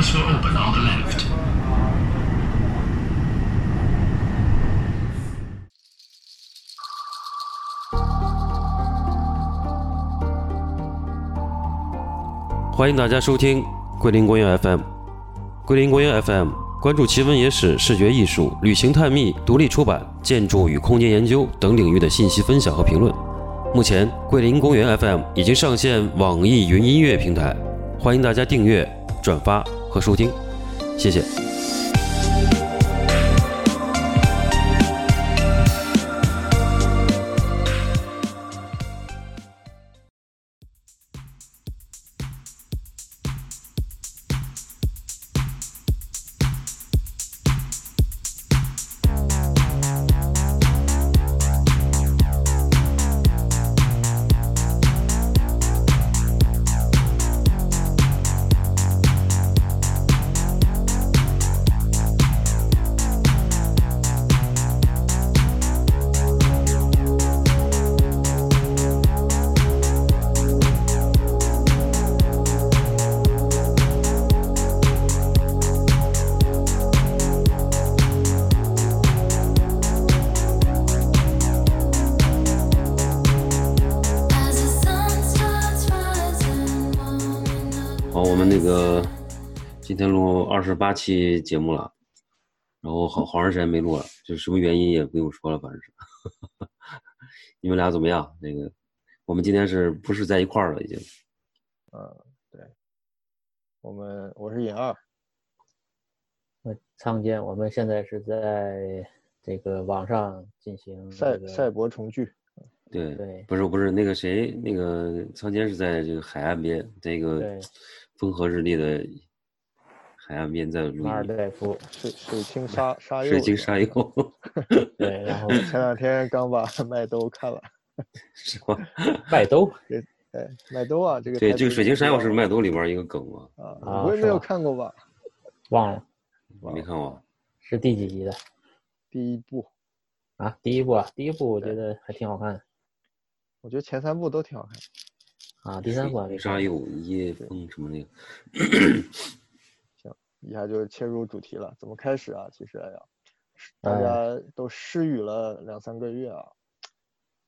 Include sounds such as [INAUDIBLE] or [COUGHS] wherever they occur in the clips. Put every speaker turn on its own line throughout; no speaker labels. on the left.
欢迎大家收听桂林公园 FM。桂林公园 FM 关注奇闻野史、视觉艺术、旅行探秘、独立出版、建筑与空间研究等领域的信息分享和评论。目前，桂林公园 FM 已经上线网易云音乐平台，欢迎大家订阅、转发和收听，谢谢。
As the sun starts rising, warm enough.
好，我们那个今天录二十八期节目了，然后
[LAUGHS]
好好长时间没录了，就什么原因也不用说了，反正是。 [LAUGHS] 你们俩怎么样？那个，我们今天是不是在一块儿了？已经
我们我是尹二，
那呃苍间，我们现在是在这个网上进行
赛
这个
赛博重聚，
对，
对
不是不是那个谁，那个仓坚是在这个海岸边，这个
对
风和日丽的海岸边在录
马尔
音，
代夫，
水水清沙沙幼，
水晶沙
是吧
丘
[LAUGHS] 对，然后
前两天刚把 [LAUGHS] 麦兜看了，
是吧？
麦兜
哎，麦兜啊，这个
对，
太
这个
多
水晶
人
沙
知
丘
道
是
了
麦兜里边儿一个梗嘛，
啊，
啊
我也
是
没有
吧
看过吧，
忘了啊
没看过。
是第几集的
第一部，
啊？第一部啊，第一部我觉
对
得还挺好看
我觉得前三部都挺好看，
啊，第三部还没
沙
看。
有夜风什么那个，
一下就切入主题了，怎么开始啊？其实哎呀，是大
哎
家都失语了两三个月啊，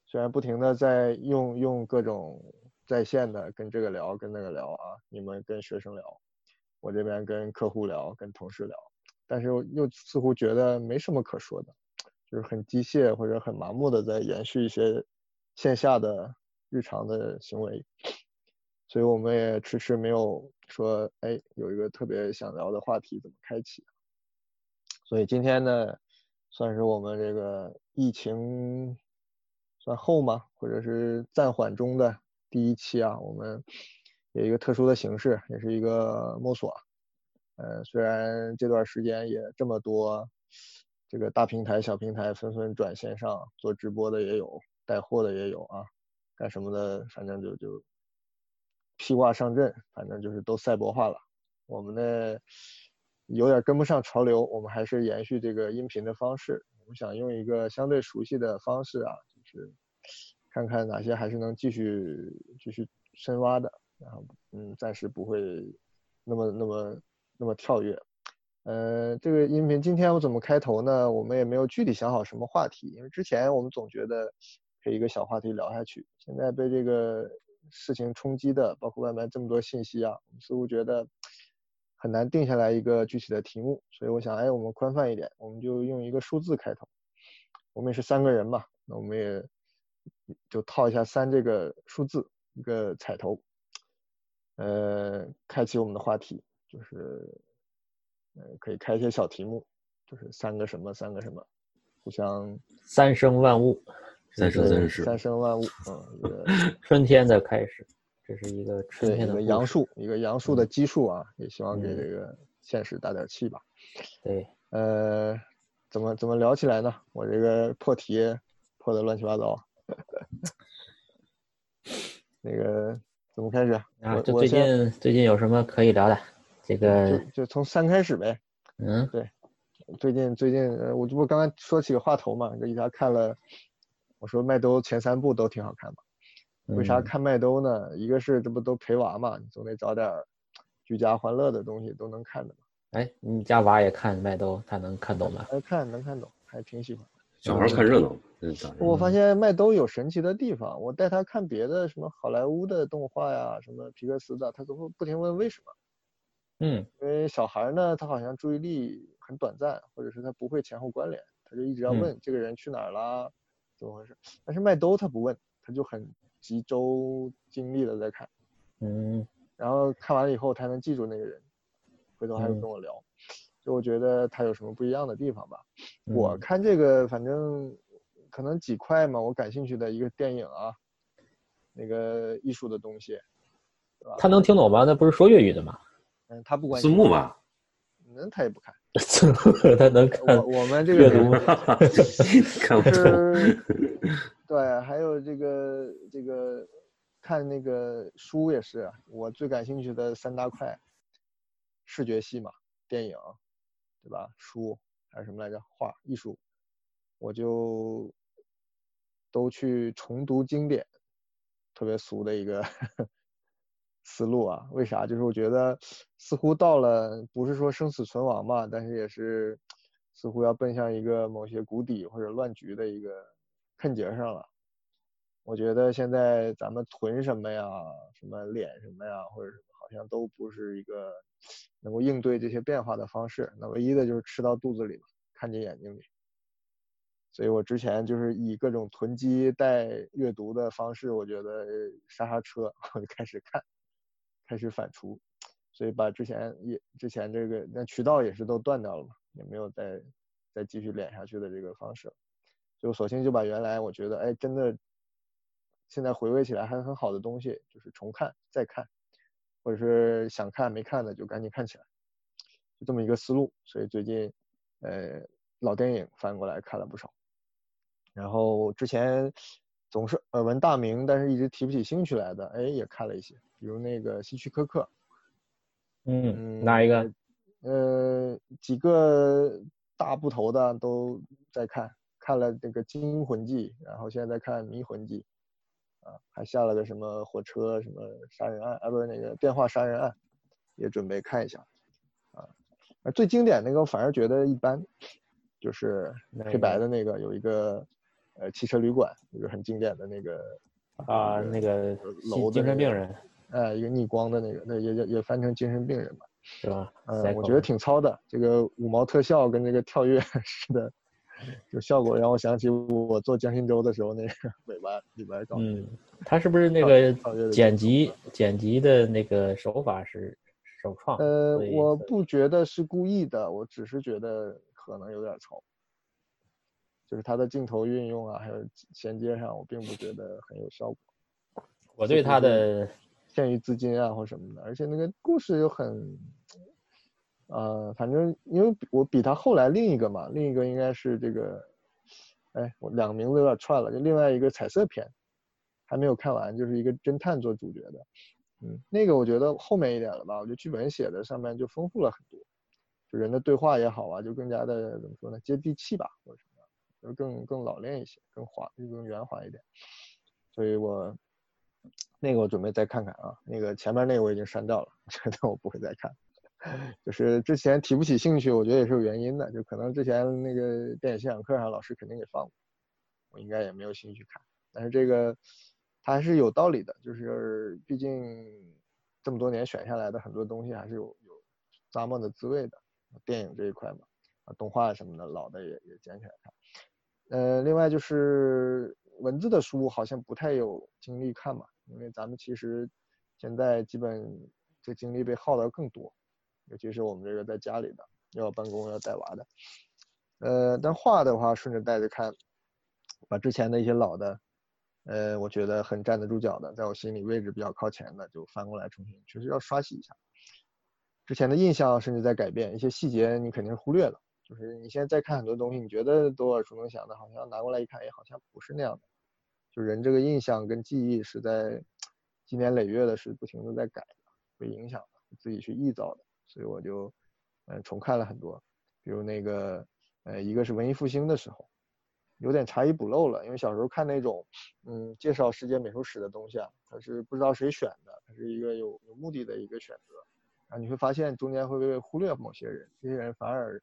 虽然不停的在用用各种在线的跟这个聊跟那个聊啊，你们跟学生聊，我这边跟客户聊，跟同事聊，但是又又似乎觉得没什么可说的，就是很机械或者很麻木的在延续一些线下的日常的行为，所以我们也迟迟没有说，哎，有一个特别想聊的话题怎么开启。所以今天呢，算是我们这个疫情算后嘛，或者是暂缓中的第一期啊，我们有一个特殊的形式，也是一个摸索。呃，虽然这段时间也这么多，这个大平台、小平台纷纷转线上，做直播的也有，带货的也有啊，干什么的，反正就就披挂上阵，反正就是都赛博化了。我们呢有点跟不上潮流，我们还是延续这个音频的方式。我们想用一个相对熟悉的方式啊，就是看看哪些还是能继续继续深挖的，然后嗯，暂时不会那么那么那么跳跃。呃，这个音频今天我怎么开头呢？我们也没有具体想好什么话题，因为之前我们总觉得可以一个小话题聊下去，现在被这个事情冲击的，包括外面这么多信息啊，我们似乎觉得很难定下来一个具体的题目，所以我想，哎，我们宽泛一点，我们就用一个数字开头。我们也是三个人嘛，那我们也就套一下三这个数字一个彩头，呃，开启我们的话题，就是呃，可以开一些小题目，就是三个什么三个什么，互相
三生万物，
三生
这
三
是
世，
三生
[LAUGHS]
万物，嗯，一个
春天的开始，这是一个春
对，一
天的
个
故
杨
事，
树，一个杨树的基数啊，也希望给这
嗯
个现实打点气吧。
对，
呃，怎么怎么聊起来呢？我这个破题破的乱七八糟。那个怎么开始？
啊，
我
就
我
最
先
近最近有什么可以聊的？这个
就就从三开始呗。
嗯，
最近最近，呃，我这不刚刚说起个话头嘛，这一下看了，我说麦兜前三部都挺好看嘛。为啥
嗯
看麦兜呢？一个是这不都陪娃嘛，你总得找点儿居家欢乐的东西都能看的嘛。
哎，你家娃也看麦兜，他能看懂吗？
能看能看懂，还挺喜欢。
小孩儿看热闹，嗯，大人
我发现麦兜有神奇的地方，我带他看别的什么好莱坞的动画呀，什么皮克斯的，他都会不停问为什么。
嗯，
因为小孩呢，他好像注意力很短暂，或者是他不会前后关联，他就一直要
嗯
问、这个人去哪儿啦，怎么回事？但是麦兜他不问，他就很集中精力的在看，
嗯，
然后看完了以后他能记住那个人，回头还会
嗯
跟我聊。就我觉得他有什么不一样的地方吧。
嗯
我看这个，反正可能几块嘛，我感兴趣的一个电影啊，那个艺术的东西，
他能听懂吗？那不是说粤语的吗？
嗯，他不关
字
心，
幕吧，
嗯，他也
[LAUGHS]
不看。
他能看
我，我们这
阅
个
读
年
吗
纪
[LAUGHS] 看不
就
懂。
是
[LAUGHS]
对，还有这个这个看那个书也是我最感兴趣的三大块，视觉系嘛，电影，对吧？书还有什么来着？画、艺术，我就都去重读经典，特别俗的一个思路啊。为啥？就是我觉得似乎到了不是说生死存亡嘛，但是也是似乎要奔向一个某些谷底或者乱局的一个坎节上了。我觉得现在咱们囤什么呀，什么脸什么呀，或者什么，好像都不是一个能够应对这些变化的方式。那唯一的就是吃到肚子里嘛，看进眼睛里。所以我之前就是以各种囤积带阅读的方式，我觉得刹刹车， [LAUGHS] 我就开始看，开始反刍，所以把之前也之前这个那渠道也是都断掉了嘛，也没有再再继续连下去的这个方式了，就索性就把原来我觉得哎真的现在回味起来还很好的东西，就是重看再看，或者是想看没看的就赶紧看起来，就这么一个思路。所以最近呃老电影翻过来看了不少。然后之前总是耳闻大名，但是一直提不起兴趣来的，哎，也看了一些，比如那个希区柯克，
嗯，哪一个？
呃，几个大部头的都在看，看了那个《惊魂记》，然后现在在看《迷魂记》，啊，还下了个什么火车什么杀人案，啊，不是那个电话杀人案，也准备看一下，啊，而最经典那个我反而觉得一般，就是
哪
黑
个
白的那个有一个呃汽车旅馆，一个很经典的那个
啊，那个
呃楼的
精
那
神病
个
人
呃一个逆光的那个，那也也也翻成精神病人吧。
是吧？
嗯，我觉得
Psycho
挺糙的。这个五毛特效跟这个跳跃 [LAUGHS] 似的，有效果让我想起我做江心洲的时候那个 [LAUGHS] 尾巴里边搞的那个
嗯，他是不是那
跳
个
跳跃的
剪
镜头
辑剪辑的那个手法是首创？
呃，
所以
我不觉得是故意的，我只是觉得可能有点糙，就是它的镜头运用啊，还有衔接上，我并不觉得很有效果，
我对他的
限于资金啊或什么的，而且那个故事又很。呃，反正因为比我比他后来另一个嘛，另一个应该是这个，哎，我两个名字有点串了，就另外一个彩色片，还没有看完，就是一个侦探做主角的，嗯，那个我觉得后面一点了吧，我觉得剧本写的上面就丰富了很多，就人的对话也好啊，就更加的怎么说呢，接地气吧，或者什么样，就是更更老练一些，更滑，更圆滑一点，所以我。那个我准备再看看啊，那个前面那个我已经删掉了， [LAUGHS] 觉得我不会再看。就是之前提不起兴趣，我觉得也是有原因的，就可能之前那个电影欣赏课上老师肯定给放过，我应该也没有兴趣看。但是这个它还是有道理的，就是毕竟这么多年选下来的很多东西还是有有咂摸的滋味的，电影这一块嘛，啊动画什么的老的也也捡起来看。呃，另外就是文字的书好像不太有精力看嘛，因为咱们其实现在基本这精力被耗的更多，尤其是我们这个在家里的，又要办公，要带娃的。呃，但画的话，顺着带着看，把之前的一些老的，呃，我觉得很站得住脚的，在我心里位置比较靠前的，就翻过来重新，确实要刷洗一下。之前的印象甚至在改变，一些细节你肯定是忽略了。就是你现在再看很多东西，你觉得都耳熟能详的，好像拿过来一看，也哎好像不是那样的。就人这个印象跟记忆是在积年累月的，是不停的在改的，被影响的，自己去臆造的。所以我就嗯重看了很多，比如那个呃，一个是文艺复兴的时候，有点查遗补漏了，因为小时候看那种嗯介绍世界美术史的东西啊，它是不知道谁选的，它是一个有有目的的一个选择，啊，你会发现中间会被忽略某些人，这些人反而，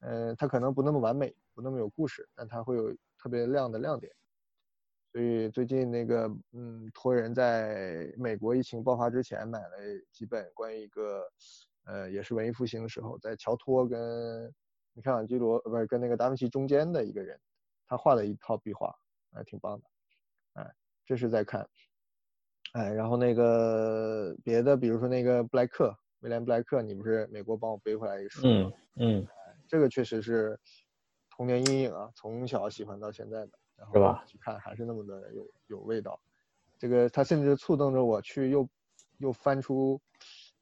嗯、他可能不那么完美，不那么有故事，但他会有特别亮的亮点。所以最近那个，嗯，托人在美国疫情爆发之前买了几本关于一个，呃，也是文艺复兴的时候，在乔托跟米开朗基罗呃不是跟那个达芬奇中间的一个人，他画的一套壁画，还挺棒的，哎，这是在看，哎，然后那个别的，比如说那个布莱克，威廉布莱克，你不是美国帮我背回来一个书吗？
嗯嗯，
这个确实是童年阴影啊，从小喜欢到现在的，然后
是吧
去看还是那么的有有味道。这个它甚至触动着我去又又翻出，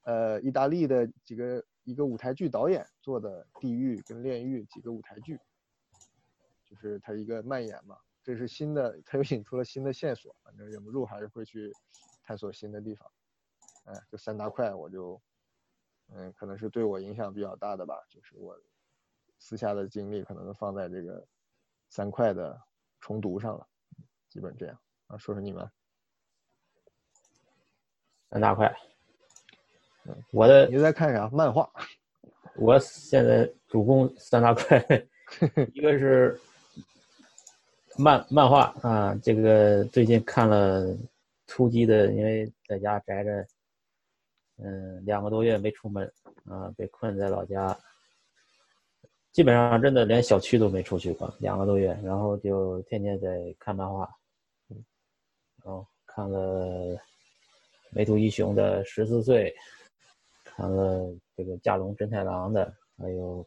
呃，意大利的几个一个舞台剧导演做的《地狱》跟《炼狱》几个舞台剧，就是它一个蔓延嘛。这是新的，它又引出了新的线索，反正忍不住还是会去探索新的地方。哎，这三大块我就，嗯，可能是对我影响比较大的吧，就是我私下的精力可能都放在这个三块的重读上了，基本这样啊。说说你们，
三大块
嗯。
我的
你在看啥？漫画？
我现在主攻三大块，一个是漫漫画啊，这个最近看了突击的，因为在家宅着，嗯，两个多月没出门啊，被困在老家，基本上真的连小区都没出去过，两个多月，然后就天天在看漫画，嗯然后看了梅图一雄的《十四岁》，看了这个加龙真太郎的，还有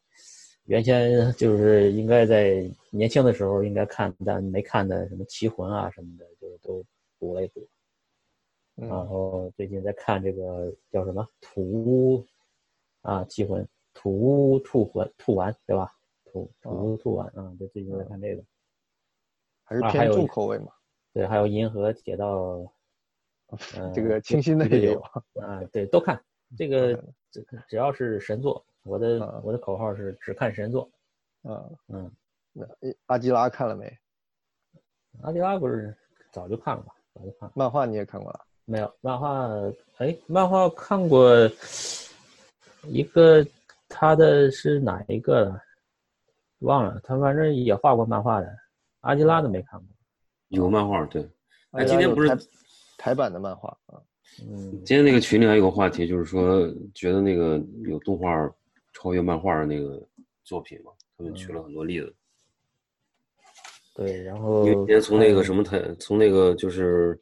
原先就是应该在年轻的时候应该看但没看的什么《棋魂》啊什么的，就都补了一补。然
嗯
后最近在看这个叫什么土屋啊，棋魂土屋兔魂兔丸对吧？土土屋兔丸啊，对，最近在看这个。
还是
啊还
偏
有
重口味嘛？
对，还有银河铁道，呃
这个清新的
这个
也
有
有，
啊，对，都看。这个
看
只只要是神作，我的
啊
我的口号是只看神作。
啊。
嗯，
那诶阿基拉看了没？
阿迪拉不是早就看了吧？早就看了。
漫画你也看过了？
没有漫画，哎，漫画看过一个，他的是哪一个了？忘了，他反正也画过漫画的。阿基拉的没看过，
有漫画对。
阿
哎，
基
今
拉
天
有
不是
台台版的漫画啊？
嗯，
今天那个群里还有个话题，就是说觉得那个有动画超越漫画的那个作品嘛，他们举了很多例子。
对，然
嗯
后
因为今天从那个什么台，从那个就是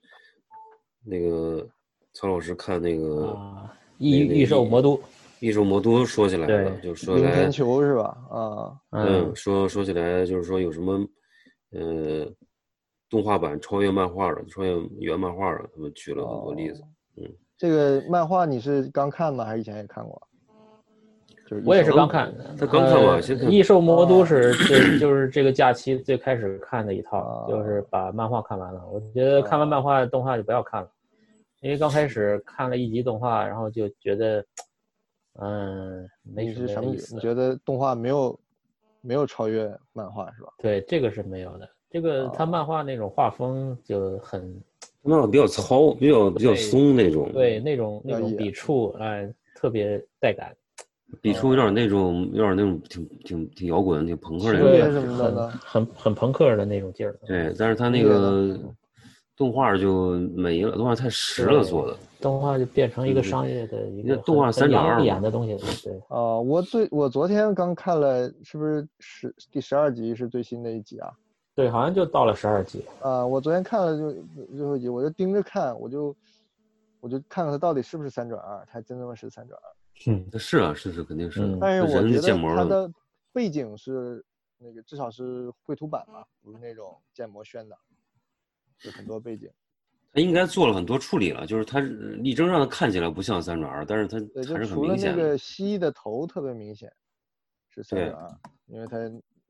那个曹老师看那个《
啊，异
那个
异兽魔都，
异兽魔都》说起来了，
对
就说
明
来
天球是吧？啊，
嗯，说说起来就是说有什么，呃，动画版超越漫画的，超越原漫画的，他们举了很多例
哦
子。
这个漫画你是刚看吗？还是以前也看过？就是一
我也是
手
刚看的，
他刚看
呃
完现在
异兽魔都》是最就是这个假期最开始看的一套
啊，
就是把漫画看完了。我觉得看完
啊
漫画，动画就不要看了，因为刚开始看了一集动画，然后就觉得，嗯，没
你是什
么
么
意
觉？
思
你。觉得动画没有没有超越漫画是吧？
对，这个是没有的。这个他
啊
漫画那种画风就很
漫画比较糙，比较比较
对
松那种，
对，那种那
要
种
野
笔触，哎，特别带感。
笔触有点那种，有点那种挺挺挺摇滚、挺朋克那
是
种。
为什么的
很
呢
很很朋克的那种劲儿。
对，但是他那
音乐呢
个动画就没了，动画太实了
对
做的。
动画就变成一个
对对
商业的
你
一
看
个
动画
很
三
很
点
养
二
眼
嘛
的东西了，对，
啊、我最我昨天刚看了，是不是十第十二集是最新的一集啊？
对，好像就到了十二集。
啊、我昨天看了就最后一集，我就盯着看，我就我就看看它到底是不是三转二，它还真他妈是三转二。
嗯，
是啊，是是肯定是
嗯。
但是我
人
觉
是
得
建模
它
的，
的背景是那个至少是绘图板吧，不是那种建模渲的，有很多背景。
他应该做了很多处理了，就是他力争让他看起来不像三转二，但是他
对，
还
就是
很
除了
明
那
显的
个。蜥蜴的头特别明显，是三
对
点二，因为它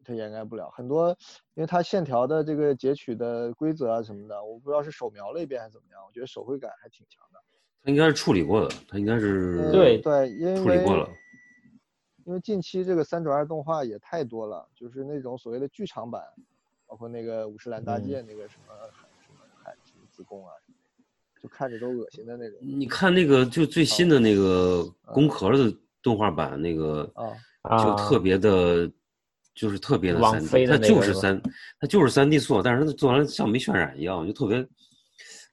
它掩盖不了很多，因为它线条的这个截取的规则啊什么的，我不知道是手描了一遍还是怎么样，我觉得手绘感还挺强的。
他应该是处理过的，他应该是
嗯
对
对，因为
处理过了。
因为近期这个三转二动画也太多了，就是那种所谓的剧场版，包括那个五十岚大
嗯
介那个什么海、什么海什么子宫啊，就看着都恶心的那种
你看那个就最新的那个
嗯
宫壳的动画版，那个
啊。
就
啊
特别的，就是特别的
网
三 D，
飞的
它
那
就
个
是
是吧
三，它就是三 D 做，但是它做完了像没渲染一样，就特别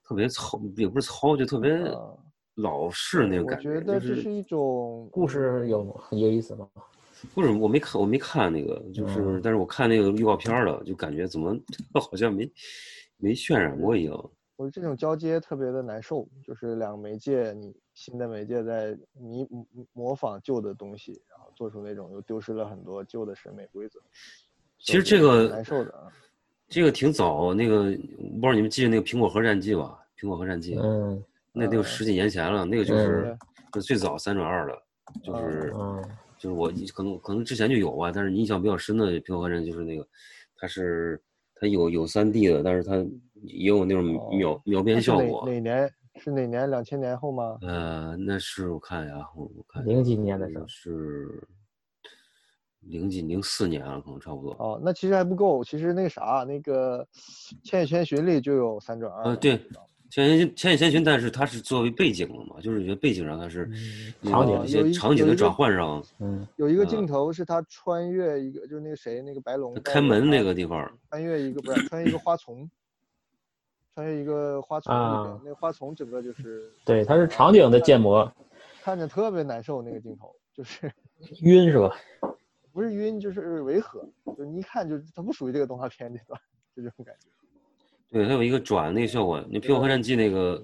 特别糙，也不是糙，就特别
啊
老式那种
我
感就
觉得这是
是
一种
故事有很有意思吗？
不是我没看，我没看那个，就是
嗯
但是我看那个预告片儿了，就感觉怎么 [LAUGHS] 好像没没渲染过一样。
我觉得这种交接特别的难受，就是两个媒介，你新的媒介在你模仿旧的东西，然后做出那种又丢失了很多旧的审美规则。
其实
所以
这个
挺难受的啊，
这个挺早，那个我不知道你们记得那个《苹果核战记》吧？《苹果核战记》
嗯
那得有十几年前了，那个就
嗯
是就最早三转二的，就
嗯
是
嗯
就是我可能可能之前就有吧，但是你印象比较深的《平和人》就是那个，它是它有有三 D 的，但是它也有那种
哦
秒、秒变
它是
效
哪
果。
哪年？是哪年？两千年后吗？
呃，那是我看一下，啊我我看一下
零几年的时候
是零几零四年啊，可能差不多。
哦，那其实还不够。其实那个啥，那个《千与千寻》里就有三转二。
呃，对，《千与千寻》《千与千寻》，但是它是作为背景的嘛，就是有些背景上它是
嗯
那个
场景
一
有
些
一
场景
有
的
一个
转换上，
嗯
有一个
嗯
镜头是他穿越一个，就是那个谁，那个白龙
它
带
开
着
门
他
那个地方儿，
穿越一个不是穿越一个花丛，穿越一个花丛里边，
啊
那花丛整个就是
对，它是场景的建模，
看着特别难受那个镜头，就是 [LAUGHS]
晕是吧？
不是晕就是违和，就是你一看就它不属于这个动画片这段，就这种感觉。
对，它有一个转那个效果。那《平和核战记》那个，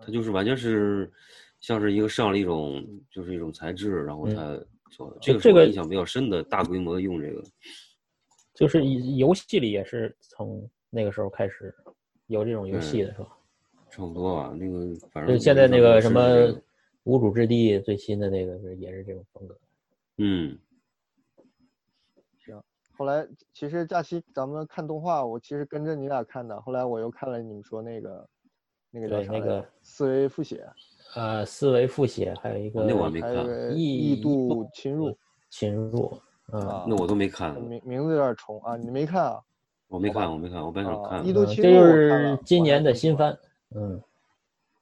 它就是完全是像是一个上了一种就是一种材质，然后
嗯
它
哎
做的。这个
这
是我
个
印象比较深的，大规模的用这个。
就是以游戏里也是从那个时候开始有这种游戏的是吧？
差不多吧，那个反正
就现在那个什么
我印象比较嗯深的这
《无主之地》最新的那个是也是这种风格。
嗯，
后来其实假期咱们看动画，我其实跟着你俩看的，后来我又看了你们说那个那个叫
对
啥
那
来
个
着思维复写，
呃，思维复写，还有一个
那我还没
呃还有
看
一个
异
异度侵入
侵入啊，
啊
那，我都没看，
名名字有点重啊，你没看啊？
我没看，我没看，我本想
啊
看
一。度
嗯
侵
这
入
就
我看了
是今
我还
年的
挺喜
新
欢
番。嗯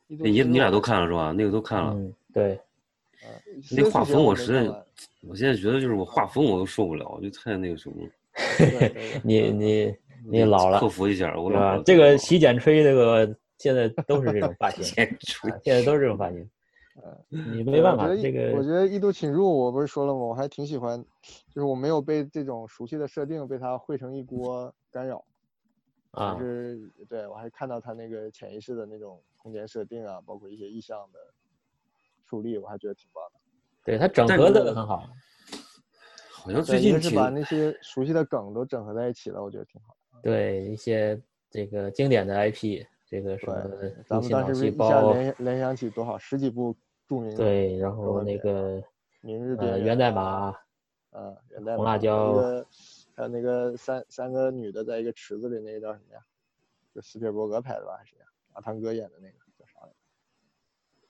异度
那哎你
侵入
你俩
我
都看了是吧？那个都看了。
嗯，对，
呃，
那画风我实在，我现在觉得就是我画风我都受不了，就太那个什么。
[LAUGHS]
你你你
得
老了
克服一下，我
对
老
吧
了。哎
这个
洗
洗剪吹，这个现在都是这种发
[LAUGHS]
型，
剪吹
啊，现在都是这种发型。你
啊
没
对
办
我
法，
觉得
这
一我觉
个
得《异度侵入》，我不是说了吗？我还挺喜欢，就是我没有被这种熟悉的设定被它汇成一锅干扰，
啊
就，是对我还看到它那个潜意识的那种空间设定啊，包括一些意象的树立，我还觉得挺棒的。
对它整
但
合
是
的很好。
好像
对，
最
一
近
个是
挺
把那些熟悉的梗都整合在一起了，我觉得挺好。
对一些这个经典的 IP，这个什么
对，咱们
入侵
当
脑
时不是
细
一下
胞，
联联想起多少十几部著名的
对，然
科
后
幻
那
片
个
明日边
呃
缘
源代
啊
码，
呃，元代
红
码
辣
还有
椒
那个还有那个三三个女的在一个池子里，那个叫什么呀？就斯皮尔伯格拍的吧，还是谁呀？阿汤哥演的那个叫啥来着？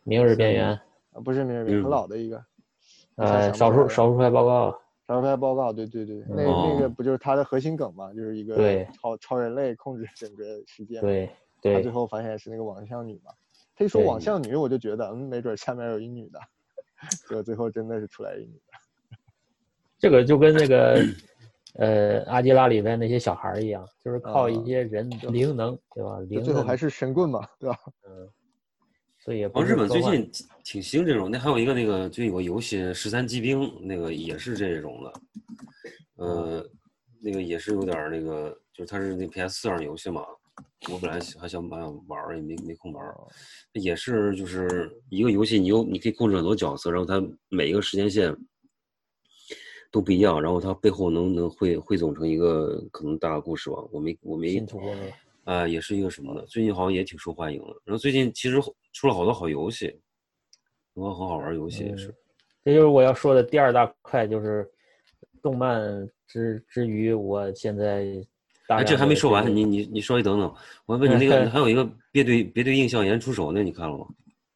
明日边
三
缘，
啊，不是明日边缘，
嗯
很老的一个。一下想
呃，
不起来
少数
了
少数派报告，
少数派报告，对对对，那那个不就是他的核心梗嘛？就是一个
哦对
超超人类控制整个世界嘛。
对
他最
对
后反显是那个网向女嘛。他一说
对
网向女，我就觉得，嗯，没准下面有一女的，结果最后真的是出来一女的。
这个就跟
[CLEARS THROAT]
那个呃阿基拉里边那些小孩儿一样，就是靠
啊
一些人灵能，对吧？
就
灵
最后
能
还是神棍嘛，对吧？
所以也不
好像哦
是
日本
科
最
幻
近挺兴这种，那还有一个那个最近有个游戏《十三机兵》，那个也是这种的，
哦
呃，那个也是有点儿那个，就是它是那 PS 四上游戏嘛，我本来想还想买玩儿，也没没空玩
哦
儿。也是就是一个游戏，你有你可以控制很多角色，然后它每一个时间线都不一样，然后它背后能能汇汇总成一个可能大的故事吧。我没我没
信徒是吧
啊、也是一个什么的，最近好像也挺受欢迎的。然后最近其实出了好多好游戏，很多很好玩儿游戏也
嗯
是。
这就是我要说的第二大块，就是动漫之之余，我现在大
哎，这
量
还没
地
说
这
完，
个
你你你稍微等等，我还问你那
[LAUGHS]
个，你还有一个别对别对印象岩出手，那你看了吗？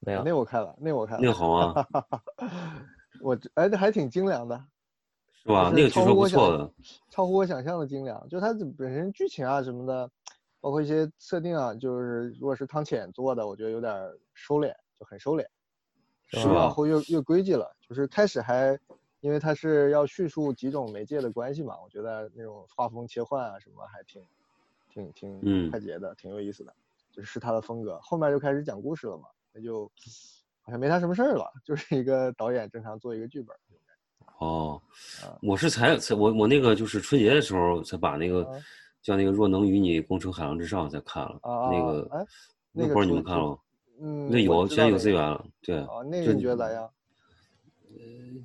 没有
那我看了，那我看了
那。个好
[LAUGHS]
啊，
我这哎，那还挺精良的，
是吧？
就
那个
是
据
超
说
乎
不
我
错
想
的，
超乎我想象的精良。就它这本身剧情啊什么的，包括一些设定啊，就是如果是汤浅做的，我觉得有点儿收敛，就很收敛。
是
越往
吧？
后越越规矩了，就是开始还，因为它是要叙述几种媒介的关系嘛，我觉得那种画风切换啊什么还挺，挺挺
嗯
快捷的，挺有意思的，就是他的风格。后面就开始讲故事了嘛，那就好像没他什么事儿了，就是一个导演正常做一个剧本。
哦
啊，
我是才才我我那个就是春节的时候才把那个
啊
叫那个《若能与你共撑海浪之上》才看了，
啊
那
啊
个
哎那
那
个
会儿你
出
们看了吗？
嗯，
那
我
有
知
现在
道
有
那
资
个
源了，对，
哦，那
就
个你觉得咋样？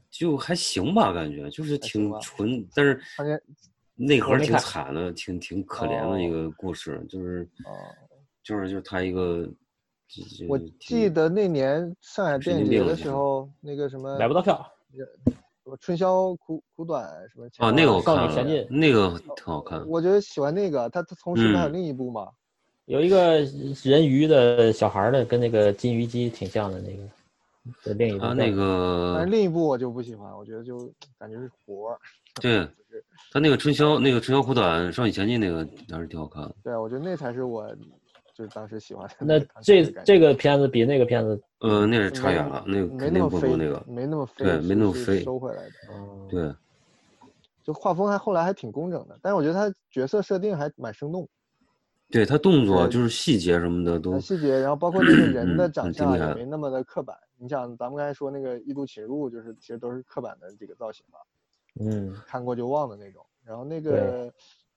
就还行吧，感觉就是
还行
挺
吧
纯，但是
而且
内核
没
挺
看
惨的，挺挺可怜的一个故事，就是
哦，
就是就是他一个，就就
我
挺
记得那年上海
神
电影
经
节
病了
的
就
时
是
候，那个什么
买不到票，
什么春宵苦苦短什么
啊，那个我
少
看
女
了
前进，
那个挺好看，
呃我觉得喜欢那个，他他同时还有
嗯
另一部嘛，
有一个人鱼的小孩儿的，跟那个金鱼姬挺像的那个，的另一部
他
叫
啊那
但是
个
另一部我就不喜欢，我觉得就感觉是活儿。
对
就是
他那个春宵那个春宵苦短少女前进那个还是挺好看的，
对，啊我觉得那才是我就是当时喜欢的
那
个当时
这
的感觉。
这个片子比那个片子，
呃，那是
没
差
那
远
么
了，那个
没
肯
那
定
么
不
飞，
如那个，
没那么飞，
对没
是
那么
是
飞
收回来的，
嗯，
对，
就画风还后来还挺工整的，但是我觉得他角色设定还蛮生动，
对他动作
对
就是细节什么的
很
都，
呃细节，然后包括那个人的
嗯
长
很
相
厉
也
害
没那么的刻板。你想，咱们刚才说那个《异度侵入》，就是其实都是刻板的这个造型嘛。
嗯，
看过就忘的那种。然后那个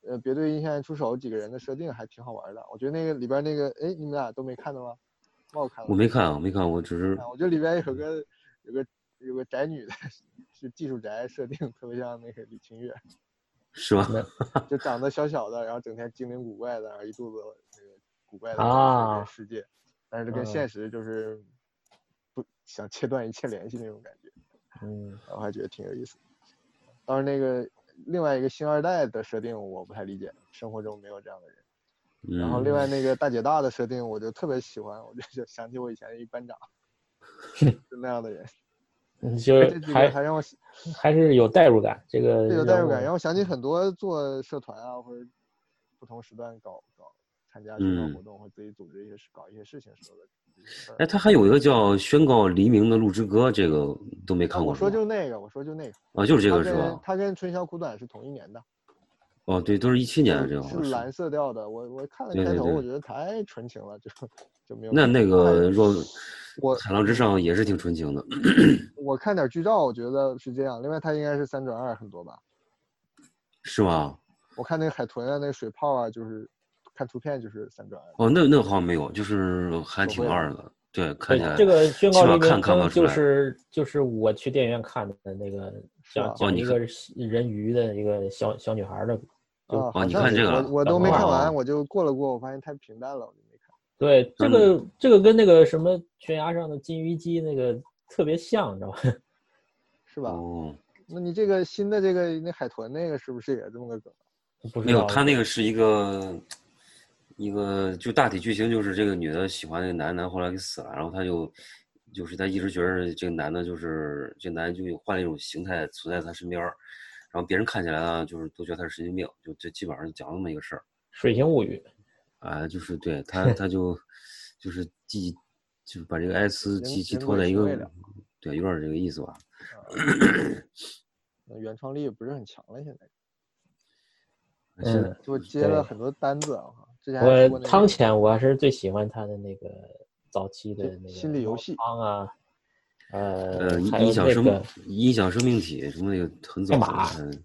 呃，别对印象爱出手几个人的设定还挺好玩的。我觉得那个里边那个，哎，你们俩都没看到吗？我看了，
我没看，我没看，我只是
啊。我觉得里边有个有个有个宅女的， [LAUGHS] 是技术宅设定，特别像那个李清月，
是吧？
就长得小小的，然后整天精灵古怪的，然后一肚子那个古怪的
啊
世界，但是跟
嗯
现实就是不想切断一切联系那种感觉。
嗯，
我还觉得挺有意思的。当然，那个另外一个星二代的设定我不太理解，生活中没有这样的人。
嗯，
然后另外那个大姐大的设定我就特别喜欢，我就就想起我以前一班
[LAUGHS]
长，就那样的人。
你嗯就
哎这几
呃还
个还让我这
还是有代入感，这个
有代入感，
人
让
物
我
嗯
想起很多做社团啊或者不同时段搞搞参加社团
嗯
活动，或自己组织一些事搞一些事情时候的这些事儿。
哎，他还有一个叫《宣告黎明的路之歌》，这个都没
啊
看过
我
是吧
说就那个，我说就那个，
啊，就是这
他
个是
跟
吧？
他跟《春宵苦短》是同一年的。
哦，对，都是一七年的这个好
是
像
蓝
是。
色调的。我我看了
对
开
对
头，
对
我觉得太纯情了，就就没有。
那那个
看
若
我
海浪之上也是挺纯情的，
我看点剧照，我觉得是这样。另外，它应该是三转二很多吧？
是吗？
我看那个海豚啊，那个水泡啊，就是看图片就是三转二。
哦，那那好像没有，就是还挺
不会
二的，对，看
对
起来
这个宣告
起码
黎
看
明
看不
灯
出
就
来。
是就是我去电影院看的那个，
吧
讲
哦
讲
你
一个人鱼的一个小小女孩儿的，就
啊，好
你
像
看
是
这个了
我我都没看
哦
完，我就过了过，我发现太平淡了，我就没看。
对，这
嗯
个这个跟那个什么悬崖上的金鱼姬那个特别像，你知道吧？ [LAUGHS]
是吧？
哦，
那你这个新的这个那海豚那个是不是也这么个梗？啊
不
没
知
有，
道
他那个是一个一个，就大体剧情就是这个女的喜欢那个男的，后来给死了，然后她就就是她一直觉得这个男的就是这个男的就有换了一种形态存在她身边儿，然后别人看起来呢就是都觉得他是神经病，就这基本上就讲这么一个事儿。
《水形物语
啊，就是对他，他就就是寄，就是把这个艾斯
人
寄寄
人
托
鬼
在一
情未
个
了，
对，有点儿这个意思吧。
那原创力不是很强了，现在
现在
嗯
就接了
对
很多单子啊。之》，前还说
我
过那个
汤浅我还是最喜欢他的那个早期的
心
那个
心理游戏
汤啊，呃
呃，，
还有
音响
那
生
个
音响生命体什么那个很早
海
的，
马
嗯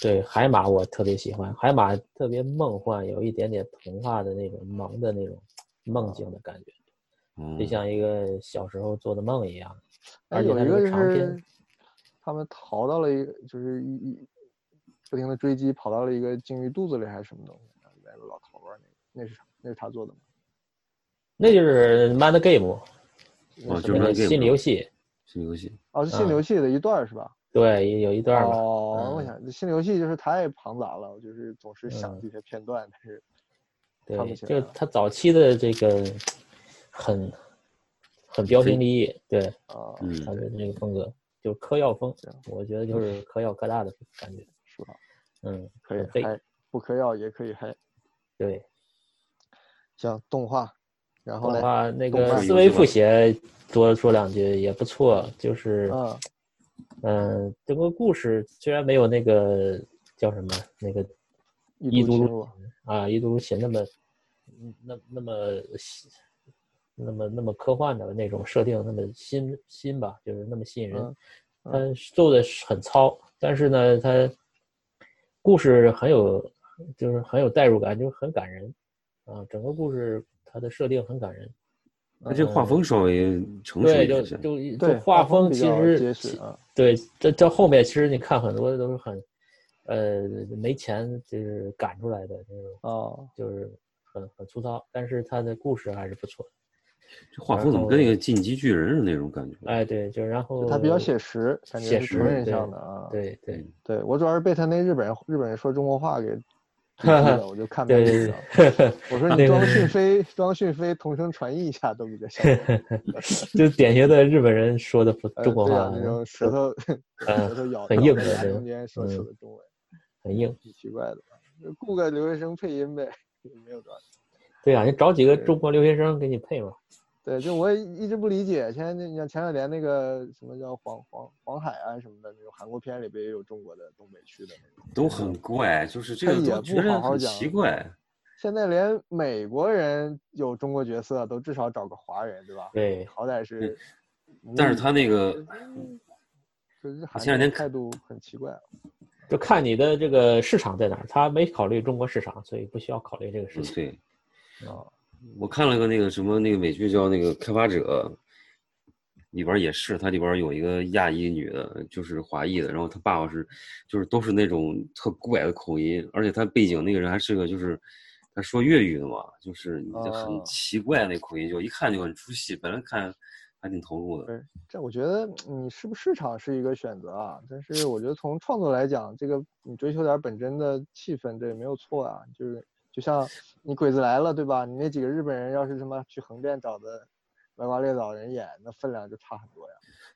对海马我特别喜欢，海马特别梦幻，有一点点童话的那种萌的那种梦境的感觉，就
嗯，
像一个小时候做的梦一样。
哎，
而且
有
它
一
是
个
个
就
长
是
篇
他们逃到了一个，就是一一不停的追击，跑到了一个鲸鱼肚子里还是什么东西，然后里面有个老头儿啊那个，那是那是他做的吗？
那就是《Man the Game》
哦，
那
就嗯是
什
那
么
Man
个
Game
心理游戏，
新游戏，
哦，是心理游戏的一段儿是吧？
对，有一段儿嘛。
哦，我
嗯
想心理游戏就是太庞杂了，我就是总是想
嗯
这些片段，但是看不
对，
起啊
就
来
是他早期的这个很很标新立异，对
啊，
嗯
他的那个风格，就嗑药风，我觉得就是嗑药嗑大的感觉，
是吧？
嗯，
嗯可以
很，废
还不嗑药也可以嗨。
对，
像动画，然后
动
嘞，
画那
动
个
漫
思维复写多说两句也不错，就是
嗯
嗯，整个故事虽然没有那个叫什么那个
一
毒
毒
入
入
啊一毒如血那么嗯那那么吸那么那么科幻的那种设定，那么新新吧，就是那么吸引人
嗯。
嗯，做的很糙，但是呢，它故事很有就是很有代入感，就是很感人啊。整个故事它的设定很感人，
那这画风稍微成熟
对，
一
就
些，
就一
对
就画
风
风
比
其
较
实
结
其
实啊，
对，这到后面其实你看很多的都是很，呃，没钱就是赶出来的那种，
哦，
就是很很粗糙，但是他的故事还是不错
这画风怎么
嗯
跟那个《进击巨人》似的那种感觉？
的。哎，对，就然后
就它比较写实，感觉
写
是
实
成人
对
向的啊。
对对
对，我主要是被他那日本人日本人说中国话
[LAUGHS]
给逼的，我就看不下
对
去
对
了。
对， [LAUGHS]
我说
那
你
个
装讯飞，装讯飞同声传译一下都比较
[LAUGHS]
像。
就典型的日本人说的不
呃
中国
对
话，嗯
啊，那种舌头 [LAUGHS] 舌头咬
很
咬
硬
在牙
的那
中
种
间说出
嗯
的中文，
很硬。
挺奇怪的。就雇个留学生配音呗，也没有多少钱。
对啊，你找几个
对
中国留学生给你配嘛。
对，就我也一直不理解，现在那你像前两年那个什么叫黄黄黄海啊什么的那种韩国片里边也有中国的东北区的那种，
都很怪，就是这
他
个
也
都
不
觉得
好好
很
讲
奇怪。
现在连美国人有中国角色都至少找个华人，对吧？
对，
好歹是母语，
但是他那个
就是韩
前两
国
天
态度很奇怪。
就看你的这个市场在哪儿。他没考虑中国市场，所以不需要考虑这个事
嗯，
情。
[LAUGHS]
对，
啊，
我看了个那个什么那个美剧叫那个《开发者》，里边儿也是，它里边儿有一个亚裔女的，就是华裔的，然后她爸爸是，就是都是那种特怪的口音，而且她背景那个人还是个就是，他说粤语的嘛，就是你这很
哦
奇怪那口音，就一看就很出戏，本来看还挺投入的。
这我觉得你是不市场是一个选择啊，但是我觉得从创作来讲，这个你追求点本真的气氛，这也没有错啊。就是就像你《鬼子来了》对吧？你那几个日本人要是他妈去横店找的歪瓜裂枣人演，那分量就差很多呀。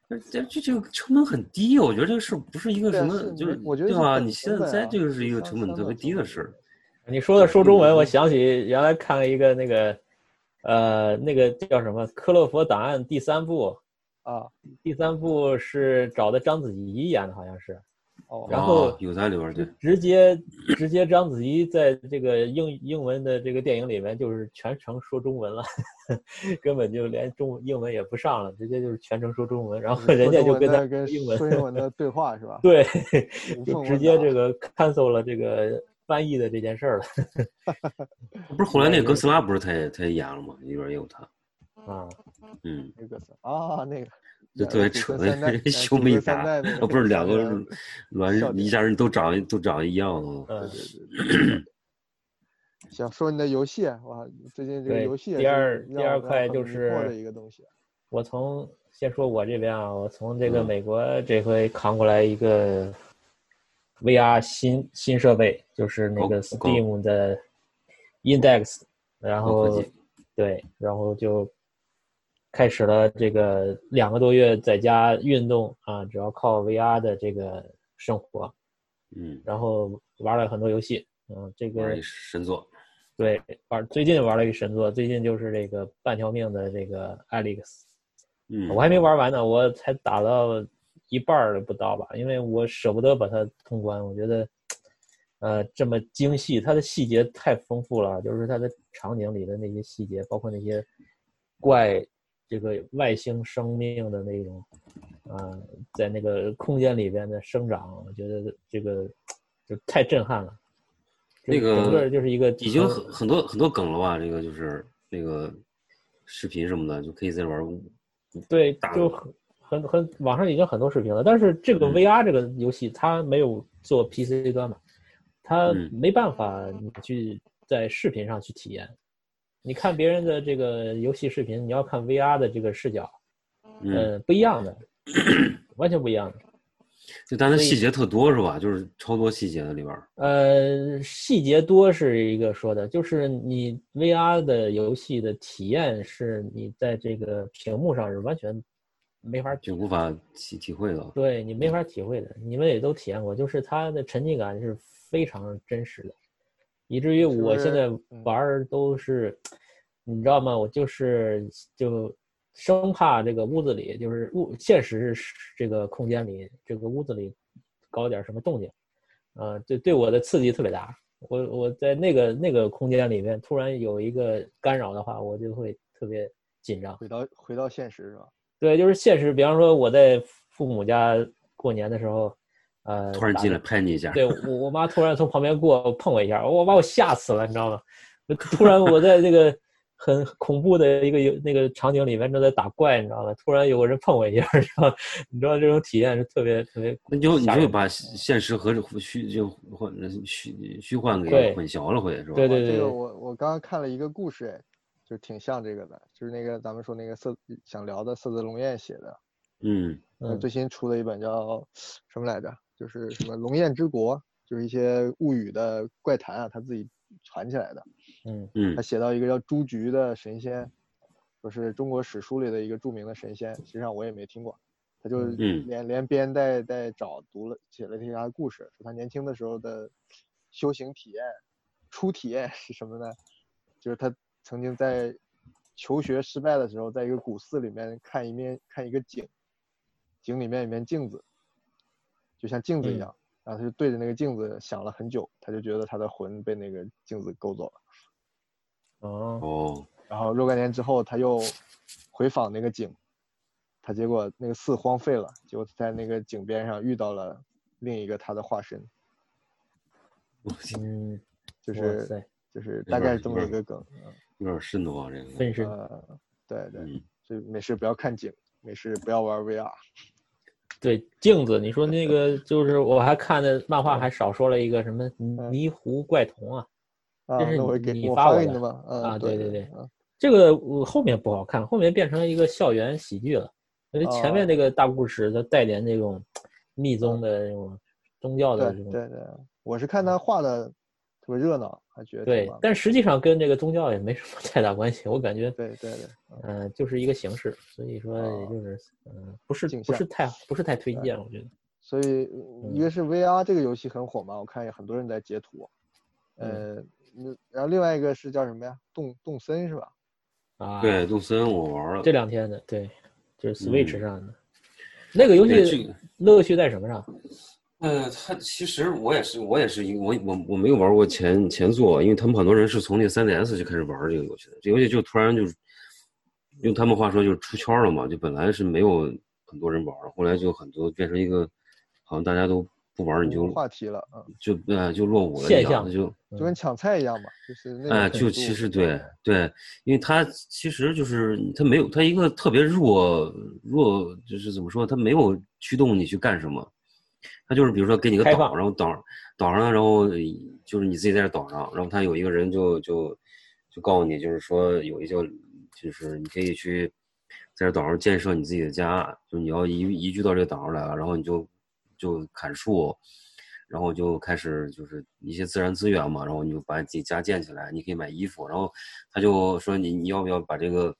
但是这这这个成本很低，我觉得这个事儿不是一个
对
什
啊
么，
是
就是
我觉得
对
是
吧？
本
你
成
现
本
在
啊
这个是一个
相
成本
相
特别
本
低
成
的
本
事儿。啊
你说的说中
嗯
文，我想起原来看了一个那个，呃，那个叫什么《科洛佛档案》第三部，
啊。
第三部是找的章子怡演的，好像是，
哦，
然后
哦有在里边儿对，
直接直接章子怡在这个英英文的这个电影里面就是全程说中文了， [LAUGHS] 根本就连中英文也不上了，直接就是全程说中文，然后
说
人家
中
就
文
跟
的
他
跟
英文，
说英文的对话
[LAUGHS]
是吧？
对，
无
就
缝
直接
问答
这个 cancel 了这个翻译的这件事儿了
不是后来那个哥斯拉不是他也他也演了吗？里边儿也有他，
啊。
嗯。
[LAUGHS] 那个是啊，那个
就
演
特别
祖
扯
孙三代
[LAUGHS]
的，
演
兄
祖
妹
孙三
俩，
代那
哦
啊不是两
小
个
人儿
卵
笑
一
点
家人都长都长一样的。
嗯
对对对对行，说你的游戏，哇，最近这个
对
游戏也
第
是
二第
让
二
人
块
很
就
迷惑的
是
一个东西。
我从先说我这边啊，我从这个
嗯
美国这回扛过来一个 VR 新新设备，就是那
高
个
高
Steam 的 Index，然
高科
后
技
对，然后就开始了这个两个多月在家运动啊，主要靠 VR 的这个生活，
嗯，
然后玩了很多游戏，嗯，这个
玩一神作，
对，玩最近玩了一个神作，最近就是这个半条命的这个 Alex，
嗯，
我还没玩完呢，我才打到一半儿不到吧，因为我舍不得把它通关，我觉得，呃，这么精细，它的细节太丰富了，就是它的场景里的那些细节，包括那些怪这个外星生命的那种，呃，在那个空间里边的生长，我觉得这个就太震撼了。就
那个
整个就是一个
已经
很
很很多很多梗了吧？这个就是那个视频什么的，就可以在玩儿。嗯
对
打，
就很很很，网上已经很多视频了。但是这个
嗯
VR 这个游戏，它没有做 PC 端嘛，它
嗯
没办法你去在视频上去体验。你看别人的这个游戏视频，你要看 VR 的这个视角，
嗯，
嗯，不一样的，完全不一样的。
就但它
所以
细节特多是吧？就是超多细节的里边儿。
呃，细节多是一个说的，就是你 VR 的游戏的体验是你在这个屏幕上是完全没法
就无法体体会到，
对你没法体会的，你们也都体验过，就是它的沉浸感是非常真实的，以至于
是不
我现
是
在
嗯
玩儿都是，你知道吗？我就是就生怕这个屋子里就是物现实是这个空间里这个屋子里搞点什么动静，啊、对对我的刺激特别大。我我在那个那个空间里面突然有一个干扰的话，我就会特别紧张。
回到回到现实是吧？
对，就是现实，比方说我在父母家过年的时候，呃，
突然
打
进
个
来拍你一下，
对我我妈突然从旁边过碰我一下，我把我吓死了，你知道吗？就突然我在这个很恐怖的一个有那个场景里面正在打怪，你知道吗？突然有个人碰我一下，你知道， [LAUGHS] 你知道这种体验是特别特别
那你就你
吓
就
人
把现现实和这虚就混虚虚幻给
对
混淆了，会是吧？
对
哇
对
这
对
个我我刚刚看了一个故事，哎，就挺像这个的，就是那个咱们说那个色想聊的色泽龙彦写的，
嗯，
呃
嗯
最新出了一本叫什么来着？就是什么《龙焰之国》，就是一些物语的怪谈啊，他自己传起来的。
嗯
嗯
他写到一个叫朱菊的神仙，就是中国史书里的一个著名的神仙，实际上我也没听过。他就
嗯
连连编带带找读了写了一些他的故事，说他年轻的时候的修行体验，初体验是什么呢？就是他曾经在求学失败的时候，在一个古寺里面看一面看一个井，井里面有一面镜子，就像镜子一
嗯
样，然后他就对着那个镜子想了很久，他就觉得他的魂被那个镜子勾走了。
哦
哦，
然后若干年之后，他又回访那个井，他结果那个寺荒废了，结果在那个井边上遇到了另一个他的化身，
嗯，
就
哇
是
塞，
就是
有
大
点
概
儿
这
有
么
点
一个梗。
有点渗透啊，这个，
真是
呃，对对，
嗯，
所以没事不要看井，没事不要玩 VR。
对镜子，你说那个就是我还看的漫画还少说了一个什么
嗯
迷糊怪童啊，
啊，
这是
那我
你
给
你
我
发
发
我
给你
的
的吗？嗯
啊
对
对对
对，
这个我后面不好看，后面变成一个校园喜剧了。因为前
哦
面那个大故事，它带点那种密宗的那种宗教的
嗯对
这种，
对对，我是看他画的特别热闹，还觉得挺
对
棒的
但实际上跟这个宗教也没什么太大关系。我感觉，
对对对，嗯
嗯、就是一个形式，所以说
哦
也就是，嗯、不是
镜
不
像
是太不是太推
对
荐，我觉得，
所以呃
嗯
一个是 VR 这个游戏很火嘛，我看有很多人在截图。呃，
嗯
那然后另外一个是叫什么呀？动动森是吧？
啊，
对，动森我玩了
这，两天的，对，就是 Switch
嗯
上的、那个游
对这
戏
个
乐趣在什么上？
呃，他其实我也是，我也是一个，我我我没有玩过前前作，因为他们很多人是从那 3DS 就开始玩这个游戏的，这游戏就突然就是，用他们话说就是出圈了嘛，就本来是没有很多人玩的，后来就很多变成一个，好像大家都不玩，你
无
就
话题了，嗯，
就呃就落伍了一
现
样，
象
它就
就跟抢菜一样嘛，就是那种
哎，
程
就
度
其实对对，因为它其实就是它没有它一个特别弱弱，就是怎么说，它没有驱动你去干什么，它就是比如说给你个
开
岛，
放
然后岛岛上，然后就是你自己在这岛上，然后他有一个人就就就告诉你，就是说有一些就是你可以去在这岛上建设你自己的家，就是你要移移居到这个岛上来了，然后你就就砍树，然后就开始就是一些自然资源嘛，然后你就把自己家建起来，你可以买衣服，然后他就说你你要不要把这个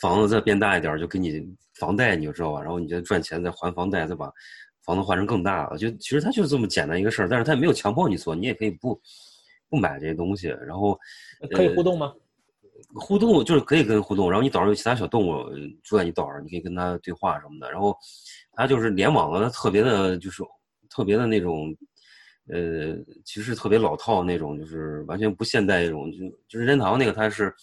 房子再变大一点儿，就给你房贷，你就知道吧，然后你再赚钱再还房贷，再把房子换成更大的，就其实它就是这么简单一个事儿，但是它也没有强迫你做，你也可以不不买这些东西，然后
可以
呃
互动吗？
互动就是可以跟互动，然后你岛上有其他小动物呃住在你岛上，你可以跟它对话什么的。然后它就是联网了，它特别的，就是特别的那种，呃，其实特别老套那种，就是完全不现代那种。就就是任天堂那个，它是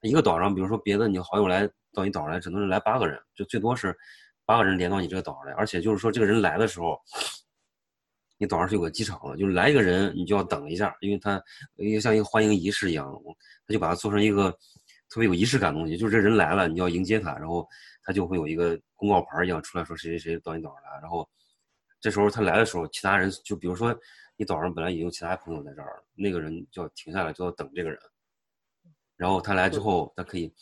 一个岛上，比如说别的你好友来到你岛上来，只能是来八个人，就最多是八个人连到你这个岛上来。而且就是说，这个人来的时候，你岛上是有个机场的，就是来一个人你就要等一下，因为他因为像一个欢迎仪式一样，我他就把它做成一个特别有仪式感的东西，就是这人来了你要迎接他，然后他就会有一个公告牌儿一样出来说谁谁谁到你岛上来，然后这时候他来的时候，其他人就比如说你岛上本来已经有其他朋友在这儿了，那个人就要停下来就要等这个人，然后他来之后，他可以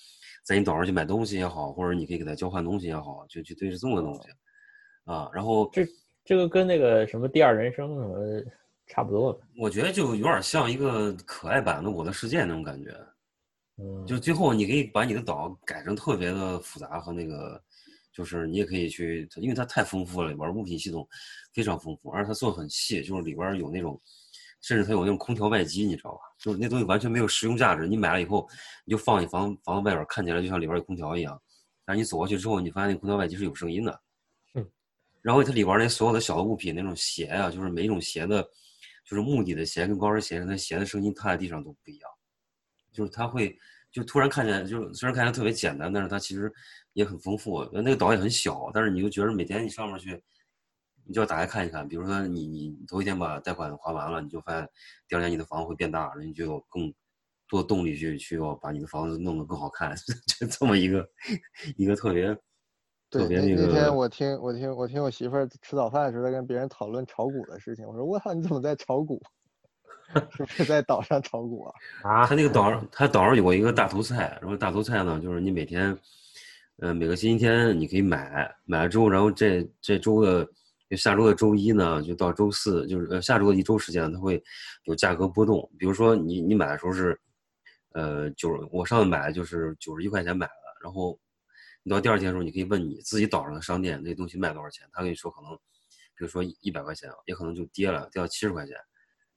在你岛上去买东西也好，或者你可以给他交换东西也好，就就对是这么个东西啊，然后
这这个跟那个什么第二人生什么差不多吧？
我觉得就有点像一个可爱版的《我的世界》那种感觉，
嗯，
就最后你可以把你的岛改成特别的复杂和那个，就是你也可以去，因为它太丰富了，里边儿物品系统非常丰富，而且它做得很细，就是里边儿有那种甚至它有那种空调外机，你知道吧？就是那东西完全没有实用价值，你买了以后你就放你房房子外边，看起来就像里边有空调一样，但是你走过去之后，你发现那空调外机是有声音的。
嗯。
然后它里边那所有的小的物品，那种鞋啊，就是每一种鞋的，就是木底的鞋跟高跟鞋，那鞋的声音踏在地上都不一样，就是它会。就突然看见，就是虽然看起来特别简单，但是它其实也很丰富。那个岛也很小，但是你就觉得每天你上面去，你就要打开看一看。比如说你你头一天把贷款还完了，你就发现第二天你的房子会变大，然后你就有更多的动力去去要把你的房子弄得更好看， [LAUGHS] 就这么一个一个特别
对，
特别
那
那
那天
个
我听我听我听我媳妇儿吃早饭的时候在跟别人讨论炒股的事情，我说我操，你怎么在炒股？ [LAUGHS] 是不是在岛上炒股啊？
啊
他，那个岛上，他岛上有一个大头菜，然后大头菜呢，就是你每天，呃，每个星期天你可以买，买了之后，然后这这周的，就下周的周一呢，就到周四，就是呃下周的一周时间，它会有价格波动。比如说你你买的时候是，呃，九十，我上次买就是九十一块钱买的，然后你到第二天的时候，你可以问你自己岛上的商店那东西卖多少钱，他跟你说可能，比如说一百块钱，啊也可能就跌了，跌到七十块钱。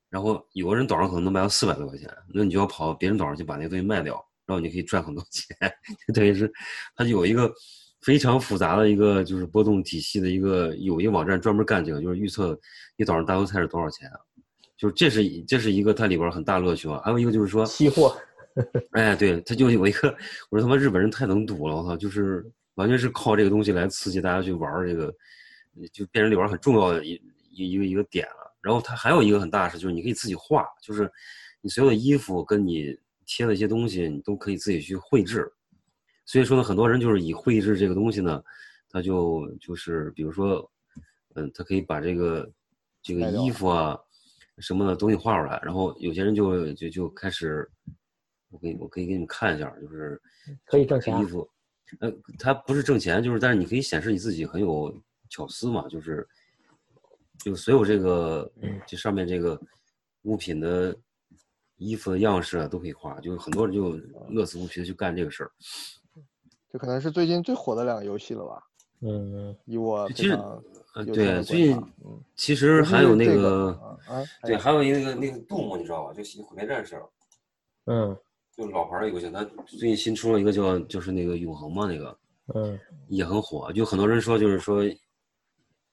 然后有个人岛上可能能卖到四百多块钱，那你就要跑到别人岛上去把那个东西卖掉，然后你可以赚很多钱， [LAUGHS] 就等于是它就有一个非常复杂的一个就是波动体系的一个有一个网站专门干这个，就是预测你岛上大头菜是多少钱，啊就是这是一这是一个它里边儿很大乐趣啊。还有一个就是说，
期货
哎，对，他就有一个，我说他妈日本人太能赌了，我操，就是完全是靠这个东西来刺激大家去玩儿这个，就变成里边儿很重要的一一一个一个点了。然后它还有一个很大的事，就是你可以自己画，就是你所有的衣服跟你贴的一些东西，你都可以自己去绘制。所以说呢，很多人就是以绘制这个东西呢，他就就是比如说，嗯，他可以把这个这
卖
个
掉
衣服啊什么的东西画出来，然后有些人就就就开始，我给我可以给你们看一下，就是
嗯可以挣
这
钱啊
个衣服，呃，它不是挣钱，就是但是你可以显示你自己很有巧思嘛，就是就所有这个
嗯
这上面这个物品的衣服的样式啊都可以画，就是很多人就乐此不疲的去干这个事儿。
这可能是最近最火的两个游戏了吧？
嗯，
以我非
其实
常
呃，
有限
对，
的
最近
观察嗯，
其
尤
实
其
还有
是
那
这
个，
啊啊，还
对，
有
还有一个那个那个动物，你知道吧？就是毁灭战士，
嗯
就是老牌儿游戏，它最近新出了一个叫就是那个永恒嘛，那个
嗯
也很火，就很多人说就是说，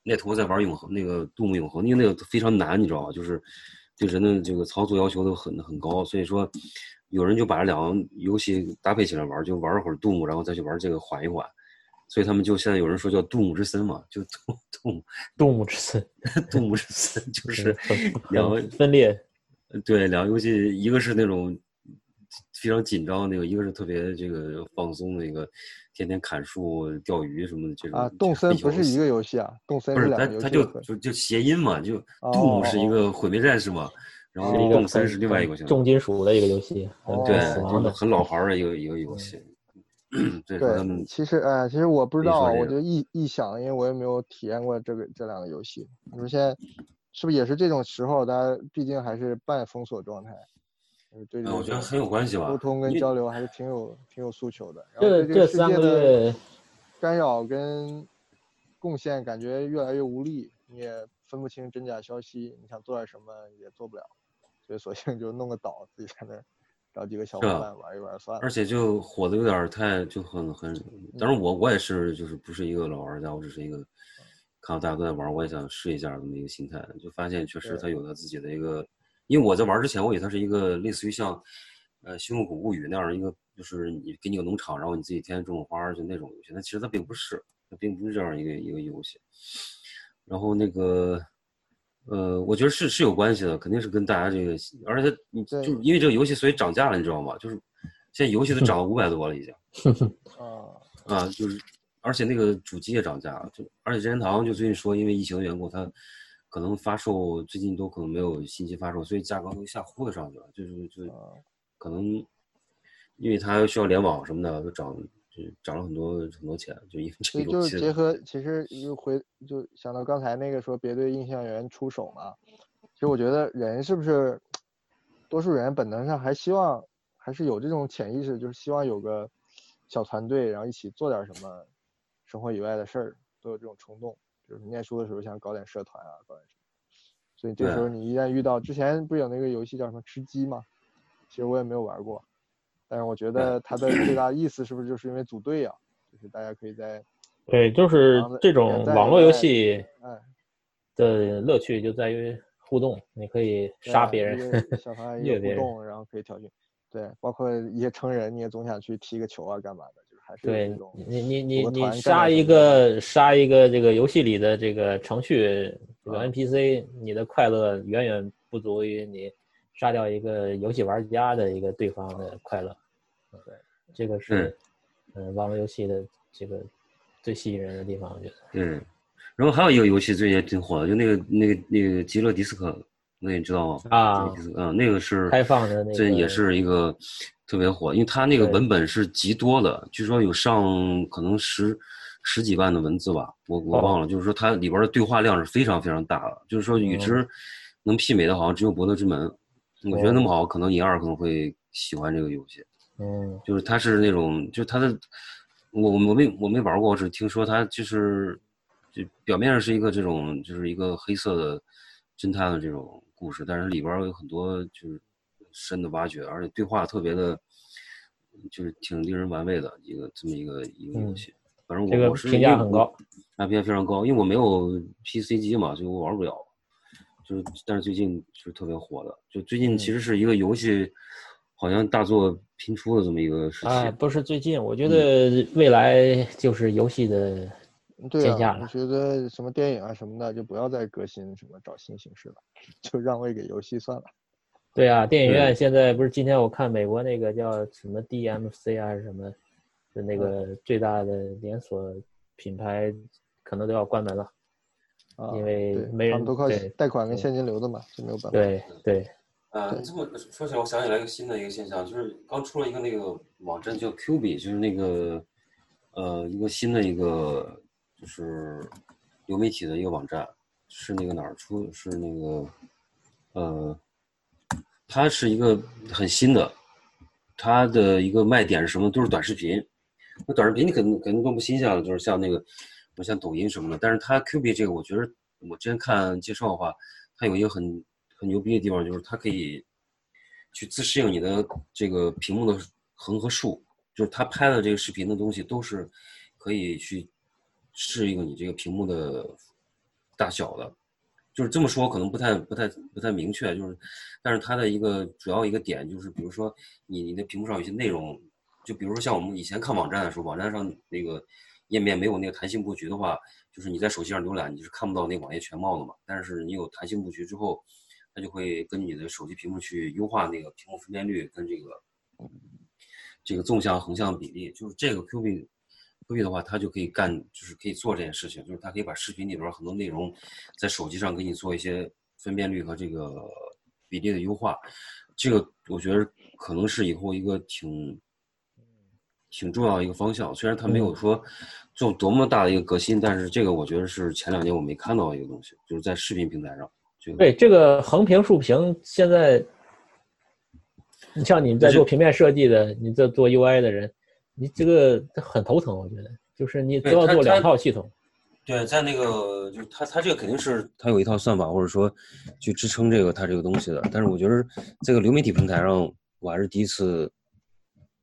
那头在玩永恒那个动物永恒，因为那个非常难，你知道吧？就是对人的这个操作要求都很很高，所以说有人就把这两个游戏搭配起来玩，就玩会儿动物，然后再去玩这个缓一缓。所以他们就现在有人说叫动物之森嘛，就动动物 [LAUGHS]
动物之森，
动物之森，就
就是很
[LAUGHS] 两
很
位
分裂，
对，两个游戏，一个是那种非常紧张的那个，一个是特别这个放松的一个，天天砍树、钓鱼什么的这种。
啊，动森不是一
个，
个游戏啊，动森
不是
两
它
个游，戏
它
的
就
合
就就谐音嘛，就
哦
Doom 是
哦
一
哦
个毁灭战士嘛，然后
是一个
动森是
很
另外一个游戏，
重金属的一个游戏，很
哦
对，
死
就
亡
是
的，
很老牌儿的一个一个游戏。 [CLEARS THROAT] 对，说他
嗯对，
们
其实哎，其实我不知
可以说
道啊，
这
我
个
就一一想，因为我也没有体验过这个这两个游戏。你说现在是不是也是这种时候，大家毕竟还是半封锁状态，就是对这
嗯我觉得
种
很有关系吧
沟通跟
因为
交流还是挺有挺有诉求的。然后
这
对
这
世
三
界
个
的
月
干扰跟贡献感觉越来越无力，你也分不清真假消息，你想做点什么也做不了，所以索性就弄个岛，自己在那儿找几个小伙
是啊
伴玩一玩算了
而。且就火的有点儿太就很很，当然我我也是就是不是一个老玩家，我只是一个看到大家都在玩儿，我也想试一下这么一个心态，就发现确实它有它自己的一个，因为我在玩儿之前，我以为它是一个类似于像呃《星露谷物语》那样儿一个，就是你给你个农场，然后你自己天天种种花儿就那种游戏，但其实它并不是，它并不是这样一个一个游戏。然后那个，呃，我觉得是是有关系的，肯定是跟大家这个，而且它你就
对
是因为这个游戏，所以涨价了，你知道吗？就是现在游戏都涨了五百多了，已经
啊，
啊，就是而且那个主机也涨价了，就而且任天堂就最近说，因为疫情的缘故，它可能发售最近都可能没有新机发售，所以价格都一下忽的上去了，就是就是
嗯
可能因为它需要联网什么的，都涨就涨了很多很多钱，就因为这
所以
个
就
游
是
戏
结合，其实又回就想到刚才那个说别对印象员出手嘛。其实我觉得人是不是，多数人本能上还希望还是有这种潜意识，就是希望有个小团队，然后一起做点什么生活以外的事儿，都有这种冲动。就是念书的时候想搞点社团啊，搞点什么。所以这时
对
候你一旦遇到之前不是有那个游戏叫什么吃鸡吗？其实我也没有玩过，但是我觉得它的最大意思是不是就是因为组队呀、就是大家可以在
对，就是
然后
这种
也在
网络游戏
哎
的乐趣就在于互动，你可以杀别人。
对一个小朋友
虐
也
别
互
人
动，然后可以挑衅，对，包括一些成人你也总想去踢个球啊，干嘛的，就是还是有
对
这种
你，你你
组个
你
团
杀
干点
一
什么的
个杀一个这个游戏里的这个程序这
啊
个 NPC，你的快乐远远不足于你杀掉一个游戏玩家的一个对方的快乐。对，这个是嗯网络游戏的这个最吸引人的地方，我觉得。
嗯，然后还有一个游戏最近也挺火的，就那个那个那个极乐迪斯科，那你知道吗？
啊
极乐迪斯科啊，那个是
开放的那个
这也是一个特别火，因为它那个
对
文本是极多的，据说有上可能十十几万的文字吧，我我
哦
忘了，就是说它里边的对话量是非常非常大的，就是说
哦
与之能媲美的，好像只有《博德之门》，我觉得那么好，可能银二可能会喜欢这个游戏。
嗯
就是它是那种，就是它的，我我我没我没玩过，我只听说它就是，就表面上是一个这种，就是一个黑色的侦探的这种故事，但是里边儿有很多就是深的挖掘，而且对话特别的，就是挺令人玩味的一个这么一个一个游
嗯
戏。反正我、
这个
我是
评
因为
价很
我
高，
啊评价非常高，因为我没有 PC 机嘛，所以我玩不了。就是但是最近是特别火的，就最近其实是一个游戏，好像大作频出的这么一个时期。
啊，不是最近，我觉
嗯
得未来就是游戏的
对
线下
啊，我
了
觉得什么电影啊什么的，就不要再革新什么找新形式了， [LAUGHS] 就让位给游戏算了。
对啊，电影院
对
现在不是今天我看美国那个叫什么 DMC 啊还是什么的那
嗯
个最大的连锁品牌，可能都要关门了。
啊，
因为
对
没
他
人
们都靠
对
贷款跟
对
现金流的嘛，就没有办法。
对对，
呃，
对
这么说起来，我想起来一个新的一个现象，就是刚出了一个那个网站叫 Q 币，就是那个呃一个新的一个就是流媒体的一个网站，是那个哪儿出的？是那个呃，它是一个很新的，它的一个卖点是什么？都是短视频。那短视频你肯定肯定更不新鲜了，就是像那个，像抖音什么的。但是它 Q 币这个，我觉得我之前看介绍的话，它有一个很很牛逼的地方，就是它可以去自适应你的这个屏幕的横和竖，就是它拍的这个视频的东西都是可以去适应你这个屏幕的大小的。就是这么说，可能不太不太不太明确，就是，但是它的一个主要一个点就是，比如说你你的屏幕上有些内容，就比如说像我们以前看网站的时候，网站上那个页面没有那个弹性布局的话，就是你在手机上浏览，你是看不到那网页全貌的嘛。但是你有弹性布局之后，它就会根据你的手机屏幕去优化那个屏幕分辨率跟这个这个纵向横向比例，就是这个 Q B Q B 的话，它就可以干，就是可以做这件事情，就是它可以把视频里边很多内容在手机上给你做一些分辨率和这个比例的优化。这个我觉得可能是以后一个挺挺重要的一个方向。虽然它没有说做多么大的一个革新，但是这个我觉得是前两年我没看到的一个东西，就是在视频平台上。这个
对这个横屏竖屏，现在你像你们在
这
做平面设计的，你在做 UI 的人，你这个很头疼，我觉得，就是你都
对
要
它
做两
它
套系统。
对，在那个就是它，它这个肯定是它有一套算法，或者说去支撑这个它这个东西的。但是我觉得这个流媒体平台上，我还是第一次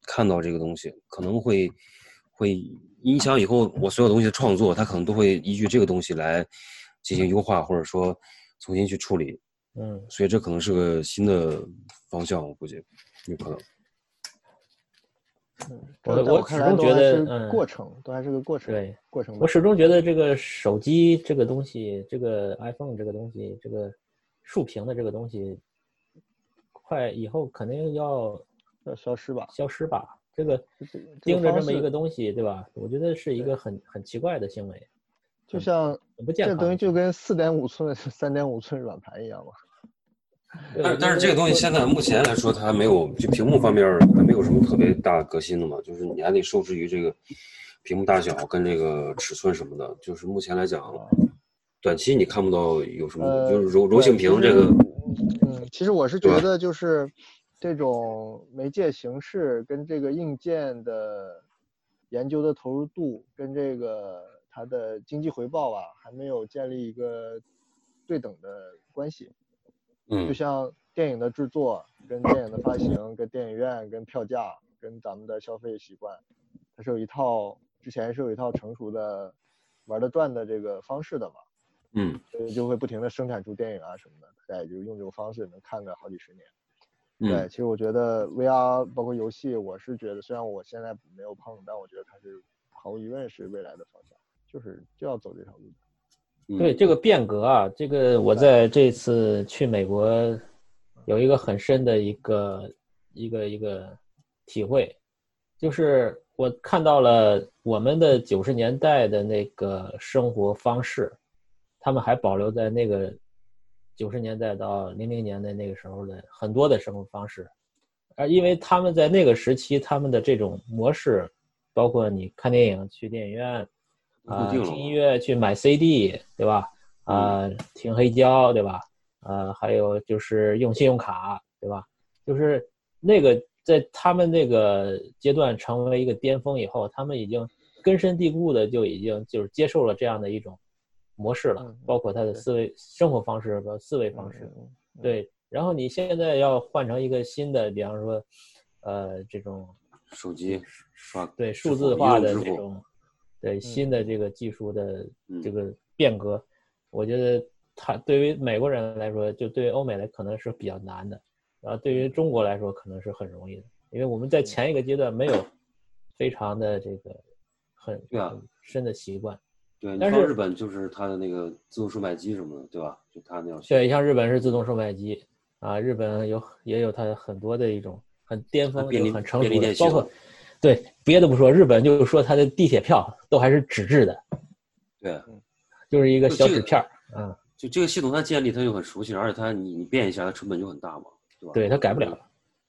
看到这个东西，可能会会影响以后我所有东西的创作，它可能都会依据这个东西来进行优化，或者说重新去处理。
嗯，
所以这可能是个新的方向，我估计有可能。
这
我
在
我
看
始
来
终
都
觉
还
得
是
嗯
过程，都还是个过程，
对，
过程吧。
我始终觉得这个手机这个东西，这个 iPhone 这个东西，这个竖屏的这个东西，快以后肯定要
要消失吧，
消失吧？这个
就这个
盯着这么一，
个
个
方式
东西，对吧？我觉得是一个很很奇怪的行为，
就像
很不健
这
康。
东西就跟四点五寸、三点五寸软盘一样嘛。
对
但
我
是但是这
觉得
个东西
说
现在目前来说，它还没有就屏幕方面儿还没有什么特别大革新的嘛，就是你还得受制于这个屏幕大小跟这个尺寸什么的。就是目前来讲，短期你看不到有什么，
呃
就是柔柔
对
性
其
屏这
实
个，
嗯，其实我是
对吧
觉得就是这种媒介形式跟这个硬件的研究的投入度跟这个它的经济回报啊，还没有建立一个对等的关系，就
嗯
像电影的制作、跟电影的发行、跟电影院、跟票价、跟咱们的消费习惯，它是有一套之前是有一套成熟的玩得转的这个方式的嘛，
嗯
所以就会不停的生产出电影啊什么的，大家也就用这种方式能看个好几十年。对，
嗯
其实我觉得 VR 包括游戏，我是觉得虽然我现在没有碰，但我觉得它是毫无疑问是未来的方向，就是就要走这条路的。
嗯，
对这个变革啊，这个我在这次去美国有一个很深的一个一个一个体会，就是我看到了我们的九十年代的那个生活方式，他们还保留在那个九十年代到零零年的那个时候的很多的生活方式，而因为他们在那个时期他们的这种模式，包括你看电影去电影院。啊、
固定了
听音
嘛嗯
乐去买 CD，对吧？啊、听黑胶，对吧？呃，还有就是用信用卡，对吧？就是那个在他们那个阶段成为一个巅峰以后，他们已经根深蒂固的就已经就是接受了这样的一种模式了
嗯，
包括他的
对
思维、生活方式和思维方式。
嗯嗯
对，然后你现在要换成一个新的，比方说，呃，这种
手机刷
对
支
数
付
字化
移
的
动支
这
付
种，对新的这个技术的
嗯
这个变革，我觉得它对于美国人来说，就对于欧美来可能是比较难的，然后对于中国来说可能是很容易的，因为我们在前一个阶段没有非常的这个很
对啊
很深的习惯。
对，你
但
到
是
日本就是它的那个自动售卖机什么的，对吧？就它那样。
对，像日本是自动售卖机啊，日本有也有它很多的一种很巅峰、
便
就
利
很成
便利
熟
店
的，
系
包括对别的不说，日本就是说它的地铁票都还是纸质的，
对，
就是一个
就
小
这
纸
个
片儿，嗯，
就这个系统它建立它就很熟悉了，而且它你你变一下，它成本就很大嘛，对吧？
对，它改不了了。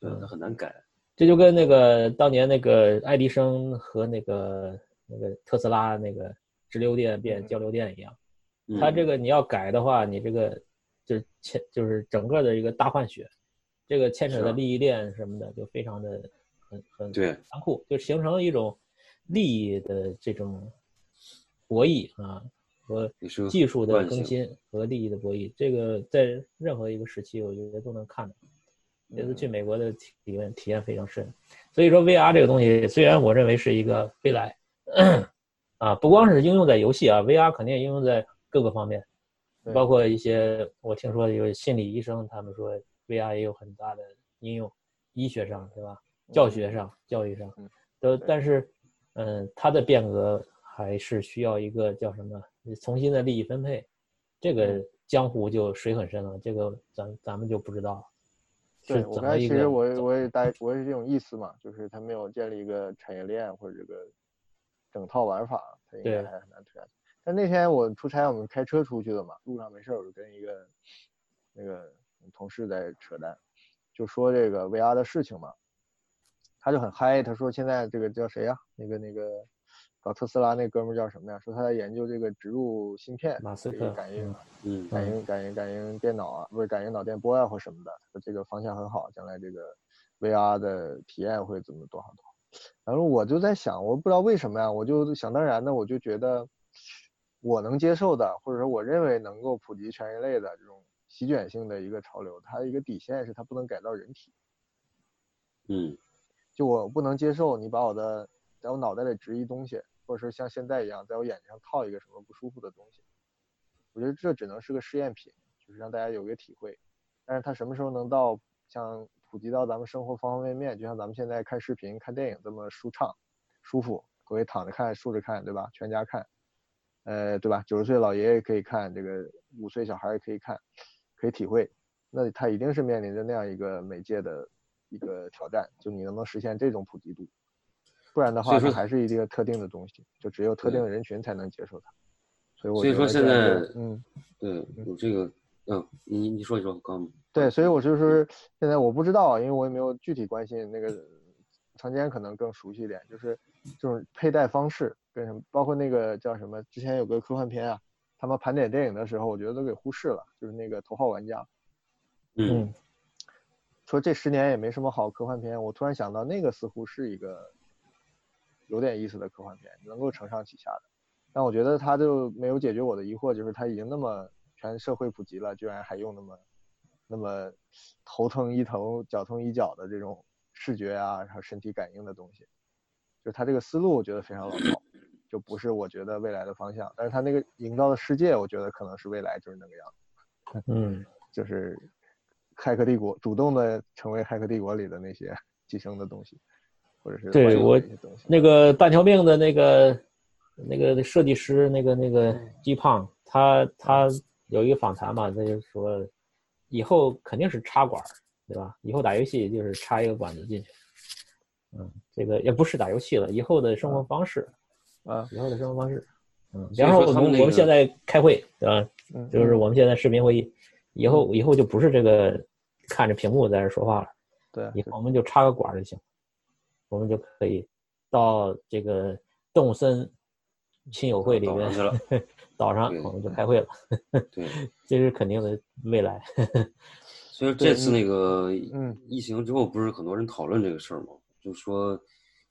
嗯
对，它很难改。
这就跟那个当年那个爱迪生和那个那个特斯拉那个直流电变交流电一样，
嗯
它这个你要改的话，你这个就是牵就是整个的一个大换血，这个牵扯
是
的
啊
利益链什么的就非常的很很
对
残酷，就形成了一种利益的这种博弈啊和
也是个
技术的
惯
更
性
新和利益的博弈，这个在任何一个时期，我觉得都能看到。这次去
嗯
美国的体验体验非常深，所以说 VR 这个东西，虽然我认为是一个未来， [COUGHS] 啊，不光是应用在游戏啊，VR 肯定应用在各个方面，
对
包括一些我听说有心理医生他们说 VR 也有很大的应用，医学上对吧？教学上、教育上
嗯，
都
对
但是，嗯，它的变革还是需要一个叫什么呃重新的利益分配，这
嗯
个江湖就水很深了，这个咱咱们就不知道了
对
是
我
怎
刚才
么
其
一
实
个
我也
怎
我也带我也是这种意思嘛，就是它没有建立一个产业链或者这个整套玩法，它应该
对
还很难推下去。但那天我出差，我们开车出去的嘛，路上没事儿，我就跟一个那个同事在扯淡，就说这个 VR 的事情嘛，他就很嗨，他说现在这个叫谁呀、那个那个搞特斯拉那哥们儿叫什么呀？说他在研究这个植入芯片，
马斯
这个
克
感应
嗯
嗯
感应感应感应电脑啊，不是感应脑电波啊或什么的，说这个方向很好，将来这个 VR 的体验会怎么多好多好。然后我就在想，我不知道为什么呀，我就想当然的，我就觉得我能接受的，或者说我认为能够普及全人类的这种席卷性的一个潮流，它的一个底线是它不能改造人体。
嗯
就我不能接受你把我的在我脑袋里植一东西，或者说像现在一样在我眼睛上套一个什么不舒服的东西。我觉得这只能是个试验品，就是让大家有一个体会。但是它什么时候能到像普及到咱们生活方方面面，就像咱们现在看视频、看电影这么舒畅、舒服，可以躺着看、竖着看，对吧？全家看，呃，对吧？九十岁老爷爷可以看，这个五岁小孩也可以看，可以体会。那它一定是面临着那样一个媒介的一个挑战，就你能不能实现这种普及度？不然的
所
话，
以说
它还是一个特定的东西，就只有特定的人群才能接受它。所以我
所以
觉
说
得
现
这样
在
就嗯，
对，有这个嗯，你你说一说刚
对，所以我就说现在我不知道啊，因为我也没有具体关心那个，常坚可能更熟悉一点，就是这种佩戴方式跟什么，包括那个叫什么，之前有个科幻片啊，他们盘点电影的时候，我觉得都给忽视了，就是那个《头号玩家》，
嗯
说这十年也没什么好科幻片，我突然想到那个似乎是一个有点意思的科幻片，能够承上启下的。但我觉得它就没有解决我的疑惑，就是它已经那么全社会普及了，居然还用那么那么头疼一头、脚痛一脚的这种视觉啊，然后身体感应的东西，就他这个思路，我觉得非常老套，就不是我觉得未来的方向。但是他那个营造的世界，我觉得可能是未来就是那个样子，
嗯，
就是《骇客帝国》主动的成为《骇客帝国》里的那些寄生的东西，或者是
对
外流的
我
一些东西
那个半条命的那个那个设计师，那个那个
嗯
鸡胖，他他有一个访谈嘛，他就说以后肯定是插管儿，对吧？以后打游戏就是插一个管子进去。嗯，这个也不是打游戏了，以后的生活方式，
啊，
以后的生活方式。嗯，
嗯所以
然后
说
我
他
们
们那
我们
个
现在开会，对吧？
嗯
就是我们现在视频会议，以后以后就不是这个看着屏幕在这说话了。
对，
以后我们就插个管儿就行，我们就可以到这个动森亲友会里
啊倒上
面 [LAUGHS]
去了，
岛上
对
我们就开会了， [LAUGHS]
对，
这是肯定的未来。
所以
对
这次那个
嗯
疫情之后，不是很多人讨论这个事儿吗？就说，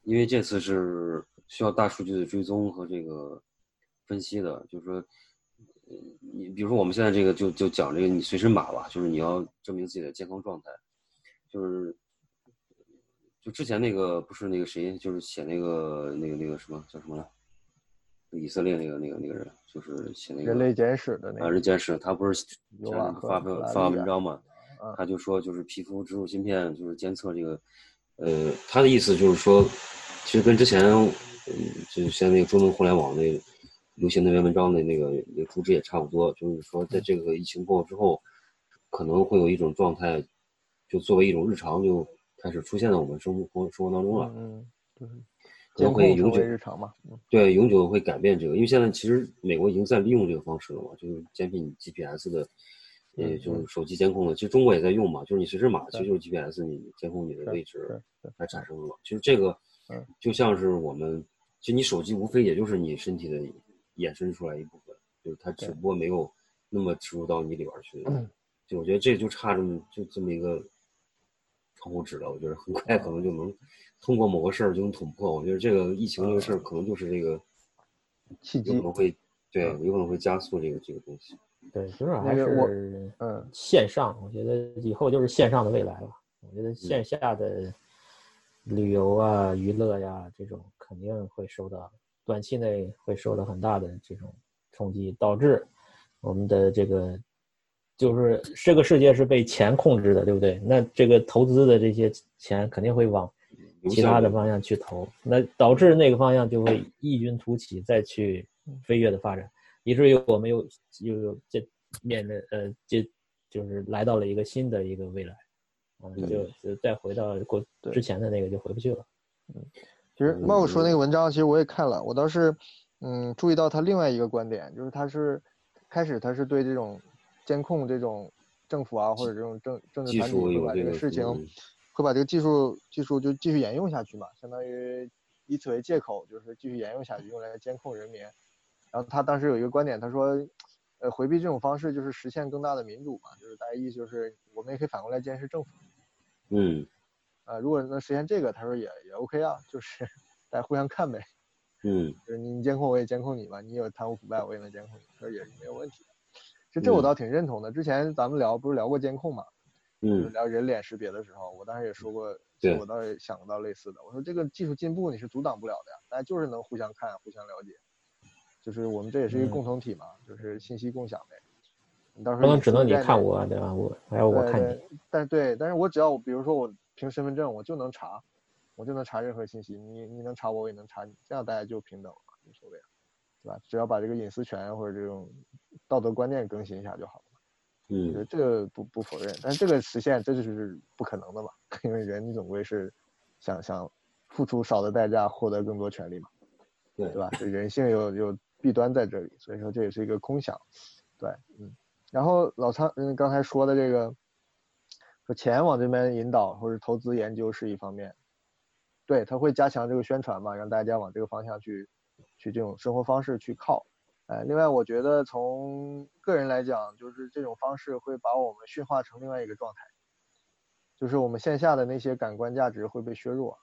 因为这次是需要大数据的追踪和这个分析的，就是说，呃你比如说我们现在这个就就讲这个你随身码吧，就是你要证明自己的健康状态，就是就之前那个不是那个谁，就是写那个那个那个什么叫什么来，以色列那个那个那个人，就是写那个
人类简史的那
啊，
个
人简史，他不是
尤
前
瓦
两天
赫
发
和
表
拉
发
利
文
亚
章嘛
嗯，
他就说就是皮肤植入芯片，就是监测这个，呃，他的意思就是说，其实跟之前，嗯，就是现在那个中文互联网那个流行那篇文章的那个那个主旨也差不多，就是说在这个疫情过后之后，可能会有一种状态，就作为一种日常就开始出现在我们生活生活当中了，
嗯，嗯，就是
可能
监
会
控
永
成
久
为日常嘛，嗯
对，永久会改变这个，因为现在其实美国已经在利用这个方式了嘛，就是监听你 GPS 的，呃，
嗯
就是
嗯
手机监控的。其实中国也在用嘛，就是你随身码其实
对
就是 GPS，你监控你的
对
位置
对对
来产生的嘛。其实这个
嗯，
就像是我们，其实你手机无非也就是你身体的衍生出来一部分，就是它只
对
不过没有那么植入到你里边儿去
[CLEARS THROAT] 嗯。
就我觉得这就差这么就这么一个窗户纸了，我觉得很
嗯
快可能就能通过某个事儿就能捅破。我觉得这个疫情这个
嗯
事儿，可能就是这个
契
有可
机，
能会对，
嗯
有可能会加速这个这个东西。
对，主要
那
还
个我
是
嗯，
线上，我觉得以后就是线上的未来了。我觉得
嗯
线下的旅游啊、娱乐呀、这种肯定会受到短期内会受到很大的这种冲击，导致我们的这个就是这个世界是被钱控制的，对不对？那这个投资的这些钱肯定会往
流
其他
向
的
我
方向去投，那导致那个方向就会异军突起，再去飞跃的发展，以至于我们又又又这面临呃这就是来到了一个新的一个未来，我们就就再回到过
对
之前的那个就回不去了。
其实
嗯
猫狗说那个文章，其实我也看了，我倒是嗯注意到他另外一个观点，就是他是开始他是对这种监控这种政府啊或者这种政政治
技
团体
术
会
有
把
这
这
个
个事情
嗯
会把这个技术技术就继续沿用下去嘛，相当于以此为借口，就是继续沿用下去，用来监控人民。然后他当时有一个观点，他说，呃，回避这种方式就是实现更大的民主嘛，就是大家意思就是我们也可以反过来监视政府。
嗯
啊，如果能实现这个，他说也也 OK 啊，就是 [LAUGHS] 大家互相看呗，
嗯，
就是你监控我也监控你吧，你有贪污腐败我也能监控你，他说也是没有问题的。其实这我
嗯
倒挺认同的，之前咱们聊不是聊过监控嘛，就是
嗯，
聊人脸识别的时候，我当时也说过，
对
我倒也想到类似的。我说这个技术进步你是阻挡不了的呀，大家就是能互相看、互相了解，就是我们这也是一个
嗯
共同体嘛，就是信息共享呗。你到时
不
候
能
你
只能
出
你
现
看
这
我，啊对吧？我还要我
对
看
对
你，
但是对，但是我只要我比如说我凭身份证，我就能查，我就能查任何信息，你你能查我，我也能查你，这样大家就平等了，无所谓了，对吧？只要把这个隐私权或者这种道德观念更新一下就好了。我觉得
嗯，
这个不不否认，但是这个实现这就是不可能的嘛， [LAUGHS] 因为人总归是想想付出少的代价获得更多权利嘛，
对
对吧？这人性有有弊端在这里，所以说这也是一个空想，对，嗯。然后老苍嗯刚才说的这个，说钱往这边引导或者投资研究是一方面，对，他会加强这个宣传嘛，让大家往这个方向去去这种生活方式去靠。呃，另外我觉得从个人来讲，就是这种方式会把我们驯化成另外一个状态，就是我们线下的那些感官价值会被削弱，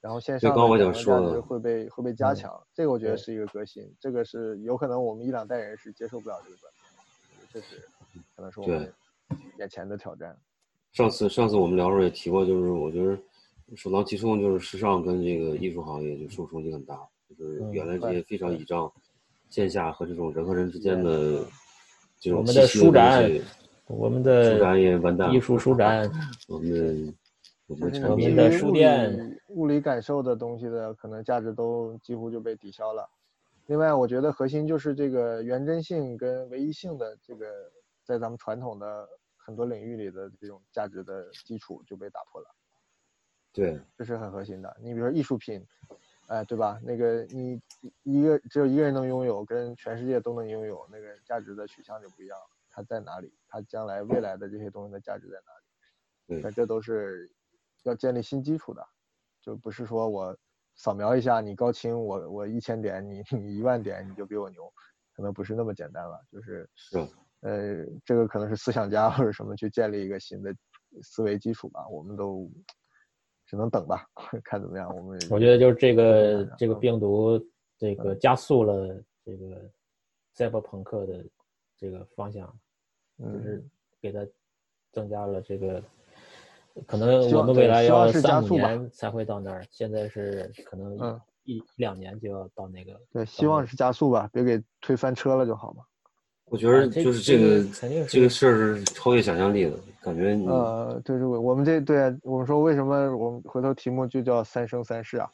然后线
对
上的
刚我想
感官价
说
值
的
会被会被加
嗯
强。这个我觉得
对
是一个革新，这个是有可能我们一两代人是接受不了这个状态。这是可能是我
对
们眼前的挑战。
上次上次我们聊的时候也提过，就是我觉得首当其冲就是时尚跟这个艺术行业就受冲击很大，就是
嗯
原来这些非常倚仗线下和这种人和人之间的这
我
种
们
气
的
息
书
的东
展
西，
我们
书展
的
也完蛋了，
艺术书
嗯
展，
我们的我们的
就是
产
我
你
们
品
的
基于
书
物
店
理物理感受的东西的可能价值都几乎就被抵消了。另外，我觉得核心就是这个原真性跟唯一性的这个，在咱们传统的很多领域里的这种价值的基础就被打破了，
对
这是很核心的。你比如说艺术品，哎、对吧？那个你一个只有一个人能拥有，跟全世界都能拥有，那个价值的取向就不一样了。它在哪里？它将来未来的这些东西的价值在哪
对
里？那这都是要建立新基础的，就不是说我扫描一下你高清，我我一千点，你你一万点你就比我牛，可能不是那么简单了。就是
是啊
呃，这个可能是思想家或者什么去建立一个新的思维基础吧，我们都只能等吧，看怎么样。我们
[LAUGHS] 我觉得就是这个
嗯
这个病毒，这个加速了这个赛博朋克的这个方向，就
嗯，
是给它增加了这个，可能
希
我
望
们
对
未来
希望
要
是加
三五
速吧
年才会到那儿，现在是可能
嗯
一一两年就要到那个。
对，希望是加速吧，别给推翻车了就好嘛。
我觉得
啊这
就是
这
这
个
个
肯定是啊
这个事儿是超越想象力的，感觉你
呃，对对，我们这对啊我们说为什么我们回头题目就叫三生三世啊？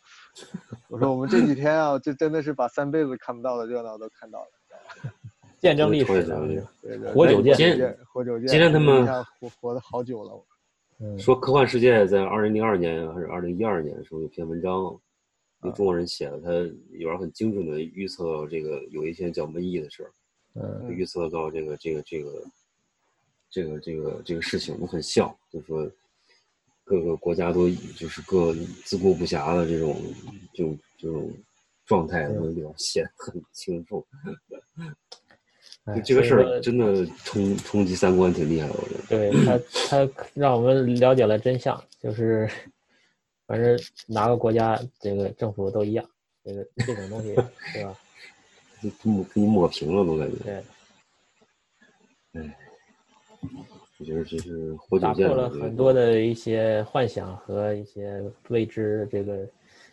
我说我们这几天啊，就真的是把三辈子看不到的热闹都看到了。
见证历
这个
史
超越想象力
的，
对对
活
对
久见
今
活久见，
今天他们
一下活活的好久了。
嗯，
说科幻世界在二零零二年啊还是二零一二年的时候有篇文章，
啊
有中国人写的，他里边很精准的预测到这个有一些叫瘟疫的事儿，
嗯，
预测到这个这个这个这个这个这个事情都很像，就是说各个国家都就是各自顾不暇的这种这种这种状态都表现得很清楚。
哎
就这个事
所以
儿
说
真的冲冲击三观挺厉害的，我觉得。
对他，他让我们了解了真相，就是反正哪个国家这个政府都一样，这个这种东
[LAUGHS]
西对吧？
就抹给你抹平了，都感觉。
对，
我觉得这是活久
打
见
破
的
了很多的一些幻想和一些未知，这个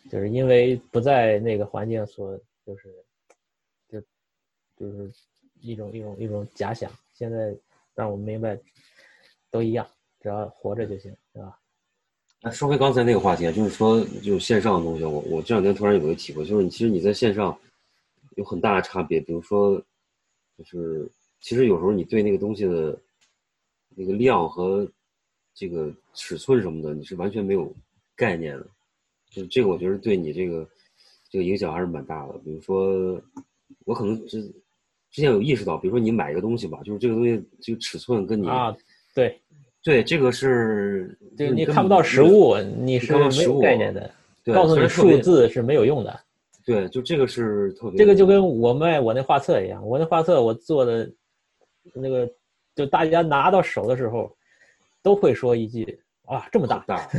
就是因为不在那个环境所，就是就就是一种一种一种假想。现在让我们明白，都一样，只要活着就行，对吧？
那说回刚才那个话题啊，就是说，就是线上的东西，啊我我这两天突然有个体会，就是你其实你在线上有很大的差别，比如说，就是其实有时候你对那个东西的那个量和这个尺寸什么的，你是完全没有概念的，就是这个我觉得对你这个这个影响还是蛮大的。比如说，我可能之之前有意识到，比如说你买一个东西吧，就是这个东西这个尺寸跟你
啊，对，
对这个是
对
是
你
根
看不
本
到实物，你是
看不到
没
实
有
物
概念的。
对
告
虽
诉你
然特别
数字是没有用的。
对，就这个是特别，
这个就跟我卖我那画册一样，我那画册我做的那个，就大家拿到手的时候，都会说一句啊这么大。
大，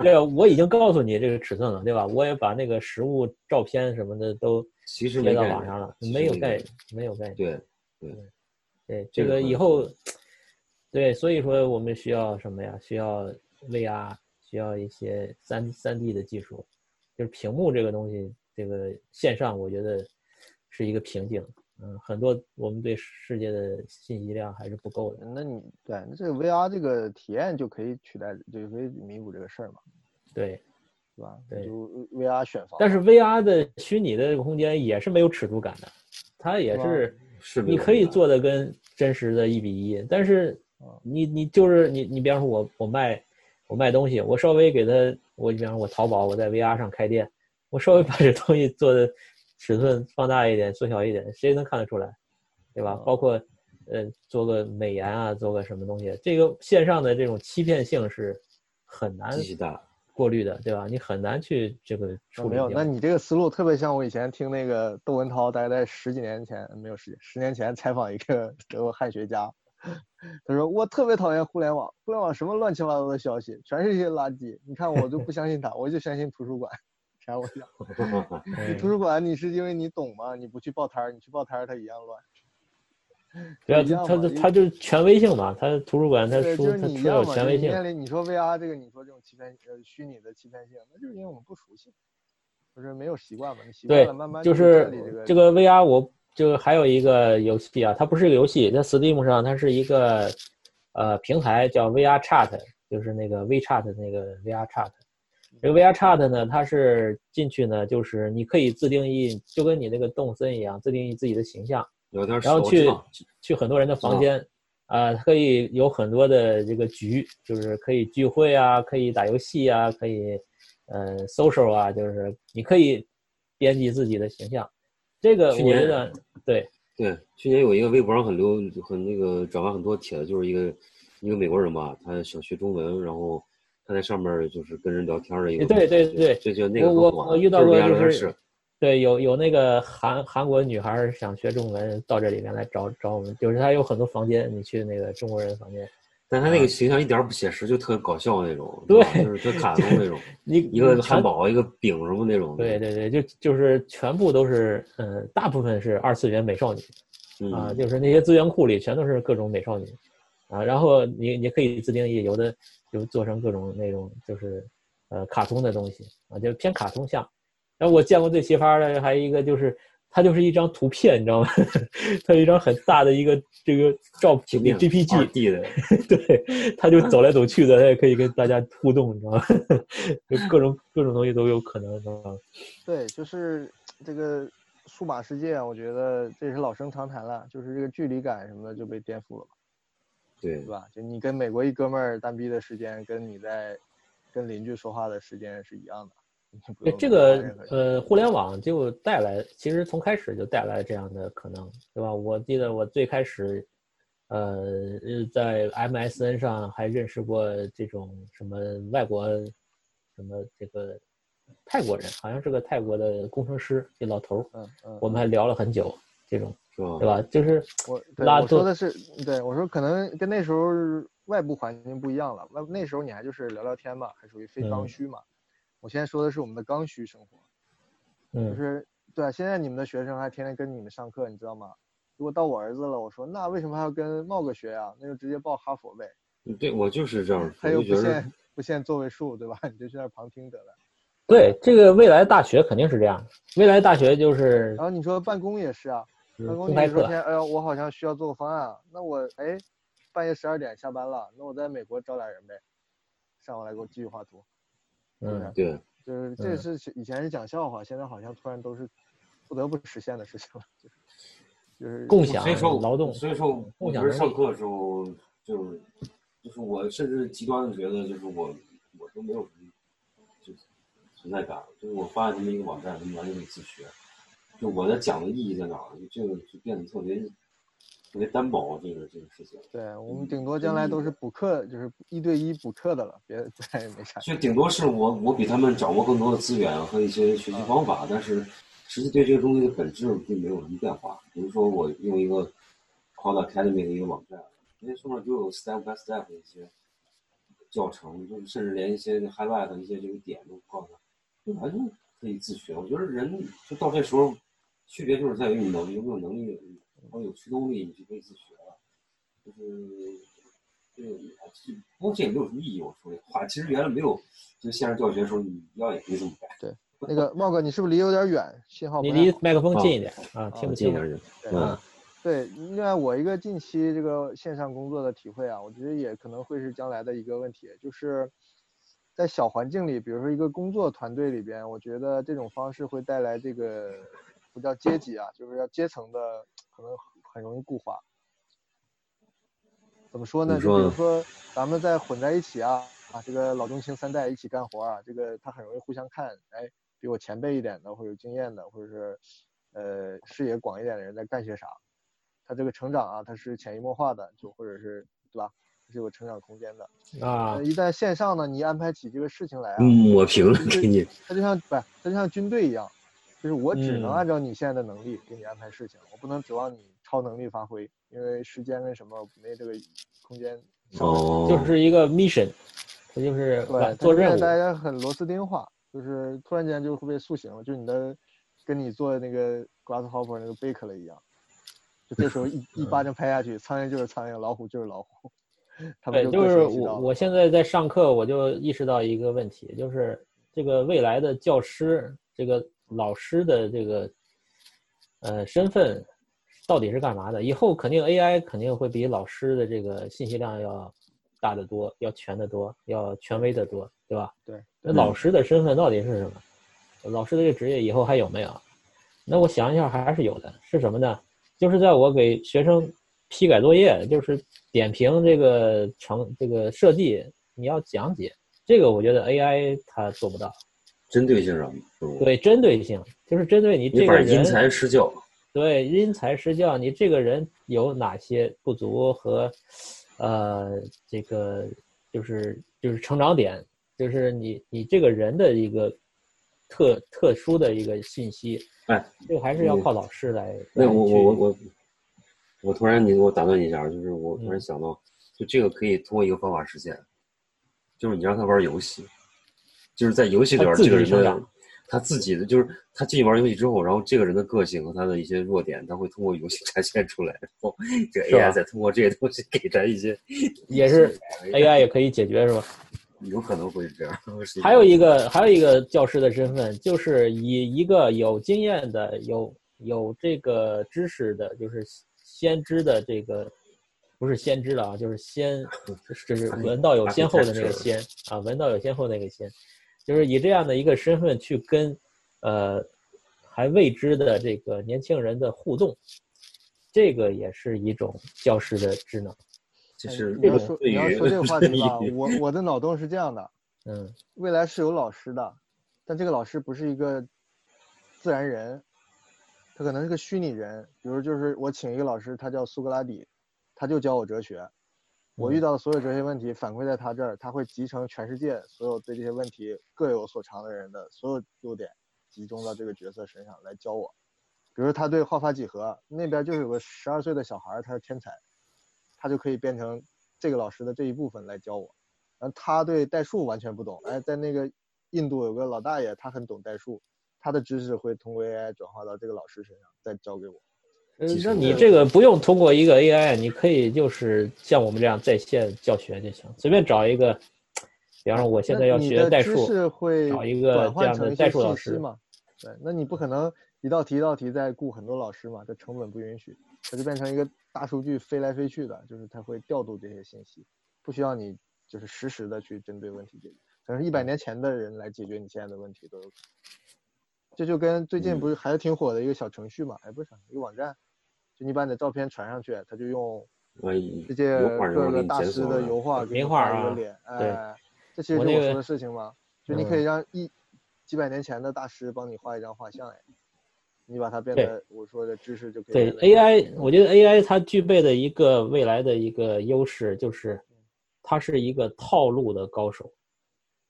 对，我已经告诉你这个尺寸了，对吧？我也把那个实物照片什么的都
其实
贴
没
到
概念
网上了，
其实
没有
没
概
概念
没有概念。
对
对，
这
这
个
个
很
以后，对，所以说我们需要什么呀？需要 VR，需要一些三三 D 的技术，就是屏幕这个东西，这个线上我觉得是一个瓶颈。嗯，很多我们对世界的信息量还是不够的。
嗯那你对那这个 VR 这个体验就可以取代，就可以弥补这个事儿嘛，
对，
是吧？
对
就 VR 选房，
但是 VR 的虚拟的空间也是没有尺度感的，它也
是
是
是没
你
有
可以
概念
做的跟真实的一比一，但是
嗯
你你就是你你比方说我我卖我卖东西，我稍微给它，我比方说我淘宝我在 VR 上开店，我稍微把这东西做的尺寸放大一点、缩小一点，谁能看得出来，对吧
嗯？
包括呃做个美颜啊，做个什么东西，这个线上的这种欺骗性是很难
极其大，
过滤的，对吧？你很难去这个
啊
处理
没有，
掉
那。你这个思路特别像我以前听那个窦文涛，大概在十几年前，没有十几十年前采访一个 [LAUGHS] 德国汉学家，他说我特别讨厌互联网，互联网什么乱七八糟的消息，全是一些垃圾。你看我就不相信他，我就相信图书馆。啥我想，
嗯
图书馆你是因为你懂吗？你不去报摊儿，你去报摊儿它一样乱。
对啊，
一样
他
嘛
他
因为
他就是权威性嘛，他图书馆他
对，
书
就是
他
你一
书
样
有
嘛，
权
你
威性，
面临你说 VR 这个，你说这种欺骗呃虚拟的欺骗性，那就是因为我们不熟悉，就是没有习惯嘛，你习惯
对
了，慢慢
就
建
是
立这个
这个 VR 我就还有一个游戏啊，它不是一个游戏，在 Steam 上它是一个呃平台叫 VR Chat，就是那个 WeChat 的那个 VR Chat。这个 VR Chat 呢，它是进去呢，就是你可以自定义，就跟你那个动森一样，自定义自己的形象，
有点
然后
少
去
知道
去很多人的房间，啊，可以有很多的这个局，就是可以聚会啊，可以打游戏啊，可以呃 social 啊，就是你可以编辑自己的形象。这个我
去年啊
觉得对，
对，去年有一个微博上很流很那个转发很多帖子，就是一个一个美国人吧，他想学中文，然后他在上面儿就是跟人聊天儿的一个，
哎对对对
这就那个
我
很
我
火
我遇到
就是
过
聊
就
天
是
室，
对有有那个韩韩国女孩儿想学中文到这里面来找找我们，就是她有很多房间，你去那个中国人房间，
但他那个形象一点儿不写实，就特搞笑那种，
对
吧就是特卡通那
[LAUGHS]
种，
你
一个
你全
汉堡，一个饼什么那种，
对，对对，就就是全部都是，嗯，大部分是二次元美少女
嗯，
啊，就是那些资源库里全都是各种美少女啊，然后你你可以自定义，有的就做成各种那种就是呃卡通的东西啊，就偏卡通像。然后我见过最奇葩的还有一个就是，它就是一张图片，你知道吗？ [LAUGHS] 它有一张很大的一个这个照
平
片
面
GPG，
D 的，
对，他就走来走去的，他也可以跟大家互动，你知道吗？ [LAUGHS] 就各种各种东西都有可能，你知道吗？
对，就是这个数码世界啊，我觉得这也是老生常谈了，就是这个距离感什么的就被颠覆了嘛，
对
对，吧？就你跟美国一哥们儿单逼的时间，跟你在跟邻居说话的时间是一样的。你不
对
用
哎这
跟他
个
任何人
呃，互联网就带来，其实从开始就带来这样的可能，对吧？我记得我最开始，呃，呃在 MSN 上还认识过这种什么外国，什么这个泰国人，好像是个泰国的工程师，这老头儿，
嗯嗯，
呃我们还聊了很久，这种
是吧？
对吧？就是
我对
拉
我说
动
的是，对我说可能跟那时候外部环境不一样了，外那时候你还就是聊聊天嘛，还属于非刚
嗯
需嘛。我现在说的是我们的刚需生活，就
嗯，
是对啊，现在你们的学生还天天跟你们上课，你知道吗？如果到我儿子了，我说那为什么还要跟茂哥学啊？那就直接报哈佛呗，
对，我就是这样，
他
我
又
就
不
觉得
限不限座位数，对吧？ [LAUGHS] 你就去那儿旁听得了。
对，这个未来大学肯定是这样的，未来大学就是
然后你说办公也是啊，
嗯
办公
公
你
开
说
课
天，哎呀，我好像需要做个方案啊，那我哎，半夜十二点下班了，那我在美国找俩人呗，上过来给我继续画图，
嗯。
对，
就是这
嗯
是其以前是讲笑话，现在好像突然都是不得不实现的事情了，就是就是
共享
所以说
劳动，
所以说我
共享
觉得
能力
上课的时候，就是就是我甚至极端的觉得，就是我我都没有什么就是存在感，就是我发现他们一个网站，他们完全可以自学，就我在讲的意义在哪儿？就这个就变得特别特别单薄，这个这个事情。
对我们
嗯
顶多将来
嗯
都是补课，就是一对一补课的了，别 [LAUGHS] 再也没啥。
就顶多是我我比他们掌握更多的资源和一些学习方法，但是实际对这个东西的本质并没有什么变化。比如说我用一个 Cloud Academy 的一个网站，那上面就有 step by step 的一些教程，就是甚至连一些 highlight 的一些这个点都告诉他，就完全可以自学。我觉得人就到这时候，区别就是在于你能有没有能力，然后有驱动力，你就可以自学了。就是这个，不过这也没有什么意义。我说这话，其实原来没有，就线上教学的时候，你要也可以这么干。
那个茂哥，你是不是离有点远，信号不
你
太好
离麦克风
啊
近一点
哦
啊，听不清。
人，
对
嗯，
对，另外我一个近期这个线上工作的体会啊，我觉得也可能会是将来的一个问题，就是在小环境里，比如说一个工作团队里边，我觉得这种方式会带来这个不叫阶级啊，就是要阶层的可能很容易固化。怎么说呢？
你
就比
说
如说咱们在混在一起啊啊，这个老中青三代一起干活啊，这个他很容易互相看，哎，比我前辈一点的或者有经验的，或者是呃视野广一点的人在干些啥。他这个成长啊，他是潜移默化的，就或者是对吧，是有成长空间的。
啊
那，
嗯
一旦线上呢，你安排起这个事情来啊，
嗯抹平了
给
你。
他就像不，他就像军队一样，就是我只能
嗯
按照你现在的能力给你安排事情，我不能指望你超能力发挥，因为时间跟什么没这个空间。
哦，
就是一个 mission，它就是
呃对，
做
但是
任
现在大家
务。
很螺丝钉化，就是突然间就会被塑形了，就你的跟你做那个 grasshopper 那个 bake 了一样，就这时候
[LAUGHS]
一一巴掌拍下去，苍蝇就是苍蝇，老虎就是老虎， [LAUGHS] 他们
对，
各
是
学其
我
道
我
了
现在在上课，我就意识到一个问题，就是这个未来的教师，这个老师的这个呃身份到底是干嘛的？以后肯定 AI 肯定会比老师的这个信息量要大得多，要全得多，要权威得多，对吧？
对
那老师的身份到底是什么？老师的这个职业以后还有没有？那我想一下，还是有的。是什么呢？就是在我给学生批改作业，就是点评这个成这个设计，你要讲解这个，我觉得 AI 它做不到。
针对性上，嗯，
对，针对性就是针对你
没
这个
法因材
人，
施教。
对因材施教，你这个人有哪些不足和呃这个就是就是成长点，就是你你这个人的一个特特殊的一个信息，
哎，
这个还是要
嗯
靠老师来。
那
来
我
去
我我我，我突然你给我打断一下，就是我突然
嗯
想到，就这个可以通过一个方法实现，就是你让他玩游戏，就是在游戏里边
他
儿
自
这个人
己成
的
长
他自己的，就是他进去玩游戏之后，然后这个人的个性和他的一些弱点，他会通过游戏 [LAUGHS] 展现出来，然后这个
是吧
AI 再通过这些东西给咱一些
[LAUGHS]
哎
也是哎 AI 也可以解决是吧？
有可能会是这样。是
还有一个还有一个教师的身份，就是以一个有经验的、有有这个知识的，就是先知的这个，不是先知了啊，就是先就是闻道有先后的那个先啊，闻道有先后那个先，就是以这样的一个身份去跟呃还未知的这个年轻人的互动，这个也是一种教师的职能。
就是
你要
我
说
对
你要
于
说这个话
对 [LAUGHS]
题吧，
于
我我的脑洞是这样的：
嗯，
未来是有老师的，但这个老师不是一个自然人，他可能是个虚拟人。比如就是我请一个老师，他叫苏格拉底，他就教我哲学。我遇
嗯
到的所有哲学问题反馈在他这儿，他会集成全世界所有对这些问题各有所长的人的所有优点，集中到这个角色身上来教我。比如他对化法几何那边就是有个十二岁的小孩儿，他是天才，他就可以变成这个老师的这一部分来教我。然后他对代数完全不懂，哎，在那个印度有个老大爷，他很懂代数，他的知识会通过 AI 转化到这个老师身上，再教给我。
呃
技，术
那你
的
这个不用通过一个 AI，你可以就是像我们这样在线教学就行，随便找一个，比方说我现
那
在要
你
学
的
代
知
数，
识会
找一个
转
这
换
样
成
的
一
代
些
数老
信息
师，
嘛？对，那你不可能一道题一道题再雇很多老师嘛，这成本不允许，它就变成一个大数据飞来飞去的，就是它会调度这些信息，不需要你就是实时的去针对问题解决，可能一百年前的人来解决你现在的问题都有可能。这就跟最
嗯
近不是还挺火的一个小程序嘛，哎，不是小程序一个网站，就你把你的照片传上去，它就用
哎
世界
油画人
各
我给
个
你
大
解
师
锁
的
了
油画给你
名画
画一
啊
个脸，
对
哎，这其实
我
就
那
我说
个
的事情嘛，就你可以
嗯
让一几百年前的大师帮你画一张画像，哎，你把它变
对
得我说的知识就可以
对
变得更好
AI，我觉得 AI 它具备的一个未来的一个优势就是，它是一个套路的高手，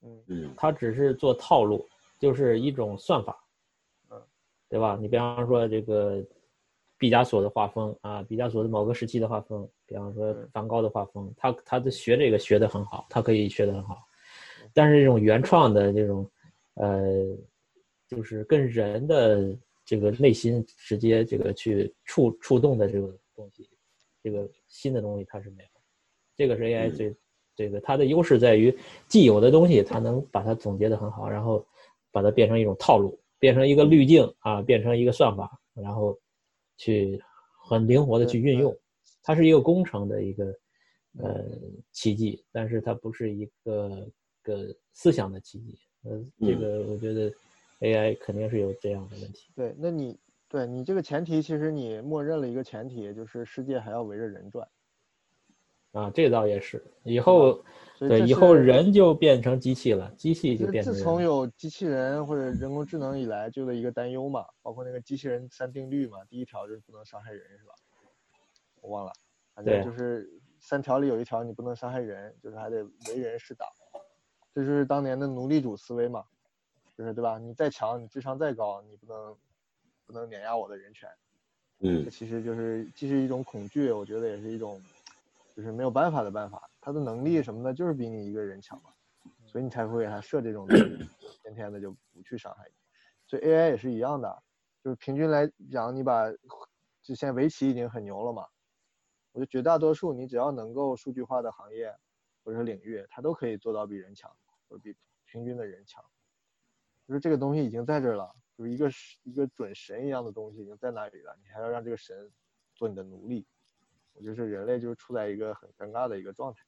嗯
嗯，
它只是做套路，就是一种算法，
嗯，
对吧？你比方说这个毕加索的画风啊，毕加索的某个时期的画风，比方说
嗯
梵高的画风，他他的学这个学得很好，他可以学得很好，
嗯
但是这种原创的这种，呃，就是跟人的这个内心直接这个去触触动的这个东西，这个新的东西它是没有，这个是 AI
嗯
最这个它的优势在于既有的东西，它能把它总结得很好，然后把它变成一种套路，变成一个滤镜啊，变成一个算法，然后去很灵活的去运用。它是一个工程的一个呃奇迹，但是它不是一个个思想的奇迹。呃，这
嗯
个我觉得 AI 肯定是有这样的问题。
对，那你对你这个前提，其实你默认了一个前提，就是世界还要围着人转，
啊，这倒也是。以后，
所以
对
这
以后
是
人就变成机器了，机器
其
就
实
变成
自
人
从
了
有机器人或者人工智能以来，就的一个担忧嘛，包括那个机器人三定律嘛，第一条就是不能伤害人，是吧？我忘了，反正
对
就是三条里有一条你不能伤害人，就是还得为人是党，这就是当年的奴隶主思维嘛，就是对吧？你再强，你智商再高，你不能不能碾压我的人权，
嗯
这，其实就是既是一种恐惧，我觉得也是一种，就是没有办法的办法。他的能力什么的，就是比你一个人强嘛，所以你才会给他设这种东西， [CLEARS THROAT] 天天的就不去伤害你。所以 AI 也是一样的，就是平均来讲，你把就现在围棋已经很牛了嘛，我觉得绝大多数你只要能够数据化的行业或者是领域，它都可以做到比人强，或者比平均的人强。就是这个东西已经在这儿了，就是一个是一个准神一样的东西已经在那里了，你还要让这个神做你的奴隶，我就是人类就是处在一个很尴尬的一个状态。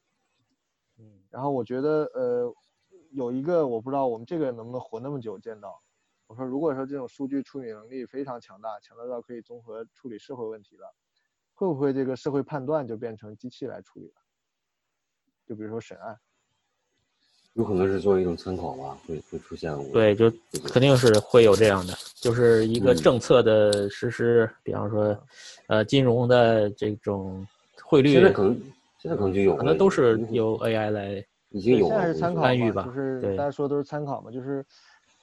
嗯
然后我觉得呃，有一个我不知道我们这个能不能活那么久见到。我说，如果说这种数据处理能力非常强大，强大到可以综合处理社会问题了，会不会这个社会判断就变成机器来处理了？就比如说审案，
有可能是作为一种参考吧，会会出现我
对，就肯定是会有这样的，就是一个
嗯
政策的实施，比方说，呃，金融的这种汇率
现，在可能现在可能就有了，
可能都是
已经
由 AI 来。
已经有
现
了哎
在是参考嘛
干预吧
就是
对
大家说都是参考嘛，就是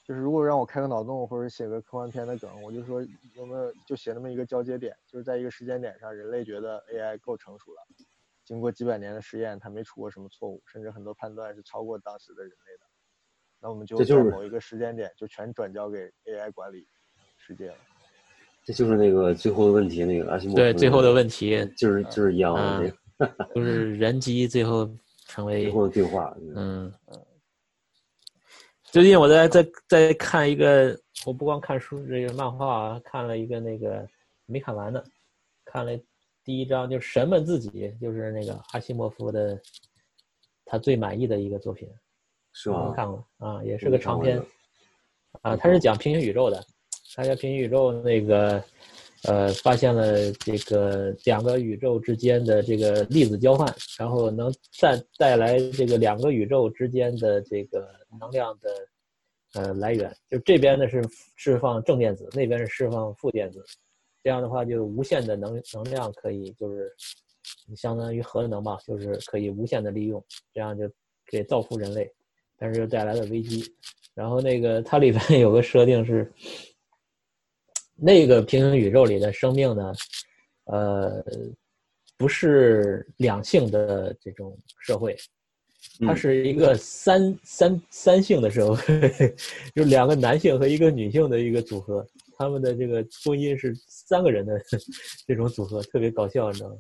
就是如果让我开个脑洞或者写个科幻片的梗，我就说有没有就写那么一个交接点，就是在一个时间点上，人类觉得 AI 够成熟了，经过几百年的实验，它没出过什么错误，甚至很多判断是超过当时的人类的，那我们就
这就
在
是
某一个时间点就全转交给 AI 管理世界了。
这就是那个最后的问题，那个阿西莫夫
对，
那
最后的
个
问题
就是就是一样的，
嗯
这个
就是人机最后成为
最后的对话，嗯
嗯，最近我在在在看一个，我不光看书这个漫画、啊，看了一个那个没看完的，看了第一章，就是《神们自己》，就是那个阿西莫夫的，他最满意的一个作品，
是
没
吧？
看过啊，也是
没
个
看
长
过
篇
这个
啊，他是讲平行宇宙的，他叫平行宇宙那个。呃，发现了这个两个宇宙之间的这个粒子交换，然后能带带来这个两个宇宙之间的这个能量的呃来源，就这边呢是释放正电子，那边是释放负电子，这样的话就无限的能能量可以就是相当于核能吧，就是可以无限的利用，这样就给造福人类，但是又带来了危机。然后那个它里边有个设定是，那个平行宇宙里的生命呢，呃，不是两性的这种社会，它
嗯
是一个三三三性的社会， [LAUGHS] 就两个男性和一个女性的一个组合，他们的这个婚姻是三个人的 [LAUGHS] 这种组合，特别搞笑，你知道吗？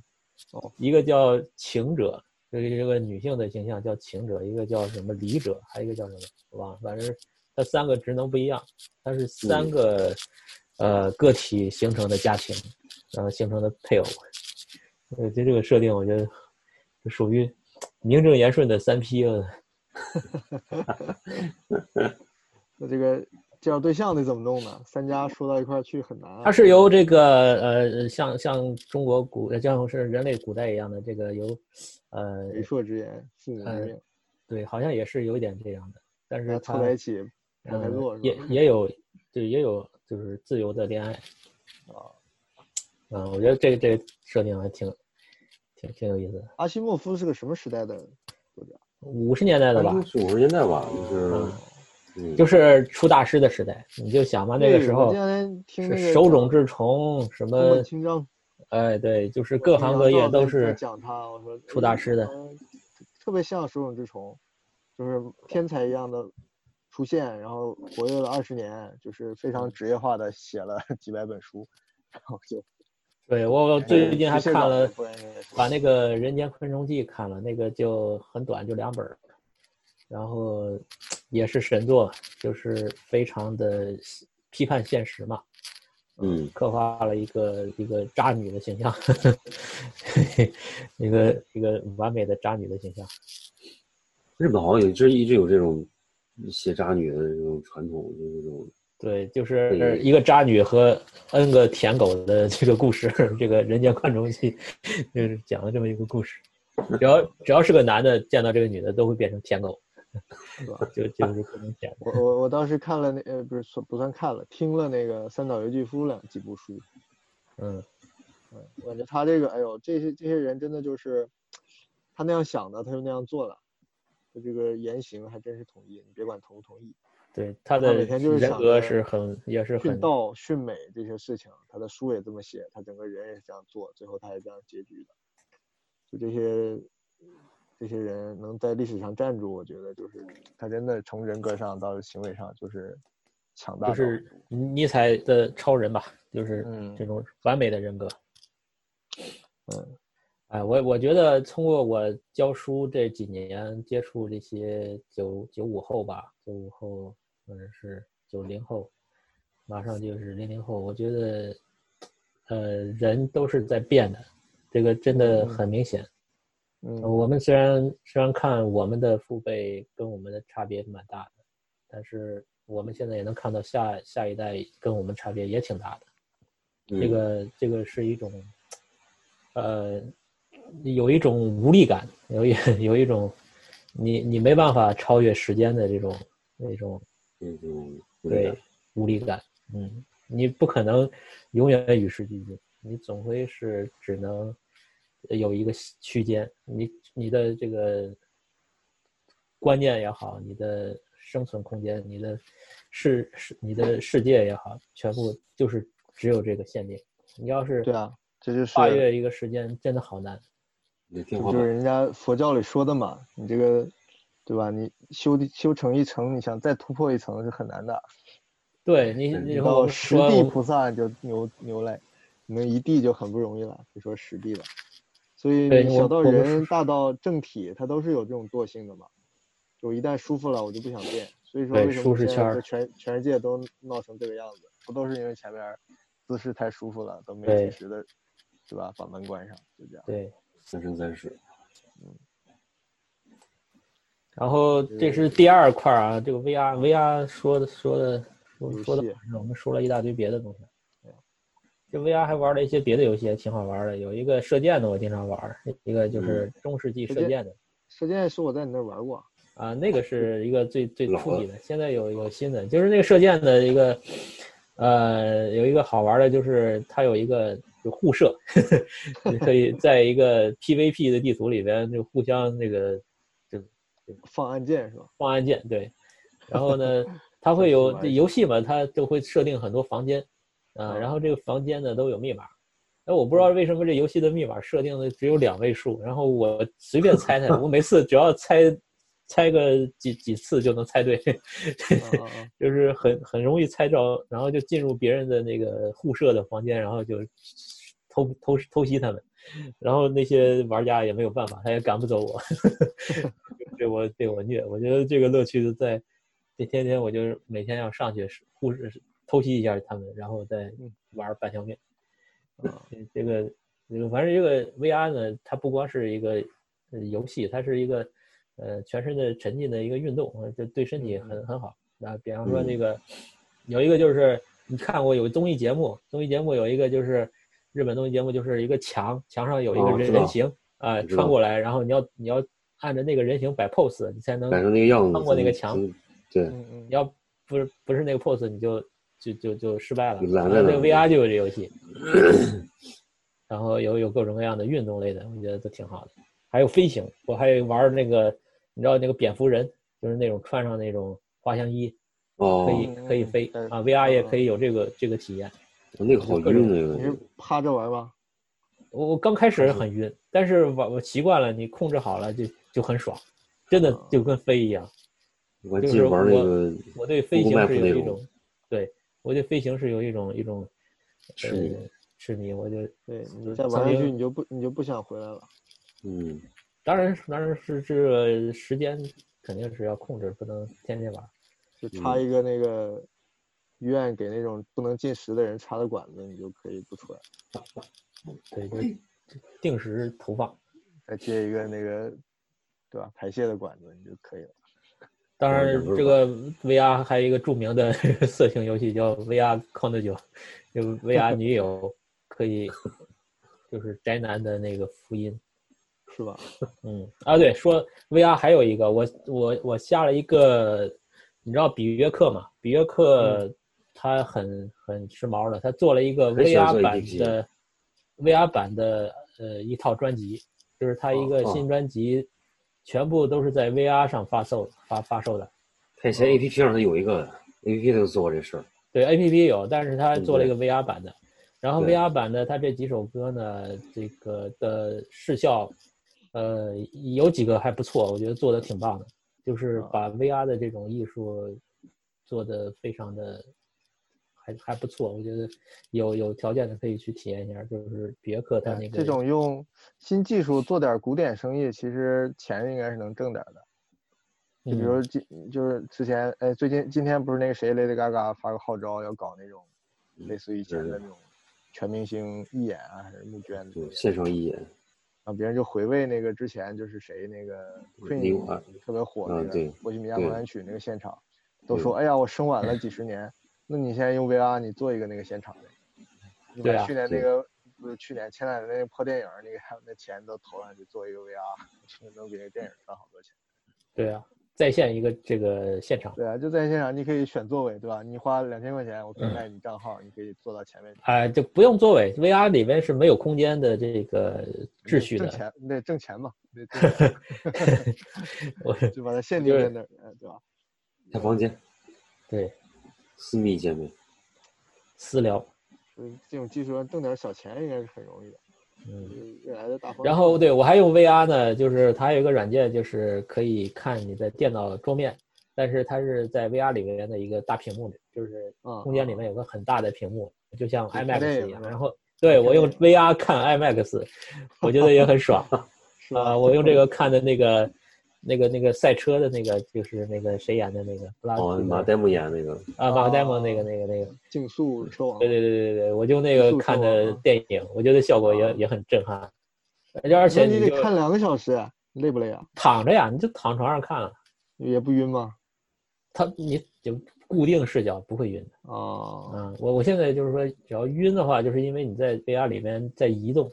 哦，一个叫情者，这个这个女性的形象叫情者，一个叫什么离者，还有一个叫什么我忘了，反正它三个职能不一样，它是三个、呃个体形成的家庭，然后形成的配偶。我觉得这个设定，我觉得就属于名正言顺的三 P 了。
那这个介绍对象得怎么弄呢？三家说到一块儿去很难啊。
它是由这个呃，像像中国古呃像是人类古代一样的这个由呃
媒妁之言，父母之
呃
命，
对，好像也是有一点这样的，但
然
是
后
它
凑在一起排排
嗯
坐是
也
吧？
也有对也有就是自由的恋爱
啊。
嗯，我觉得这个这个设定还挺挺挺有意思的。
阿西莫夫是个什么时代的作者？
五十年代
啊
的吧，
是五十年代吧，就是
嗯，
嗯
就是出大师的时代，你就想吧，那个
对
时
我
候
今天听那
是
个
手
讲
冢治虫什
宫本
么，
清张，
哎，对，就是
我
呃各
听
行
杨
各业
照
都
在在
是
讲他，我说
出大师的，
哎嗯特别像手冢治虫，就是天才一样的出现，然后活跃了二十年，就是非常职业化的写了 [LAUGHS] 几百本书，然后就
对我最近还
谢谢
看
老
了
师，不然也是
把那个《人间昆虫记》看了，那个就很短，就两本儿，然后也是神作，就是非常的批判现实嘛，
嗯，
刻画了一个一个渣女的形象， [LAUGHS] 一个一个完美的渣女的形象。
日本好像有这一直有这种写渣女的这种传统，就是这种
对，就是
对
一个渣女和 N 个舔狗的这个故事， [LAUGHS] 这个《人间观众记》就是讲了这么一个故事。
[LAUGHS]
只要只要是个男的见到这个女的，都会变成舔狗，
吧
就就是不能舔。
我我我当时看了那呃不是算不算看了，听了那个三岛由纪夫两几部书，
嗯，
嗯，我感觉他这个，哎呦，这些这些人真的就是，他那样想的，他就那样做了，他这个言行还真是统一，你别管同不同意，
对，他
他
的
每天就是
人
想
格
着
是很也是
训
很
道、训美这些事情，他的书也这么写，他整个人也是这样做，最后他也这样结局的，就这些这些人能在历史上站住，我觉得就是他真的从人格上到行为上，就是强大
就
到。
是尼采的超人吧，就是
嗯
这种完美的人格。
嗯，
哎，我我觉得通过我教书这几年接触这些九九五后吧，九五后或者是九零后，马上就是零零后，我觉得，呃，人都是在变的，这个真的很明显。
嗯
呃我们虽然虽然看我们的父辈跟我们的差别蛮大的，但是我们现在也能看到下下一代跟我们差别也挺大的。
嗯
这个这个是一种，呃，有一种无力感，有一 [LAUGHS] 有一种你你没办法超越时间的这种那种
嗯这种
对无力感。嗯，你不可能永远与时俱进，你总归是只能有一个区间，你你的这个观念也好，你的生存空间，你的世世你的世界也好，全部就是只有这个限定。你要是
对啊，这就是
跨越一个时间，真的好难。
也挺好
就是人家佛教里说的嘛，你这个，对吧？你修修成一层，你想再突破一层是很难的。
对你，
嗯
你
你
说我
到
们
十
说
地
我们
菩萨就牛牛嘞，你们一地就很不容易了，别说十地了。所以
对
你
我
小到
我们
人，大到政体，它都是有这种惰性的嘛。就一旦舒服了，我就不想变。所以说，
对
为什
舒
么
适
现在
圈儿
这全全世界都闹成这个样子？不都是因为前面姿势太舒服了，都没
对
及时的，对吧？把门关上，就这样。
对。
三生三世。
然后这是第二块儿啊，这个 VR VR 说的说的说
游
说的
戏，
我们说了一大堆别的东西。这 VR 还玩了一些别的游戏，也挺好玩的。有一个射箭的，我经常玩儿；一个就是中世纪
嗯射
射
箭
箭的，
射箭是我在你那儿玩过，
啊，那个是一个最最
老
初
了
级的，现在有有新的，就是那个射箭的一个，呃，有一个好玩的，就是它有一个就互射， [LAUGHS] 你可以在一个 PVP 的地图里边就互相那个
放按键是吧？
放按键，对。然
[LAUGHS]
后呢，它会有
玩
这
一
游戏嘛，它就会设定很多房间，啊、
嗯
然后这个房间呢都有密码。哎，我不知道为什么这游戏的密码设定的只有两位数，然后我随便猜猜，我每次只要猜猜个几几次就能猜对， [LAUGHS]
啊啊啊！
就是很很容易猜着，然后就进入别人的那个互设的房间，然后就偷偷偷袭他们，然后那些玩家也没有办法，他也赶不走我， [LAUGHS] 被我被我虐。我觉得这个乐趣就在，这天天我就是每天要上去互偷袭一下他们，然后再
嗯
玩半条命。
啊
这这个这个，反正这个 VR 呢，它不光是一个呃游戏，它是一个呃全身的沉浸的一个运动，呃就对身体很很好。那比方
嗯
说那个、有一个就是你看过有综艺节目，综艺节目有一个就是日本综艺节目，就是一个墙墙上有一
哦
个
我知
人
道
形啊、
我知
穿
道
过来，然后你要你要按着那个人形摆 pose，你才能
摆成那个样子，
嗯穿过那个
从
墙，
从对，
嗯
你
嗯，
要不是不是那个 pose，你就就就就失败了。
就懒
然
在
后
那
那个
儿
VR 就有这游戏，然后有有各种各样的运动类的，我觉得都挺好的。还有飞行，我还玩那个，你知道那个蝙蝠人，就是那种穿上那种滑翔衣，
哦
可，以
嗯
可以
嗯
飞
对
啊，VR 也可
嗯
以有这个这个体验。
那个好
各种
晕那
你是
个，
趴着玩吗？
我我刚开始很晕，但是我我习惯了，你控制好了就就很爽，真
嗯
的就跟飞一样。
我还
就
记
是
得玩那
我
个
我对飞
Google
行
Map
是有
那
一
种
种，对我对飞行是有一种一种
痴迷
呃、痴迷。我就
对，
就
你再
嗯曾
玩下去
经
你就不你就不想回来了。
嗯，
当然是当然是这个时间肯定是要控制，不能天天玩。
就插
嗯
一个那个医院给那种不能进食的人插的管子，你就可以不出来。
对，
哎
就是定时投放。
再接一个那个，对吧？排泄的管子，你就可以了。
当然
嗯，
这个 VR 还有一个著名的 [LAUGHS] 色情游戏叫 VR 康德酒，就
[LAUGHS]
VR 女友可以就是宅男的那个福音。
是吧？
嗯啊，对，说 VR 还有一个，我我我下了一个，你知道比约克吗？比约克他很很时髦的，他做了一个
嗯很喜欢
VR
做
版
APP
的 VR 版的呃一套专辑，就是他一个
哦
新专辑，全部都是在 VR 上发售发发售的。
他以前 A P P 上它有一个 A P P 都做过这事儿，
对，APP 有，但是它
对
做了一个 VR 版的，然后
对
VR 版的它这几首歌呢，这个的视效，呃，
啊
有几个还不错，我觉得做的挺棒的，就是把 VR 的这种艺术做的非常的还还不错，我觉得有有条件的可以去体验一下，就是别克它那个
哎这种用新技术做点古典生意，其实钱应该是能挣点的。就
嗯
比如今就是之前，哎，最近今天不是那个谁 Lady Gaga 发个号召要搞那种类似于以前的那种全明星义演啊，还是募捐的那
对，
种，
线上义演，
然后别人就回味那个之前就是谁那个 Queen
林啊
特别火那
嗯
个
对
《波西米亚
对
狂想曲》那个现场，都
对
说哎呀我生晚了几十年，那你现在用 VR 你做一个那个现场的，你
对
把
啊
去年那
对
个不是去年前两年那个破电影儿那个还有那钱都投上去做一个 VR，真的能比那电影赚好多钱。
对啊，在线一个这个现场，
对啊，就在现场，你可以选座位，对吧？你花两千块钱，我可以带你账号，你可以坐到前面去。
啊、就不用座位，VR 里面是没有空间的这个秩
嗯
序
挣
的，
钱，你得挣钱嘛，你得挣钱
[LAUGHS] 我
就把它限定
就
在
是
那儿，呃对吧？
开房间，
对
私密见面，
私聊，
所以这种技术上挣点小钱应该是很容易的，
嗯
这。是未来的大方向。
然后对我还用 VR 呢，就是它还有一个软件，就是可以看你的电脑桌面，但是它是在 VR 里面的一个大屏幕里，就是
啊
空间里面有个很大的屏幕，就像
看电
IMAX
影
一样。
是吧
然后对我用 VR 看
[LAUGHS]
IMAX，我觉得也很爽
是吧
啊！我用这个看的那个那个那个赛车的那个，就是那个谁演的那个布拉
哦，
提
马
啊的
代姆演那个，
啊马
哦
代莫那个那个那个，
竞速车王
对对对对对，我就那个
速
看
车王
的
啊
电影，我觉得效果也
啊
也很震撼，而且
那你
就
得看两个小时，累不累啊？
躺着呀，你就躺床上看了，
也不晕吗？
它你就固定视角不会晕的。
啊，
嗯，我我现在就是说，只要晕的话，就是因为你在 VR 里面在移动，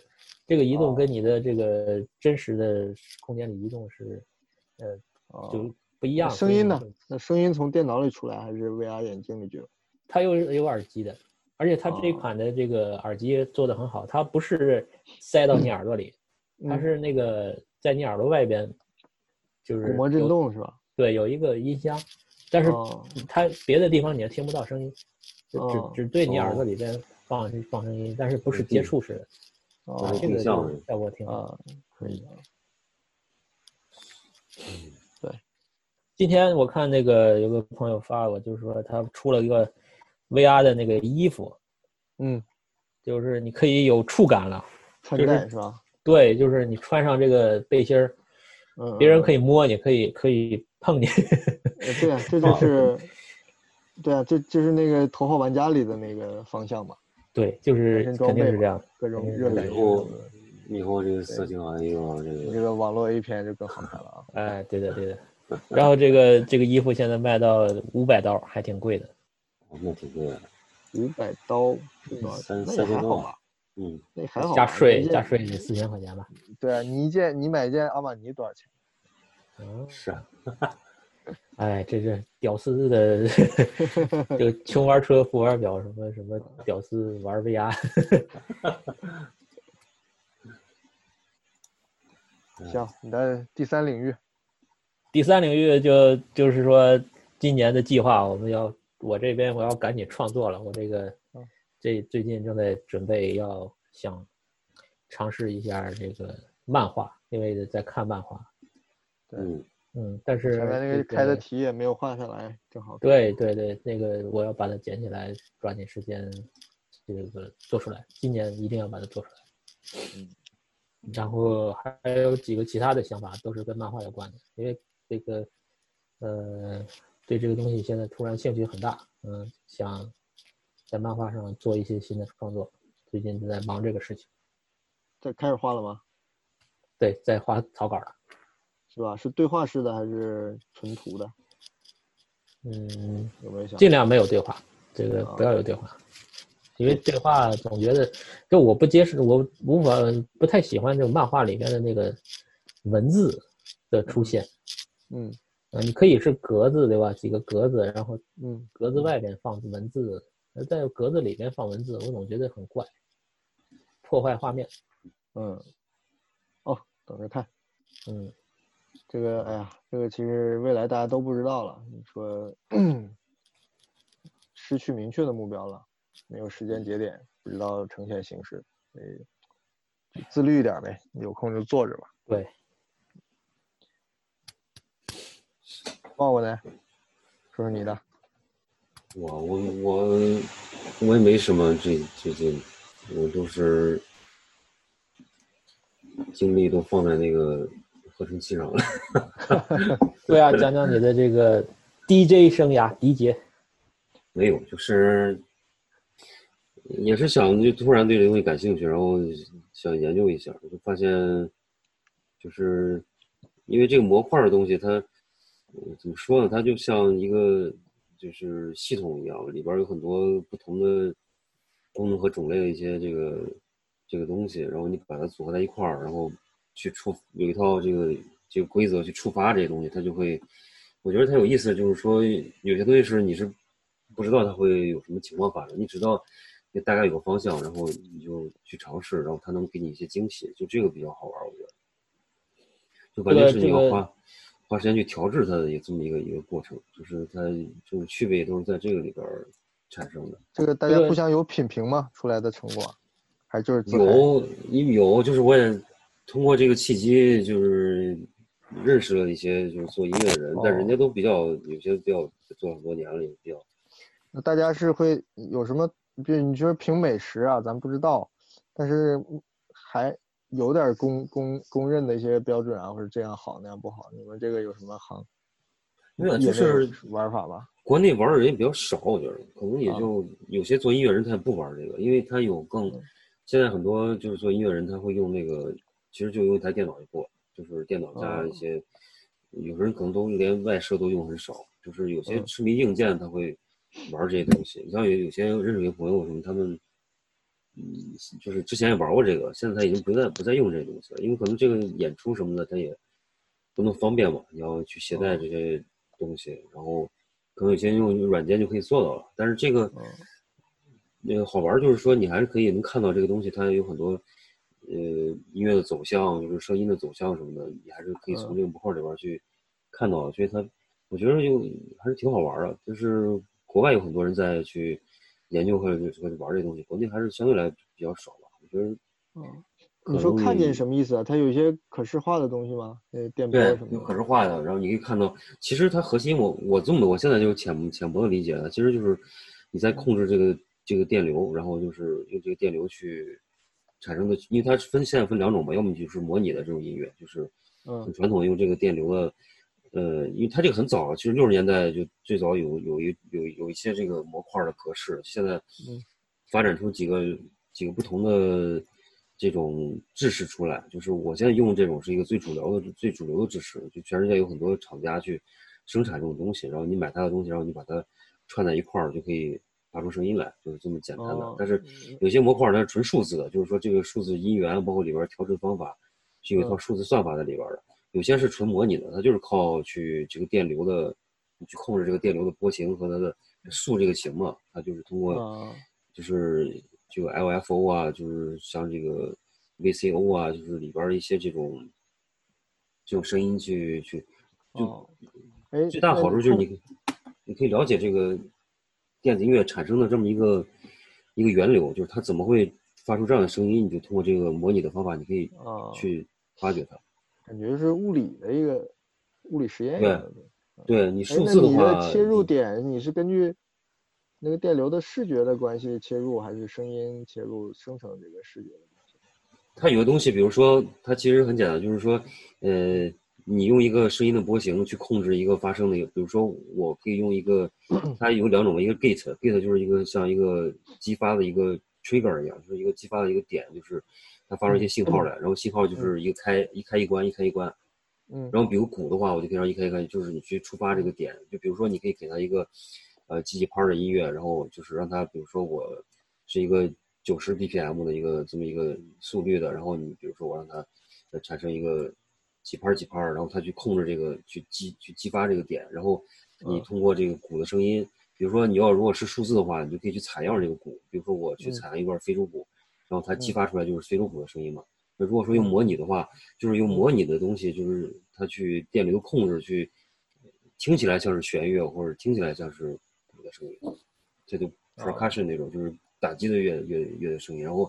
这个移动
哦
跟你的这个真实的空间里移动是，呃，
啊
就不一
那
样。
声音呢？？那声音从电脑里出来还是 VR 眼镜里去？
它又有耳机的，而且它这一
哦
款的这个耳机做的很好，它不是塞到你耳
[CLEARS THROAT]
朵里，它
嗯
是那个在你耳朵外边，就是
鼓膜震
有
动是吧？
对，有一个音箱，但是
哦
它别的地方你也听不到声音，
哦
就只只对你耳
哦
朵里边放放声音，但是不是
嗯
接触式的，
啊
嗯
这个
定向
就
的
效果挺好。
啊，可以的。
今天我看那个有个朋友发我，就是说他出了一个 VR 的那个衣服，
嗯，
就是你可以有触感了。
穿
就是
戴是吧？
对，就是你穿上这个背心儿，
嗯，
别人
嗯
可以摸你，可以可以碰你。 [LAUGHS]
呃对啊，这就是，对啊，这就是那个《头号玩家》里的那个方向嘛，
对，就是
全身装
肯定
备
是
嘛
这样。
各种
嗯
热感
以
什
后
么的，
以后这个色情行业又要这
你
个
这个网络 A 片就更好看了啊。
哎，对的对的。然后这个这个衣服现在卖到五百刀，还挺贵的。
哦那挺贵的，
五百刀是多少
三
钱？那也
三千
还
多
好
吧
吧，
嗯，
那也还好吧。
加
一
税
件
加税得四千块钱吧。
对啊，你一件你买一件阿玛尼多少钱？
嗯，
是啊，
哎，这是屌丝的， [LAUGHS]
[LAUGHS]
这个穷玩车，富玩表，什么什么屌丝玩 VR。
嗯
行，你的第三领域，
第三领域就就是说，今年的计划，我们要我这边我要赶紧创作了，我这个
嗯
这最近正在准备要想尝试一下这个漫画，因为在看漫画，
对
嗯，
嗯，但是
前面那个
这
开的题也没有画下来，正好看。
对对对，那个我要把它捡起来，抓紧时间这个做出来，今年一定要把它做出来。然后还有几个其他的想法都是跟漫画有关的，因为这个，呃，对这个东西现在突然兴趣很大，嗯，想在漫画上做一些新的创作，最近就在忙这个事情，
这开始画了吗？
对，在画草稿了，
是吧？是对话式的还是纯图的？
嗯，
有没有想？
尽量没有对话，这个不要有对话，因为对话总觉得就我不接受，我无法不太喜欢这种漫画里面的那个文字的出现。
嗯
啊，你可以是格子对吧？几个格子，然后
嗯，
格子外边放文字，呃在格子里边放文字，我总觉得很怪，破坏画面。
嗯，哦，等着看。
嗯，
这个，哎呀，这个其实未来大家都不知道了。你说失去明确的目标了，没有时间节点，不知道呈现形式，所以就自律一点呗，有空就做着吧。
对，
报过来，说说你的。
我我我我也没什么这最近，我都是精力都放在那个合成器上了。
对啊，讲讲你的这个 DJ 生涯，迪杰。
没有，就是也是想就突然对这东西感兴趣，然后想研究一下，就发现就是因为这个模块的东西它，呃怎么说呢？它就像一个就是系统一样，里边有很多不同的功能和种类的一些这个这个东西，然后你把它组合在一块儿，然后去触有一套这个这个规则去触发这些东西，它就会，我觉得它有意思，就是说有些东西是你是不知道它会有什么情况发生，你知道你大概有个方向，然后你就去尝试，然后它能给你一些惊喜，就这个比较好玩，我觉得。就感觉
对
是
这
你要
个
花、花时间去调制它的一个这么一个一个过程，就是它就是趣味都是在这个里边儿产生的。
这个大
这
家
个
互相有品评吗？出来的成果，还就是自嗨
有有，就是我也通过这个契机，就是认识了一些就是做音乐的人，但
哦
人家都比较有些比较做很多年了，也比较
那大家是会有什么？比如你说评美食啊，咱不知道，但是还有点儿公公公认的一些标准啊，或者这样好那样不好。你们这个有什么行
没有，就
业内
是
玩法吧？
国内玩的人也比较少，我觉得可能也就有些做音乐人他也不玩这个，因为他有更现在很多就是做音乐人他会用那个，其实就用一台电脑就够了，就是电脑加一些，有的人可能都连外设都用很少，就是有些
嗯
痴迷硬件他会玩这些东西。你像有有些认识一个朋友什么，他们嗯就是之前也玩过这个，现在他已经不再不再用这个东西了，因为可能这个演出什么的他也不那么方便嘛，你要去携带这些东西，然后可能有些用软件就可以做到了。但是这个
嗯
那个呃好玩儿就是说，你还是可以能看到这个东西，它有很多呃音乐的走向，就是声音的走向什么的，你还是可以从这个模块里边儿去看到的。所以它，我觉得就还是挺好玩儿的。就是国外有很多人在去研究和和玩儿这东西，国内还是相对来比较少吧。我觉得
嗯，
可
你
能
说看见
你
什么意思啊？它有一些可视化的东西吗？那电波
对
什，
有
么
可
的？
视化的，然后你可以看到，其实它核心我我这么我现在就是浅浅薄的理解了，其实就是你在控制这个这个电流，然后就是用这个电流去产生的，因为它分现在分两种嘛，要么就是模拟的这种音乐，就是很
嗯
传统的用这个电流的，呃，因为它这个很早，其实六十年代就最早有有一有有一些这个模块的格式，现在
嗯
发展出几个几个不同的这种制式出来。就是我现在用这种是一个最主流的最主流的制式，就全世界有很多厂家去生产这种东西，然后你买它的东西，然后你把它串在一块儿就可以。发出声音来，就是这么简单的。
哦
但是有些模块儿它是纯数字的，就是说这个数字音源，包括里边儿调制方法，是有一套
嗯
数字算法在里边儿的，有些是纯模拟的，它就是靠去这个电流的，去控制这个电流的波形和它的速这个形嘛，它就是通过
啊
就是这个 LFO 啊，就是像这个 VCO 啊，就是里边儿的一些这种这种声音去去，就
哦，哎，
最大
那
好处就是
控
你可以你可以了解这个电子音乐产生的这么一个一个源流，就是它怎么会发出这样的声音，你就通过这个模拟的方法，你可以
啊，
去挖掘它。
感觉是物理的一个物理实验一
对
样的东西。
对你
哎，
数
那
字的
你
话，
切入点你是根据那个电流的视觉的关系切入，还是声音切入生成这个视觉的关系？
它有的东西，比如说，它其实很简单，就是说，呃，你用一个声音的波形去控制一个发声的一个，比如说，我可以用一
[CLEARS THROAT]
个，它有两种，一个 gate，gate 就是一个像一个激发的一个 trigger 一样，就是一个激发的一个点，就是它发出一些信号来，然后信号就是一个开一开一关，一开一关，
嗯
然后比如鼓的话，我就可以让一开一开，就是你去触发这个点，就比如说你可以给他一个呃积极拍的音乐，然后就是让他，比如说我是一个九十 BPM 的一个这么一个速率的，然后你比如说我让他呃产生一个几拍几拍，然后他去控制这个去激去激发这个点，然后你
嗯
通过这个鼓的声音，比如说你要如果是数字的话，你就可以去采样这个鼓，比如说我去
嗯
采样一段非洲鼓，然后它激
嗯
发出来就是非洲鼓的声音嘛。那如果说用模拟的话，就是用模拟的东西，就是它去电流控制，去听起来像是弦乐，或者听起来像是鼓的声音，这就 percussion 那种，就是打击的乐乐乐的声音。然后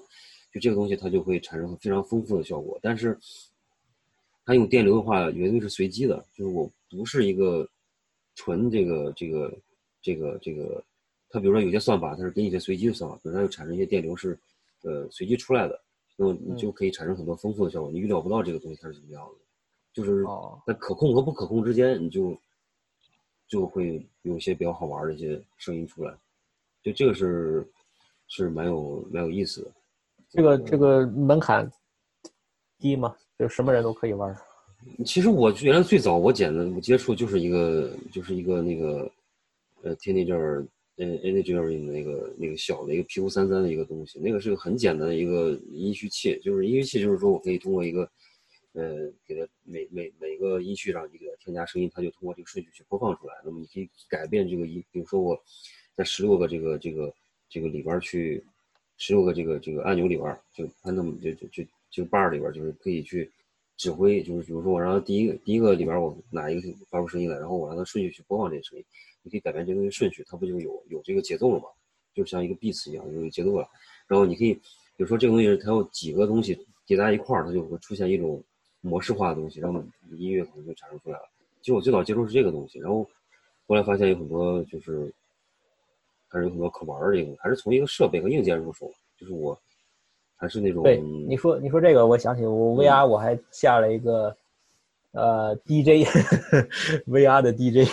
就这个东西，它就会产生非常丰富的效果。但是它用电流的话，绝对是随机的，就是我不是一个纯这个这个这个这个它比如说有些算法它是给你一些随机的算法，比如它就产生一些电流是呃随机出来的，那么你就可以产生很多丰富的效果，你预料不到这个东西它是什么样的，就是
哦
在可控和不可控之间，你就就会有一些比较好玩的一些声音出来，就这个是是蛮有蛮有意思的。
这个这个门槛低嘛，就是什么人都可以玩儿。
其实我原来最早我捡的，我接触就是一个就是一个那个呃 teenager 呃 energy 的那个那个小的一个 PU 三三的一个东西，那个是个很简单的一个音序器，就是音序器就是说我可以通过一个呃给它每每每个音序上你给它添加声音，它就通过这个顺序去播放出来。那么你可以改变这个音，比如说我在十六个这个这个这个里边儿去十六个这个这个按钮里边儿，就它那么就就就就 bar 里边儿，就是可以去指挥，就是比如说我让它第一个第一个里边儿我哪一个发出声音来，然后我让它顺序去播放这个声音，你可以改变这个东西顺序，它不就有有这个节奏了吗？就像一个 beats 一样，有节奏了。然后你可以，比如说这个东西它有几个东西叠在一块儿，它就会出现一种模式化的东西，然后你音乐可能就产生出来了。其实我最早接触是这个东西，然后后来发现有很多就是还是有很多可玩儿的这个，还是从一个设备和硬件入手。就是我还是那种
对，你说你说这个，我想起
嗯
我 VR 我还下了一个，呃，DJ，VR 的 DJ，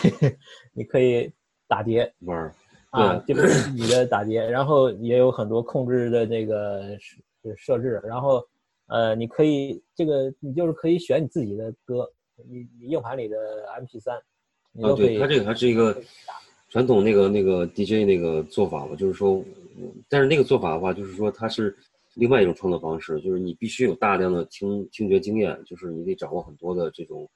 你 [LAUGHS] 可以打碟
玩儿
啊，就是你的打碟，然后也有很多控制的这个设设置，然后呃，你可以这个你就是可以选你自己的歌，你你硬盘里的 MP 3你
啊，
都可
对，
以。
它这个还是一个传统那个那个 DJ 那个做法嘛，就是说，但是那个做法的话，就是说它是另外一种创作方式，就是你必须有大量的听听觉经验，就是你得掌握很多的这种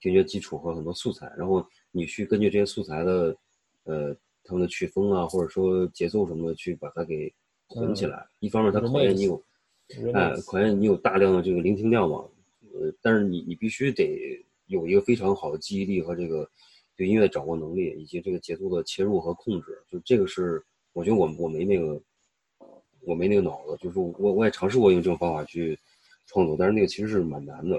听觉基础和很多素材，然后你去根据这些素材的呃他们的曲风啊，或者说节奏什么的，去把它给混起来。一方面它考验你有。哎，
remix
考验你有大量的这个聆听量嘛，呃，但是你你必须得有一个非常好的记忆力和这个对音乐的掌握能力，以及这个节奏的切入和控制，就这个是我觉得我我没那个我没那个脑子，就是我我也尝试过用这种方法去创作，但是那个其实是蛮难的，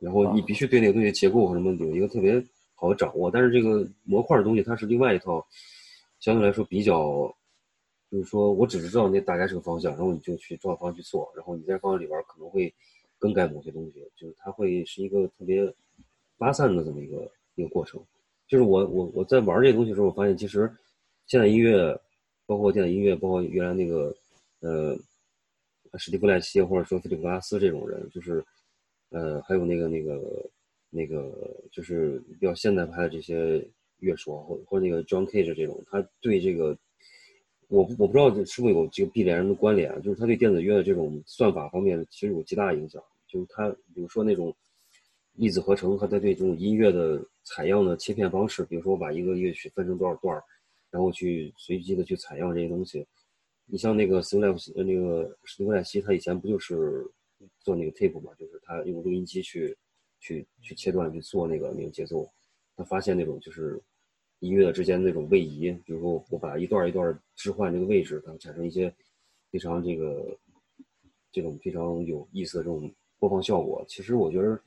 然后你必须对那个东西结构和什么有一个特别好的掌握，但是这个模块的东西它是另外一套，相对来说比较就是说我只是知道那大概是个方向，然后你就去照着方向去做，然后你在方向里边儿可能会更改某些东西，就是它会是一个特别发散的这么一个一个过程。就是我我我在玩这些东西的时候，我发现其实现代音乐，包括电子音乐，包括原来那个呃史蒂夫赖希或者说菲利普拉斯这种人，就是呃还有那个那个那个就是比较现代派的这些乐手，啊或或者那个 John Cage 这种，他对这个我不我不知道这是不是有这个必然的关联啊，就是他对电子乐的这种算法方面其实有极大影响。就是他比如说那种粒子合成和他对这种音乐的采样的切片方式，比如说我把一个乐曲分成多少段儿，然后去随机的去采样这些东西。你像那个斯莱夫，呃那个史蒂夫莱西，他以前不就是做那个 tape 嘛，就是他用录音机去去去切断去做那个那个节奏，他发现那种就是音乐之间那种位移，比如说我把一段儿一段儿置换这个位置，它会产生一些非常这个这种非常有意思的这种播放效果。其实我觉得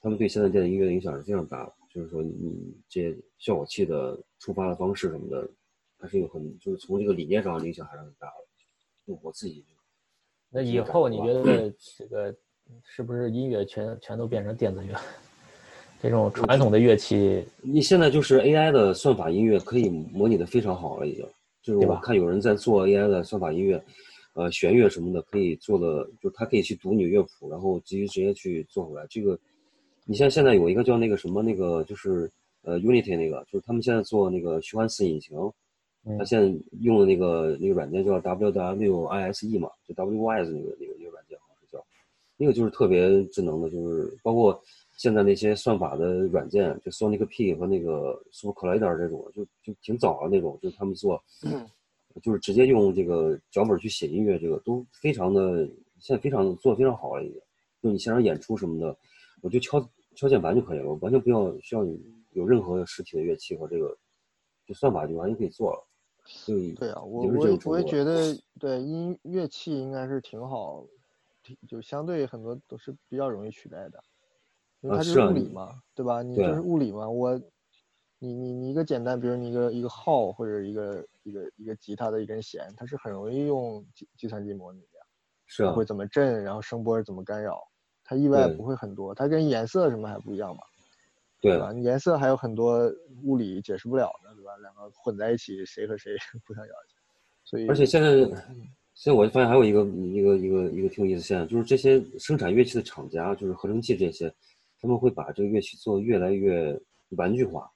他们对现在电子音乐的影响是非常大的，就是说你你这效果器的触发的方式什么的，还是有很就是从这个理念上影响还是很大的。就我自己
那以
这个
后
感
你
觉
觉得这个是不是音乐全全都变成电子乐？ [LAUGHS] 这种传统的乐器，
你现在就是 AI 的算法音乐可以模拟的非常好了，已经。就是
对
我
吧
看有人在做 AI 的算法音乐，呃，弦乐什么的可以做的，就是它可以去读你的乐谱，然后直接直接去做出来。这个，你像现在有一个叫那个什么那个，就是呃 Unity 那个，就是他们现在做那个虚幻四引擎，
嗯
他现在用的那个那个软件叫 WWISE E 嘛，就 WISE 那个那个那个软件好像是叫。那个就是特别智能的，就是包括现在那些算法的软件，就 Sonic P 和那个 Super Collider 这种，就就挺早的那种，就是他们做，嗯就是直接用这个脚本去写音乐，这个都非常的现在非常做的非常好了，已经。就你现场演出什么的，我就敲敲键盘就可以了，我完全不要需要你有任何实体的乐器和这个，就算法就完全可以做了。所以
对啊，我
也是这
我
种
也
程
我也
度了
觉得，对音乐器应该是挺好，挺就相对很多都是比较容易取代的，因为
啊
它就是
啊
物理
你
嘛，对吧？你
对啊
就是物理嘛，我你你你一个简单，比如你一个一个号或者一个一个一个吉他的一根弦，它是很容易用计计算机模拟的，
是啊
会，怎么震，然后声波怎么干扰，它意外
对
不会很多，它跟颜色什么还不一样嘛，
对
吧？颜色还有很多物理解释不了的，对吧？两个混在一起，谁和谁 [LAUGHS] 互相咬一下，所以
而且现在，现在我就发现还有一个一个一个一个挺有意思的现象，就是这些生产乐器的厂家，就是合成器这些，他们会把这个乐器做得越来越玩具化，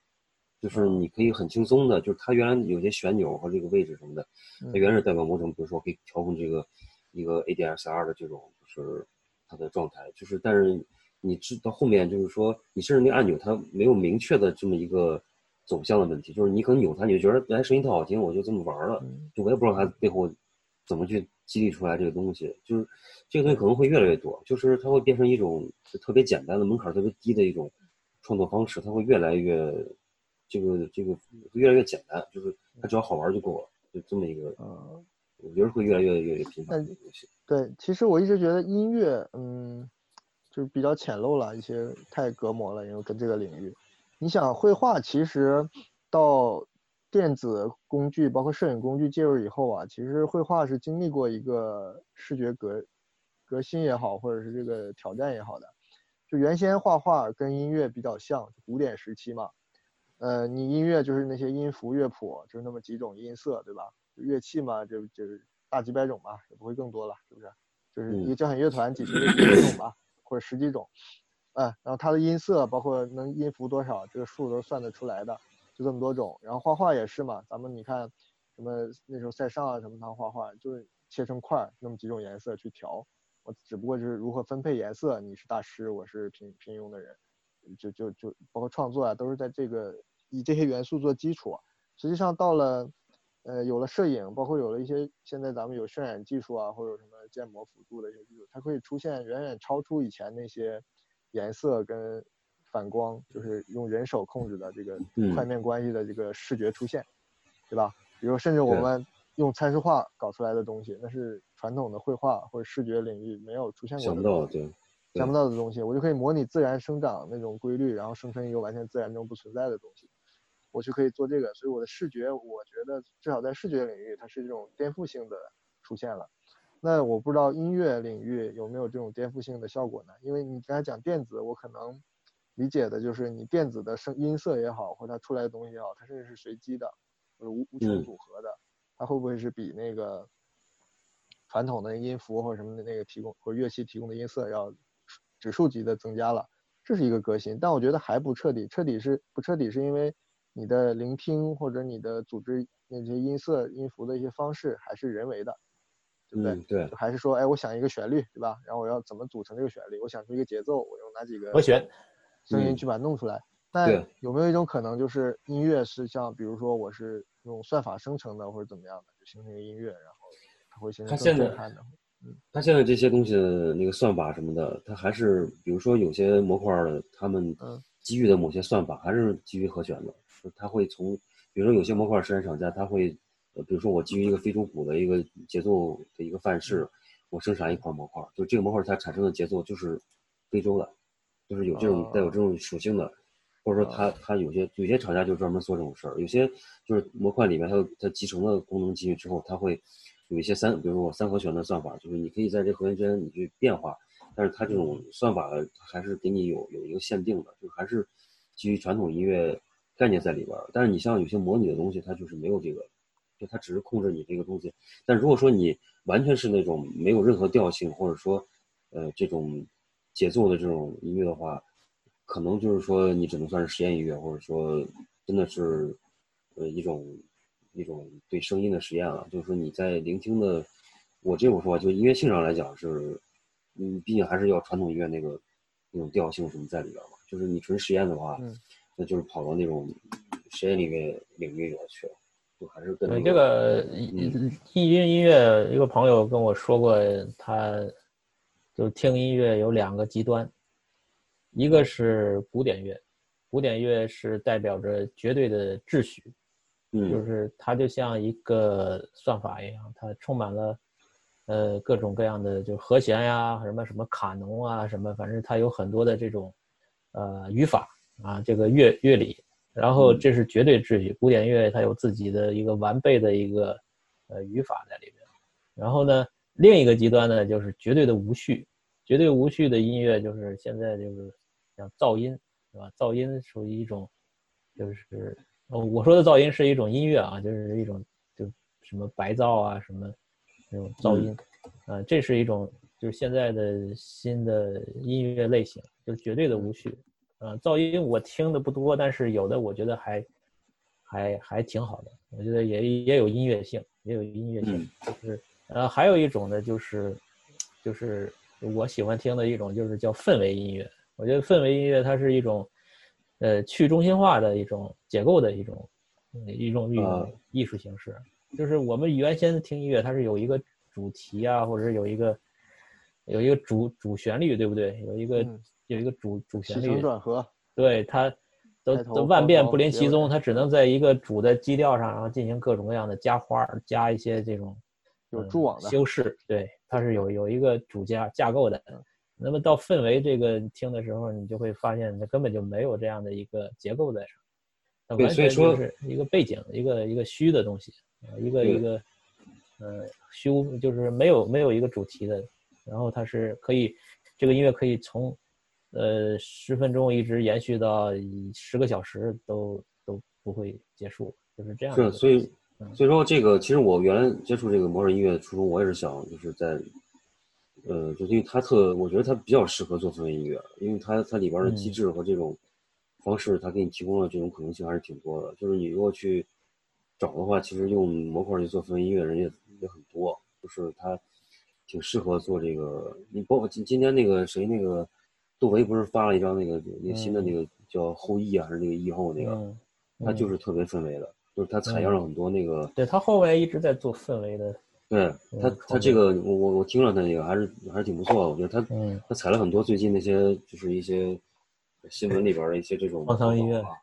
就是你可以很轻松的，就是它原来有些旋钮和这个位置什么的，它原来是代表某种，比如说可以调控这个一个 ADSR 的这种，就是它的状态，就是但是你知到后面就是说，你甚至那个按钮它没有明确的这么一个走向的问题，就是你可能扭它，你就觉得哎声音特好听，我就这么玩儿了，
嗯
就我也不知道它背后怎么去激励出来这个东西，就是这个东西可能会越来越多，就是它会变成一种特别简单的门槛儿特别低的一种创作方式，它会越来越这个这个越来越简单，就是它只要好玩儿就够了，就这么一个，
嗯
我觉得会越来越越越频繁
但
这个东西。
对，其实我一直觉得音乐，嗯，就是比较浅陋了，一些太隔膜了，因为跟这个领域。你想绘画，其实到电子工具，包括摄影工具介入以后啊，其实绘画是经历过一个视觉革革新也好，或者是这个挑战也好的。就原先画画跟音乐比较像，古典时期嘛，呃，你音乐就是那些音符、乐谱，就是那么几种音色，对吧？乐器嘛，就就是大几百种吧，也不会更多了，是不是？就是一个交响乐团几十个几十种吧，或者十几种，哎，然后它的音色，包括能音符多少，这个数都是算得出来的，就这么多种。然后画画也是嘛，咱们你看什么那时候塞尚啊什么他画画，就是切成块儿那么几种颜色去调，我只不过就是如何分配颜色，你是大师，我是平平庸的人，就就就包括创作啊，都是在这个以这些元素做基础。实际上到了，呃，有了摄影，包括有了一些现在咱们有渲染技术啊，或者什么建模辅助的一些技术，它可以出现远远超出以前那些颜色跟反光，就是用人手控制的这个
嗯
块面关系的这个视觉出现，对吧？比如甚至我
对
们用参数化搞出来的东西，那是传统的绘画或者视觉领域没有出现过
想
的
不
东
到，
西
对，对
想不到的东西，我就可以模拟自然生长那种规律，然后生成一个完全自然中不存在的东西，我就可以做这个。所以我的视觉，我觉得至少在视觉领域，它是这种颠覆性的出现了。那我不知道音乐领域有没有这种颠覆性的效果呢？因为你刚才讲电子，我可能理解的就是你电子的声音色也好，或者它出来的东西也好，它甚至是随机的，或者无无穷
嗯
组合的，它会不会是比那个传统的音符或者什么的那个提供或者乐器提供的音色要指数级的增加了？这是一个革新，但我觉得还不彻底。彻底是不彻底，是因为你的聆听或者你的组织那些音色、音符的一些方式还是人为的，对不对？
嗯，对
就，还是说，哎，我想一个旋律，对吧？然后我要怎么组成这个旋律？我想出一个节奏，我用哪几个
和弦，
声音
嗯
去把它弄出来？那
对
有没有一种可能，就是音乐是像，比如说我是用算法生成的，或者怎么样的，就形成一个音乐，然后它会形成
它
更
现
震
在
撼的。
它现在这些东西的那个算法什么的，它还是比如说有些模块儿的，他们
嗯
基于的某些算法还是基于和弦的，就是它会从，比如说有些模块儿生产厂家，它会，呃，比如说我基于一个非洲鼓的一个节奏的一个范式，我生产一款模块儿，就这个模块儿它产生的节奏就是非洲的，就是有这种
哦
带有这种属性的，或者说它它有些有些厂家就专门做这种事儿，有些就是模块里面它有它集成的功能进去之后，它会有一些三，比如说我三和弦的算法，就是你可以在这和弦之间你去变化，但是它这种算法还是给你有有一个限定的，就是还是基于传统音乐概念在里边儿。但是你像有些模拟的东西，它就是没有这个，就它只是控制你这个东西。但如果说你完全是那种没有任何调性，或者说呃这种节奏的这种音乐的话，可能就是说你只能算是实验音乐，或者说真的是呃一种一种对声音的实验了。就是说你在聆听的，我这种说法，就音乐性上来讲是，嗯，毕竟还是要传统音乐那个那种调性什么在里边嘛。就是你纯实验的话，
嗯
那就是跑到那种实验领域领域里面去了，就还是跟那
对这个音音乐，一个朋友跟我说过，他就听音乐有两个极端，一个是古典乐，古典乐是代表着绝对的秩序，就
嗯
是它就像一个算法一样，它充满了呃各种各样的，就是和弦呀、什么什么卡农啊，什么，反正它有很多的这种呃语法啊，这个乐乐理，然后这是绝对秩序，古典乐它有自己的一个完备的一个呃语法在里面。然后呢，另一个极端呢就是绝对的无序，绝对无序的音乐就是现在就是像噪音，是吧？噪音属于一种，就是呃我说的噪音是一种音乐啊，就是一种就什么白噪啊，什么那种噪音，啊、这是一种就是现在的新的音乐类型，就是绝对的无序。呃，噪音我听的不多，但是有的我觉得还还还挺好的，我觉得也也有音乐性，也有音乐
嗯
性。就是呃，还有一种呢，就是就是我喜欢听的一种，就是叫氛围音乐。我觉得氛围音乐它是一种呃去中心化的一种结构的一种嗯一种一
啊
种艺术形式。就是我们原先听音乐，它是有一个主题啊，或者是有一个有一个主主旋律，对不对？有一个、
嗯
有一个主主
起
旋
承
律，
转合，
对它都
开头
都万变
高潮
不
结
离其
尾
宗，它只能在一个主的基调上，然后进行各种各样的加花儿，加一些这种
有
嗯
蛛网的
修饰，对，它是有有一个主架架构的。那么到氛围这个听的时候，你就会发现它根本就没有这样的一个结构在上，它
对
完
所以
全就
说
是一个背景，一个一个虚的东西，呃一个
对
一个呃虚无，就是没有没有一个主题的。然后它是可以，这个音乐可以从呃十分钟一直延续到十个小时都都不会结束，就是这样的
是，
一个东西。
所以所以说这个，其实我原来接触这个模式音乐初衷，我也是想就是在，呃，就是因为它特，我觉得它比较适合做氛围音乐，因为它它里边的
嗯
机制和这种方式，它给你提供的这种可能性还是挺多的。就是你如果去找的话，其实用模块去做氛围音乐的人也也很多，就是它挺适合做这个。你包括今今天那个谁那个杜维不是发了一张那个那个新的那个叫后羿啊，还是那个羿后那个，
嗯，
它就
嗯
是特别氛围的，就是它采样了很多那个，
对他后来一直在做氛围的，
对它
嗯
它这个我我我听了它那个还是还是挺不错的，我觉得它
嗯
它采了很多最近那些就是一些新闻里边的一些这种
荒唐音
报
乐
道啊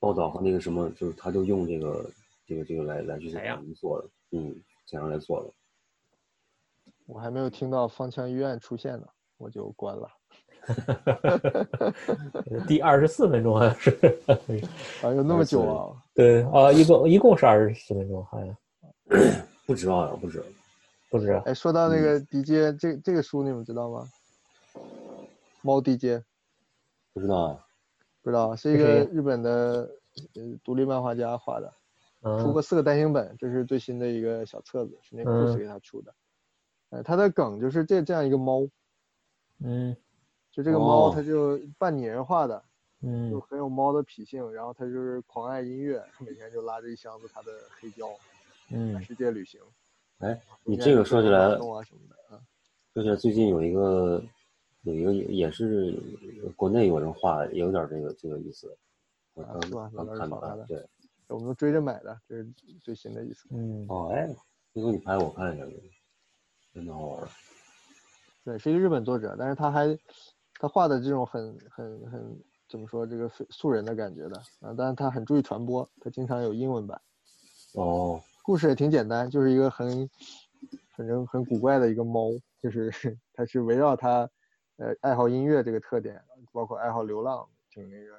报道和那个什么，就是它就用这个这个这个来来去
采样
做的，嗯，采样来做的。
我还没有听到方腔医院出现呢，我就关了。
第二十四分钟好像是，
啊，有那么久
是
啊？
对啊，一共一共是二十四分钟，好像
不止啊，不止，
不止啊。
哎，说到那
嗯
个 DJ，这这个书你们知道吗？猫 DJ
不知道啊。
不知道，是一
这
个
谁呀
日本的呃独立漫画家画的，出
嗯
过四个单行本，这是最新的一个小册子，是那个故事
嗯
给他出的。呃，他的梗就是这这样一个猫，
嗯
就这个猫
哦
它就半拟人化的，就
嗯
很有猫的脾性，然后它就是狂爱音乐，每天就拉着一箱子它的黑胶，满
嗯
世界旅行。
哎，
中
你
间
这个
有各
说起
种
来
活
了
动啊什么的，啊，
就是最近有一个有一个也也是国内有人画，也有点这个这个意思。我
啊
刚
是吧有
刚
人
看
仿他
到
的，
对。
我们都追着买的，这是最新的一次。
嗯
哦，哎，回头你拍我看一下这个，真的好玩儿。
对，是一个日本作者，但是他还他画的这种很很很怎么说这个非素人的感觉的啊，但是他很注意传播，他经常有英文版，
哦，
故事也挺简单，就是一个很反正很古怪的一个猫，就是 [LAUGHS] 它是围绕它呃爱好音乐这个特点，包括爱好流浪，挺那个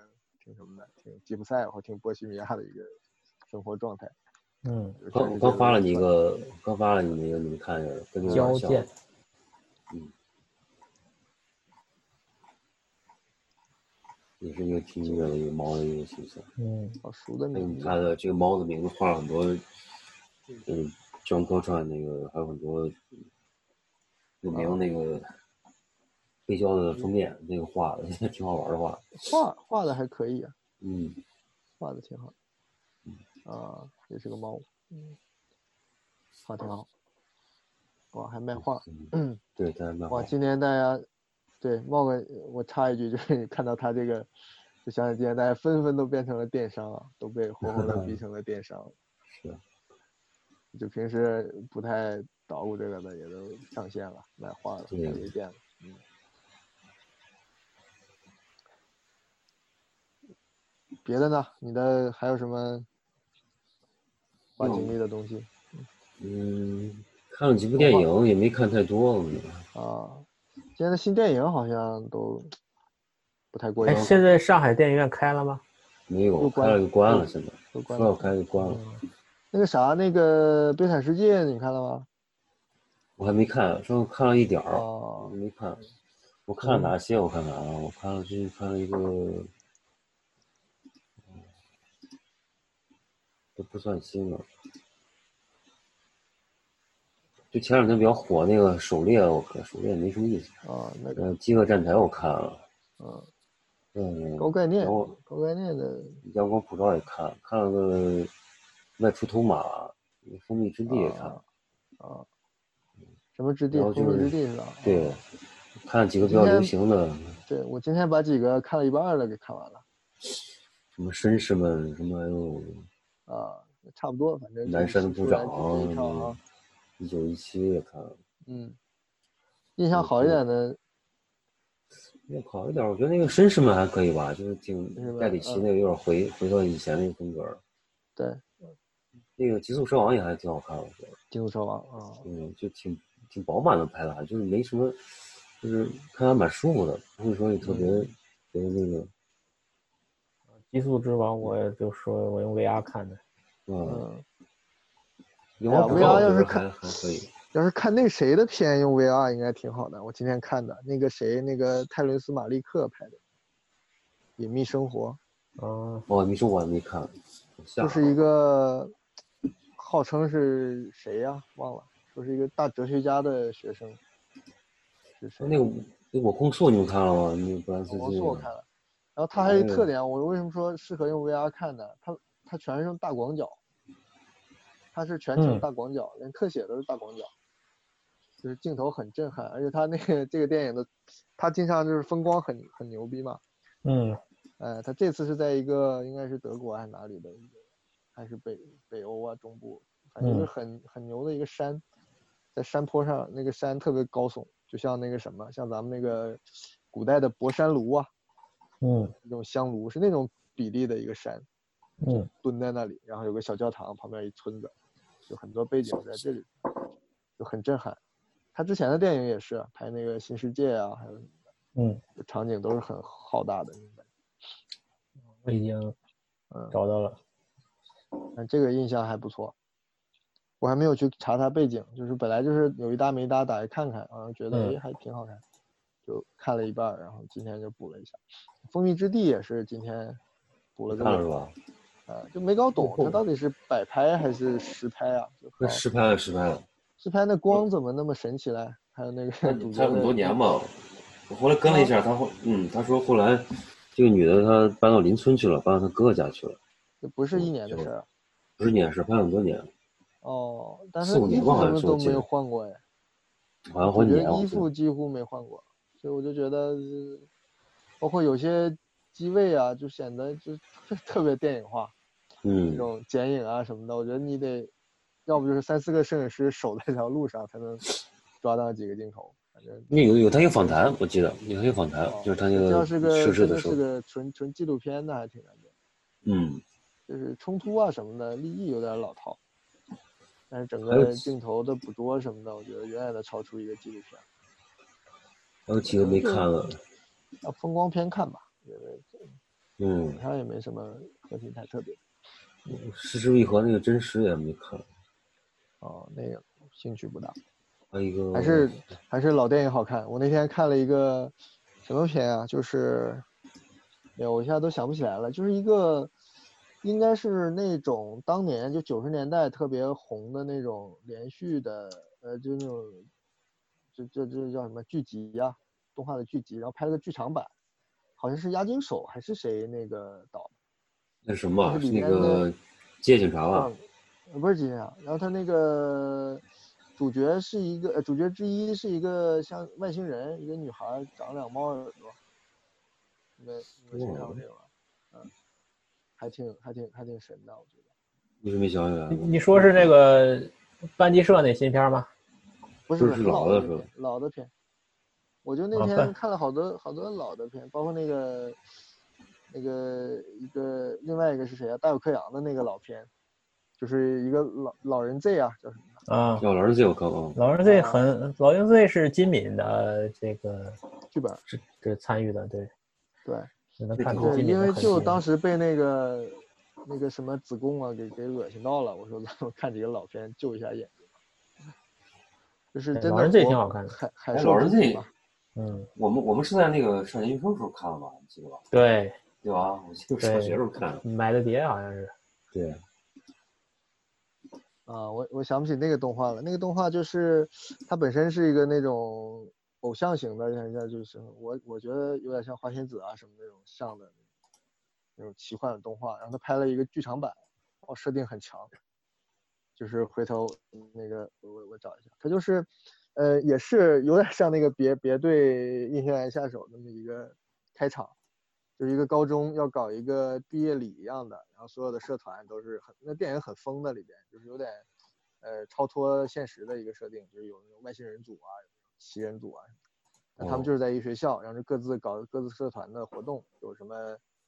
挺什么的，挺吉普赛或挺波西米亚的一个生活状态。
嗯，
就是全
刚
世
刚
界
发
的
哦了你一
传
个，刚发了你一个，你们看一下，跟那个
交
有点
剑
像。也是一个听音乐的一个猫的一个形象。
嗯
好熟的
还有
名
你
字
看的这个猫的名字画了很多，嗯，John Coltrane 那个，还有很多有名那个黑胶的封面，那个画的 [LAUGHS] 挺好玩的画。
画画的还可以啊，
嗯，
画的挺好。啊，也是个猫，嗯，画挺好。哇，还卖画，嗯，
对，但是蛮好
哇，。今天大家，对，冒个我插一句，就是 [LAUGHS] 看到他这个，就想想今天大家纷纷都变成了电商啊，都被活活的逼成了电商。
[LAUGHS] 是。
就平时不太捣鼓这个的，也都上线了，买画了，
对
开微店了。嗯。别的呢？你的还有什么花精力的东西
嗯，看了几部电影，也没看太多。我们
啊？现在的新电影好像都不太过
哎，
瘾。
现在上海电影院开了吗？
没有
又
开
关嗯
了就关了，
又
现在
都关
说要
了。
开就关哦了，
嗯，那个啥，那个《悲惨世界》你看了吗？
我还没看，说我看了一点儿，我
哦，
没看，我看了哪些？我看看啊，我看了最近看了一个，嗯都不算新了，就前两天比较火那个《狩猎》，我看《狩猎》没什么意思。
啊，那个，
呃，《饥饿站台》我看了，
嗯，
嗯，
高概念
然后，
高概念的
阳光普照也看，看了个《外出偷马》，《蜂蜜之地》也看，
啊啊，什么之地
然后，
风
就
靡
是
之地是吧？啊
对，
哎
看了几个比较流行的，
对，我今天把几个看了一半儿的给看完了
什么绅士们，什么哎呦
啊，差不多，反正
南山的部长
这一场啊
啊，，一九一七也看了，
嗯，印
嗯
象好一点的，
要好一点，我觉得那个绅士们还可以吧，就是
绅士
挺
们
戴里奇
嗯
那个有点回回到以前那个风格儿，
对，
那个《极速车王》也还挺好看，我觉得。
金属车王啊，
嗯，就挺挺饱满的拍的，啊就是没什么，就是看还蛮舒服的，不会说你特别
嗯
觉得那个，
极速之王，我就说我用 VR 看的，
嗯，
嗯，
有
哎呀
啊，
VR
我觉
要是
得
看
还还可以，
要是看那谁的片用 VR 应该挺好的，我今天看的那个谁，那个泰伦斯马利克拍的《隐秘生活
啊，
哦，你说我还没看，我》，下
就
了
是一个号称是谁呀、忘了，说是一个大哲学家的学生，是谁？
那个那我控诉你们看了吗？那个布兰斯
我
基
是我
那
看
个，
了。然后它还有
哎
一个
呦
特点，我为什么说适合用 VR 看呢？它它全是用大广角，它是全程
嗯
大广角，连特写都是大广角，就是镜头很震撼。而且它那个这个电影的，它经常就是风光很很牛逼嘛。
嗯，
呃，它这次是在一个应该是德国还是哪里的，还是北北欧啊中部，反正就是
嗯
很很牛的一个山，在山坡上，那个山特别高耸，就像那个什么，像咱们那个古代的博山炉啊。
嗯
一种香炉，是那种比例的一个山，
嗯
蹲在那里，然后有个小教堂，旁边一村子，就很多背景在这里，就很震撼。他之前的电影也是啊拍那个《新世界》啊，还有
嗯，
场景都是很浩大的。
我已经
嗯，
找到了，
但这个印象还不错。我还没有去查他背景，就是本来就是有一搭没一搭打开看看，然后觉得
嗯
哎还挺好看，就看了一半儿，然后今天就补了一下。《蜂蜜之地》也是今天补了
你
这
看了
么
是吧？
啊，就没搞懂
后
它到底是摆拍还是实拍啊？就
那
好
实拍了，实拍
[LAUGHS]
了，
实拍那光怎么那么神奇嘞？还有那个
拍
主角
了很
的
多年
[LAUGHS]
吧。我后来跟了一下，他后，嗯，他说后来这个女的她搬到邻村去了，搬到她哥哥家去了，
这不是一年的
嗯就
事儿啊
不是啊年，是拍了很多年，
哦，但是
四五
衣
年
服
吧好
什
像
么
是我
都
记
没有
得
换过哎，
好像好
我
几
觉
年。
得
我
衣
记得
服几乎没换过，所以我就觉得，呃包括有些机位啊，就显得就特 [LAUGHS] 别电影化，那
嗯，
种剪影啊什么的，我觉得你得，要不就是三四个摄影师守在这条路上才能抓到几个镜头，反正
那有有他一个访谈，我记得有他一个访谈，
哦
就是他那
这
个
要是个
呃逝世
真
的
的
时
是
候，
个纯纯纪录片，那还挺难的。
嗯，
就是冲突啊什么的，立意有点老套，但是整
还有
个镜头的捕捉什么的，我觉得远远的超出一个纪录片。
还有几个没看了，
那风光片看吧，因为
嗯
好，像也没什么核心太特别。
失之愈合那个真实也没看，
哦，那个兴趣不大，
还有一个
还是还是老电影好看。我那天看了一个什么片啊，就是，哎呀，我一下都想不起来了，就是一个。应该是那种当年就九十年代特别红的那种连续的，呃，就那种，就就就叫什么剧集呀、动画的剧集，然后拍了个剧场版，好像是押井守还是谁那个导的
那什么啊
就是是里
那
面
个
的
街警察吧
忘，了，呃不是金啊，然后他那个主角是一个、呃主角之一是一个像外星人，一个女孩儿长两猫耳朵，你们你们谁看过这个吧？嗯，还挺还挺还挺神的，我觉得。
一直没想起来。
你你说是那个班级社那新片吗？
不
不是
是
很
老
老
的
那
是吧
片老的片，我就那
啊
天
对
看了好多好多老的片，包括那个那个一个另外一个是谁啊？大有克洋的那个老片，就是一个老老人 Z 啊，叫什么？
啊，
嗯要老儿子有看啊，
老鹰 Z 很，老鹰 Z 是金敏的这个
剧本儿
这参与的，对，
对，
只能看出
对，
今
因
年的
为
痕
就
迹
当时被那个那个什么子贡啊给给恶心到了，我说咱们看几个老片救一下眼睛吧。就是
对
真
老
的
人这也
活
挺好看的
海海
哎
兽
老人
之
这
子嘛
嗯，
我们我们是在那个少年运输时候看的吧，你记得吧？
对，
对吧？我记得
对
上学时候看的。
买的碟好像是，
对，
啊，我我想不起那个动画了。那个动画就是它本身是一个那种偶像型的，像像就是我我觉得有点像花仙子啊什么那种像的那种奇幻的动画。然后他拍了一个剧场版，哦，设定很强。就是回头那个我我我找一下，它就是呃也是有点像那个别别对印第安人下手那么一个开场。就是一个高中要搞一个毕业礼一样的，然后所有的社团都是很那电影很疯的里边，就是有点呃超脱现实的一个设定，就是有那种外星人组啊，有那种奇人组啊，那他们
哦
就是在一学校，然后就各自搞各自社团的活动，有什么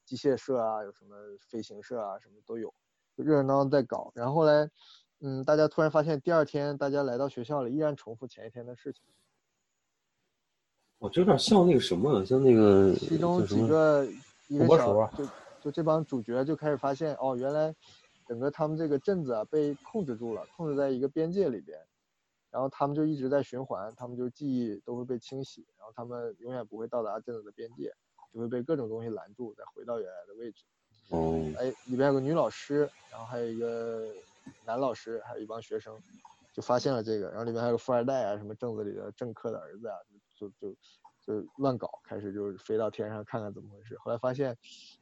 机械社啊，有什么飞行社啊，什么都有，就热热闹闹在搞。然后后来，嗯，大家突然发现第二天大家来到学校里，依然重复前一天的事情。
我哦这有点像那个什么，像那个
其中
叫什
几
么
个一个
胡
小
啊
伯
就就这帮主角就开始发现哦，原来整个他们这个镇子啊被控制住了，控制在一个边界里边，然后他们就一直在循环，他们就记忆都会被清洗，然后他们永远不会到达镇子的边界，就会被各种东西拦住，再回到原来的位置。
哦，
哎，里边有个女老师，然后还有一个男老师，还有一帮学生，就发现了这个，然后里面还有个富二代啊，什么镇子里的政客的儿子啊，就就就乱搞，开始就是飞到天上看看怎么回事。后来发现，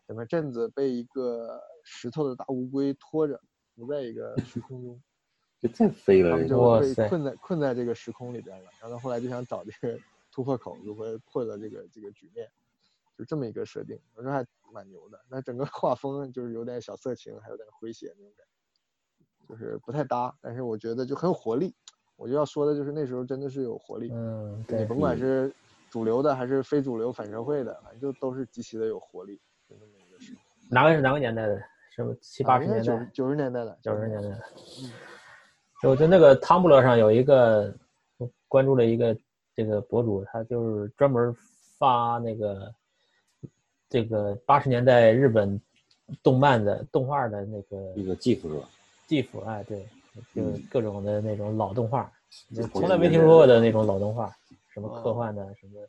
整个镇子被一个石头的大乌龟拖着，浮在一个虚空中，
这太飞
他
了，
们
这
就
个
哇
被
塞
困在困在这个时空里边了。然后后来就想找这个 [LAUGHS] 突破口，如何破了这个这个局面，就这么一个设定，我说还蛮牛的。那整个画风就是有点小色情，还有点诙谐那种感觉，就是不太搭，但是我觉得就很有活力。我就要说的就是那时候真的是有活力，
嗯，
你
对，
甭管是主流的还是非主流反社会的，反正就都是极其的有活力，就那么一个事。
哪个是哪个年代的？什么七八十
啊应该
年
九
代、
九十年代的，
九十年代？
嗯
就就那个汤布勒上有一个我关注了一个这个博主，他就是专门发那个这个八十年代日本动漫的动画的那个
那个技术是吧？
GIF，哎，对，就是各种的那种老动画，
就
从来没听说过的那种老动画，什么
哦
科幻的，什么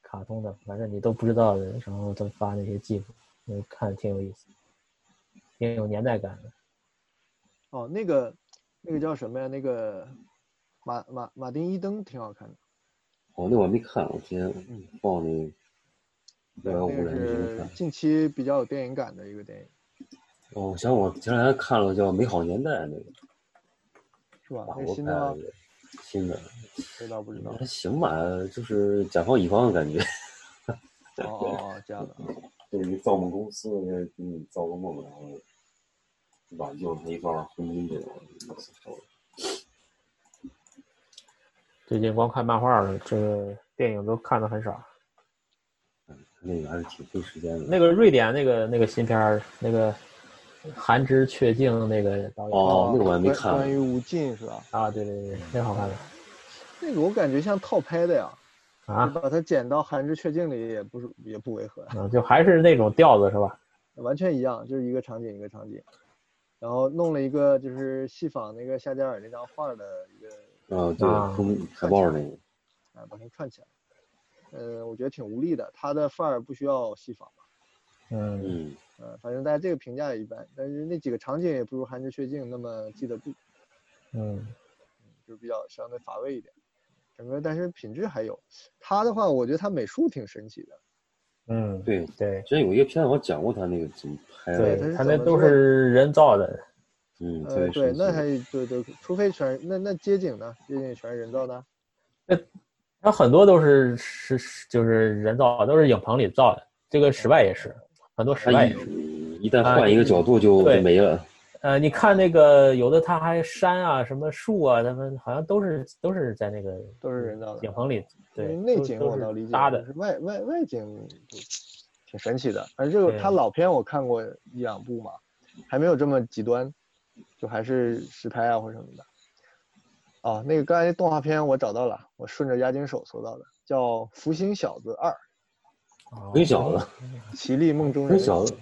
卡通的，反正你都不知道的，然后都发那些 GIF，嗯看挺有意思，挺有年代感的。
哦，那个那个叫什么呀？那个马马马丁伊登挺好看的，
哦，那我没看，我之前报那个六幺
那
五
个
来没没
是
看。
近期比较有电影感的一个电影，
哦，我想我前两天看了叫《美好年代》那个，
是吧？
法国拍
那个新的吗
的？，新的，
知道不知道？
还行吧，就是甲方乙方的感觉。
哦哦哦，这样的。
对于造梦公司那个给你造个梦，然后挽救他一段婚姻这种。
最近光看漫画了，这个电影都看的很少。
那个还是挺费时间的。
那个瑞典那个那个新片儿，那个韩之确定那个导演、
[LAUGHS] 哦那个我还没
关
看
关于无尽是吧？
啊，对对对，那好看的
那个我感觉像套拍的呀，
啊，
把它剪到《寒之确境》里也不是也不违和，
嗯就还是那种调子是吧？
完全一样，就是一个场景一个场景。然后弄了一个就是戏仿那个夏加尔那张画的一个
啊，对
啊，
封海报那个，
啊，把它串起来。呃，我觉得挺无力的，他的范儿不需要戏仿吧。
嗯，
嗯，
呃，反正大家这个评价也一般，但是那几个场景也不如《寒之血镜》那么记得住，
嗯，
就是比较相对乏味一点。整个但是品质还有，他的话，我觉得他美术挺神奇的。
嗯，
对，
对
之前有一个片子我讲过他那个怎么拍
对
的，，
他那都是人造的，
嗯，特别
呃，对，
神奇
那还对对，除非全那那街景呢？街景全是人造的。
他很多都是是是就是人造，都是影棚里造的。这个室外也是，很多
哎
室
他
外
一
也是。
一旦换一个角度
啊
就
对
就没了。
呃，你看那个有的他还山啊、什么树啊，他们好像都是都是在那个
都是人造的
影棚里，
因为
对，
内
都
景
都
我
是
能理解，
搭
但
的，
是外外外景就挺神奇的。而这个
对
他老片我看过一两部嘛，还没有这么极端，就还是实拍啊或什么的。哦，那个刚才动画片我找到了，我顺着押井守搜到的，叫《福星小子二》，
哦
很小的，
齐力梦中人
很，小的，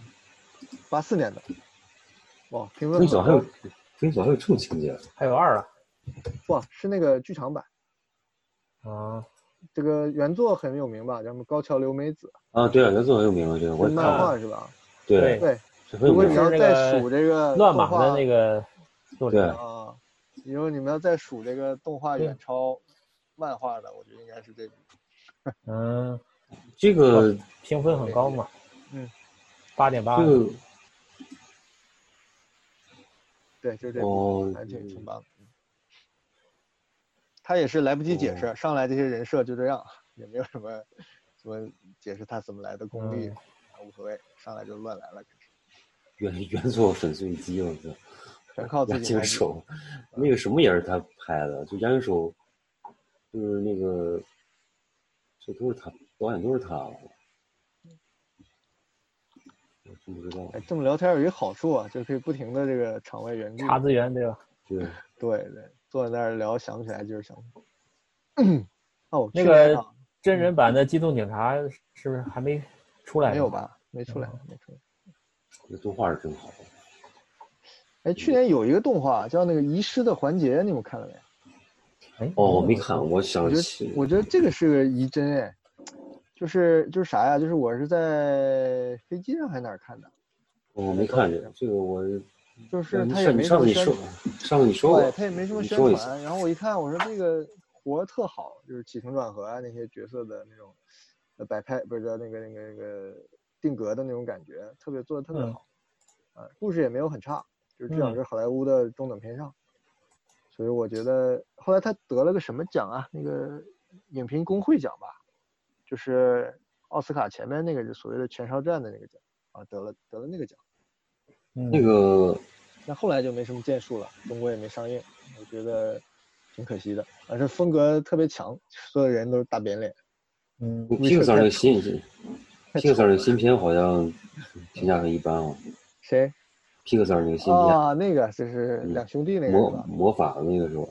八四年的，哇，评分
很
很啊
小，
高
还有很小，还有这种情节。
[LAUGHS] 还有二啊
哇，是那个剧场版，
啊，
这个原作很有名吧？叫什么高桥留美子，
啊，对啊，原作很有名啊，这个我
是
也看
漫
了，
画是吧？
对，
对
对，
是很有
如果
名
你
的。
要
就是那
再
个
数这个
乱
动
码
画
的那个作者
对
啊，你说你们要再数这个动画远超漫画的，我觉得应该是这部。
嗯，
这个
评分很高嘛，
嗯，
八点八
这，个
对，就是这
哦
部，还挺挺棒的。嗯他也是来不及
哦
解释，上来这些人设就这样，也没有什么什么解释他怎么来的功力，
嗯
啊无所谓，上来就乱来了，
原原作粉碎机，我操！
全靠自
押
己
井
来解。
守，那个
嗯
什么也是他拍的，就押井守，就是那个，这都是他导演都是他，我真不知道
哎，。这么聊天有一个好处啊，就可以不停的这个场外援助。
查资源对吧？
对，
对对，坐在那儿聊，想不起来就是想不起来。 [CLEARS THROAT] 哦，
那
去年
个
啊
真人版的《机动警察》是不是还没出来？
没有？吧？没
嗯
出来，没出来。
那动画是真好。
哎，去年有一个动画啊叫那个《遗失的环节》，你们看了没？
哎，
哦，我没看，我想
我觉
起
得，我觉得这个是个遗真哎，就是就是啥呀？就是我是在飞机上还是哪儿看的，
哦我没看见这个，我
就是
你
他也
上
没
你上次你
什么宣
说
传，，
上次你说
对
过，
他也没什么
你
宣
说一下
传。然后我一看，我说这个活儿特好，就是起承转合啊，那些角色的那种呃摆拍，不是叫那个那个那个定格的那种感觉，特别做的特别
嗯
好。啊，故事也没有很差，就是至少
嗯
是好莱坞的中等偏上。所以我觉得后来他得了个什么奖啊？那个影评工会奖吧，就是奥斯卡前面那个所谓的前哨战的那个奖啊，得了得了那个奖。
嗯
那个
但后来就没什么建树了，中国也没上映，我觉得挺可惜的。而且风格特别强，所有人都是大扁脸，
嗯，
Pixar 那个新
太丑
Pixar 那
了
个新片好像评价很一般哦。
谁
Pixar 那个新片
啊？那个就是
嗯
两兄弟那个
魔
是吧？
魔法的那个是吧？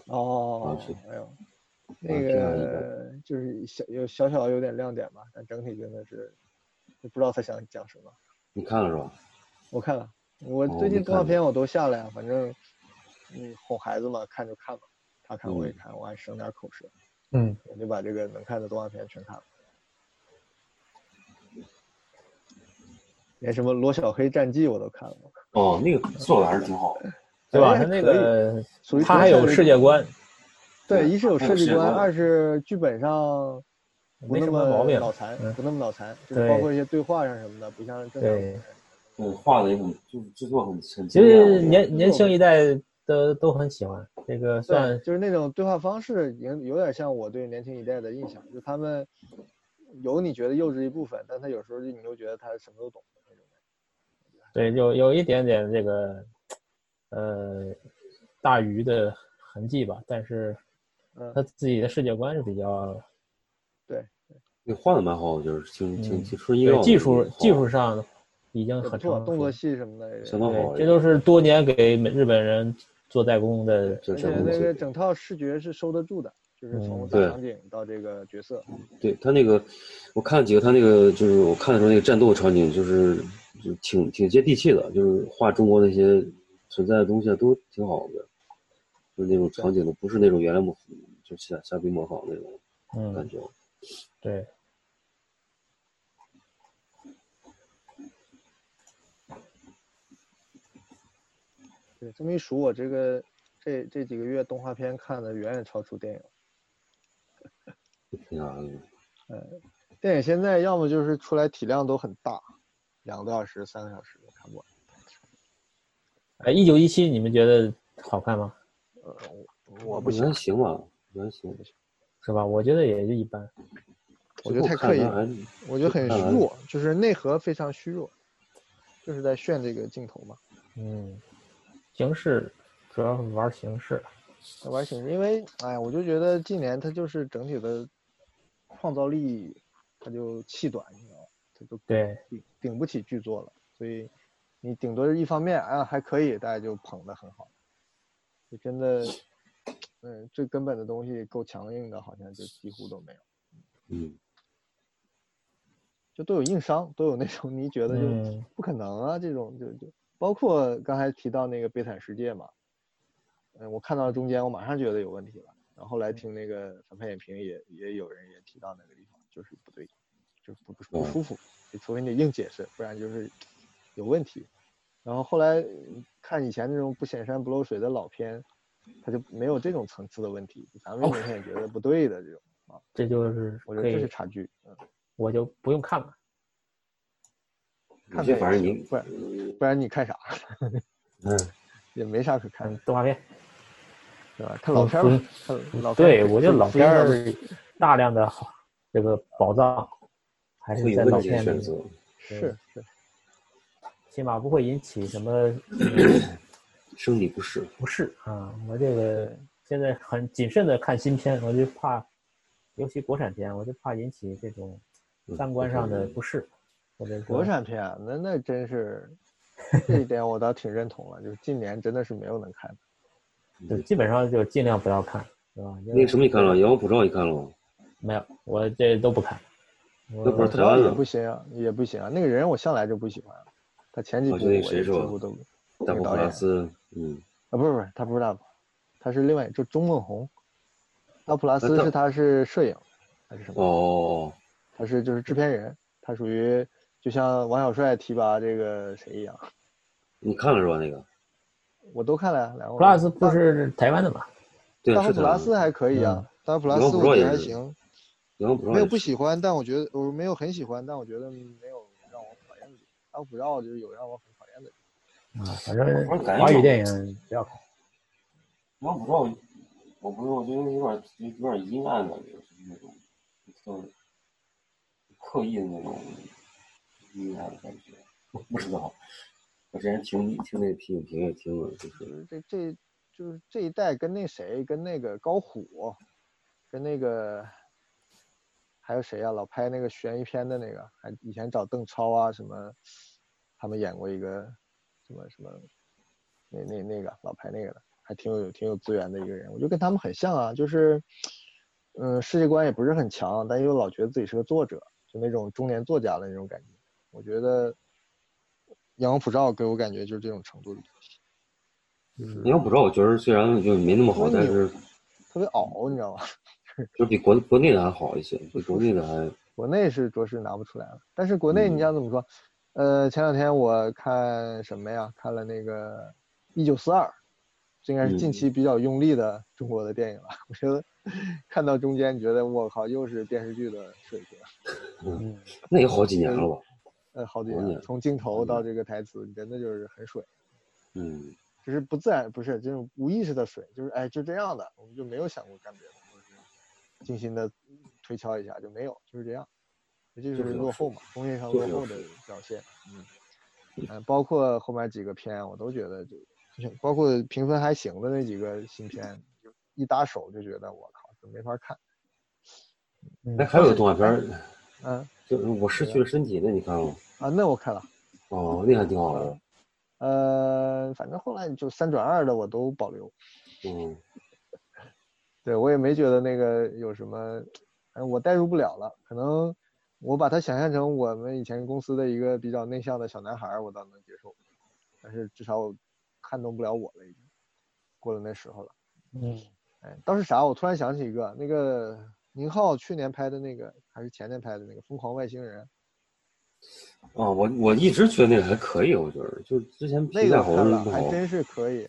啊
哦
是，
哎呦，
啊
那
这样一个
个就是小有小小有点亮点吧，但整体真的是就不知道他想讲什么。
你看了是吧？
我看了，我
哦
最近
你
动画
看了
片我都下了呀，反正嗯哄孩子嘛，看就看吧，他
嗯
看我也看，我还省点口舌，
嗯，
我就把这个能看的动画片全看了。连什么《罗小黑战记》我都看了，
哦，那个做的还是挺好的。
对吧？
哎
他那个
属于
他还有世界观，
对，一是有
还有
设计
世界
观，
观
二是剧本上不
没
那
什么
么
毛病
脑残，
嗯
不那么脑残，就是包括一些对话上什么的，不像正常
对
人。
嗯，画的也很，就是制作很很
其
精良
实年年轻一代的都很喜欢这个，
对
算，
就是那种对话方式，有有点像我对年轻一代的印象，就他们有你觉得幼稚一部分，但他有时候就你又觉得他什么都懂的那种感
对有有一点点这个呃大鱼的痕迹吧，但是
觉。
他
嗯，
自己的世界观是比较
那画的蛮好，我觉得挺挺
嗯
挺顺意料
对
的。
技术技术上已经
也不
很
错，
成
动
熟
作
了，
戏什么的也是
相。当好。
对，这都是多年给美日本人做代工的
这
而
这
且
东
那个
西，
整套视觉是收得住的，就是从
嗯
大
对
场景到这个角色，
对他那个，我看了几个他那个，就是我看的时候那个战斗场景，就是就挺挺接地气的，就是画中国那些存在的东西啊都挺好的，就是那种场景都不是那种原来模，就是瞎瞎逼模仿那种感
嗯，
觉。
对，
对，这么一数，我这个这这几个月动画片看的远远超出电影。
挺啥的。
电影现在要么就是出来体量都很大，两个多小时、三个小时我看不完。
哎，一九一七你们觉得好看吗？
呃，我我不
我觉
行
得，行吧，我觉得行。
是吧？我觉得也就一般，
我觉得太
看
刻意
着还
了。我觉得很
看完
弱，就是内核非常虚弱，就是在炫这个镜头嘛，
嗯，形式主要是玩形式，
在玩形式。因为哎呀，我就觉得近年它就是整体的创造力，它就气短，你知道吗？它就
对，
顶顶不起剧作了，所以你顶多是一方面啊还可以，大家就捧得很好。就真的，嗯，最根本的东西够强硬的，好像就几乎都没有。
嗯，
就都有硬伤，都有那种你觉得就
嗯
不可能啊，这种就就包括刚才提到那个《悲惨世界》嘛，嗯，我看到中间我马上觉得有问题了，然后后来听那个反派影评也也有人也提到那个地方，就是不对，就是不不不
嗯
舒服，就除非你硬解释，不然就是有问题。然后后来嗯看以前那种不显山不漏水的老片，它就没有这种层次的问题，咱们明显也觉得不对的这种，
这就是
我
可
觉得这
以
是，差距。嗯，
我就不用看了。
看
这
看
反
也
正
行
你
不然不然你看啥？ [LAUGHS]
嗯，
也没啥可看
看
的，
动画片，
对吧？看老片儿
嗯
吧，看老片儿
对我觉得老片儿
福音
大量的好这个宝藏，还是
会有
在老
问题
片
的选
里，
择。
是是，
起码不会引起什么嗯
生理不适，
嗯
不适啊。我这个
对
现在很谨慎的看新片，我就怕，尤其国产片，我就怕引起这种
嗯
三观上的不适，或者是
国产片啊，那那真是这一点我倒挺认同了，就是近年真的是没有能看的。
就基本上就尽量不要看，对吧？因
那
为
个什么你看了？《阳光普照》你看了
嗯
吗？
没有，我这都不看。
那不是
我
台湾
也
的
不行啊，也不行啊，那个人我向来就不喜欢，啊他前几
哦
部
就
我
那
也
谁
几
是吧
乎都
大佛
那个
普
导
拉
演
斯，嗯，
啊，不是不是，他不是大普，他是另外就钟梦红，拉普拉
那
斯
他
是他是摄影还是什么？
哦，
他是就是制片人，他属于就像王小帅提拔这个谁一样，
你看了是吧？那个，
我都看了呀。两个我
普拉斯
大
不是嗯台湾的嘛？
对，啊
大
是
佛普
他
拉
的
斯还可以啊，大佛普拉
然后
斯
不知道
我觉得
也
还
是
行，
阳光普照
没有
也
不
是
喜欢，但我觉得我没有很喜欢，但我觉得没有让我讨厌的地方。大佛普照就是有让我很讨厌的地
啊，反正
我感觉
华语
有
电影不要看。
然后不知道，我不是，我觉得有点有点阴暗感觉，就是那种，就是刻意的那种阴暗的感觉。我不知道，我之前听听那听评也听了，就
方，
是
就是这这就是这一代跟那谁跟那个高虎，跟那个还有谁啊，老拍那个悬疑片的那个，还以前找邓超啊什么，他们演过一个什么什么，那那那个老拍那个的，还挺有挺有资源的一个人，我就跟他们很像啊，就是。嗯，世界观也不是很强，但又老觉得自己是个作者，就那种中年作家的那种感觉。我觉得《阳光普照》给我感觉就是这种程度的，就是
阳光普照，我觉得虽然就没那么好，
蜗牛
但是
特别熬，你知道吗？
就比国国内的还好一些，比国内的还
国内是着实拿不出来了，但是国内你想怎么说？呃，前两天我看什么呀？看了那个《一九四二》，这应该是近期比较用力的中国的电影了。 [LAUGHS] 我觉得看到中间，你觉得我靠，又是电视剧的水平。
嗯，
那也好几年了吧？
呃，好几
好
年
几
了，
年
从镜头
好几
到
年
这个台词，你真的就是很水。
嗯，
就是不自然，不是这种无意识的水，就是哎就这样的，我们就没有想过干别的，或者是精心的推敲一下就没有，就是这样，这就
就是是有
落
水
后嘛，工业上
就
落
是有
后的
水
表现，嗯嗯，包括后面几个片我都觉得就，就包括评分还行的那几个新片，就一搭手就觉得我靠，就没法看，
哎，还有个动画片儿，
嗯
就是我失去了身体，那你看了吗？
啊，那我看了。
哦，那还挺好的，
呃，反正后来就三转二的我都保留，
嗯。
对我也没觉得那个有什么，哎，我代入不了了。可能我把它想象成我们以前公司的一个比较内向的小男孩儿，我倒能接受，但是至少撼动不了我了，已经过了那时候了。
嗯，
哎，倒是啥？我突然想起一个，那个宁浩去年拍的那个，还是前年拍的那个《疯狂外星人》，
哦，我我一直觉得那个还可以，我觉得就之前
那
评
个
价
我
好像
看了，
不
还
好，
真是可以，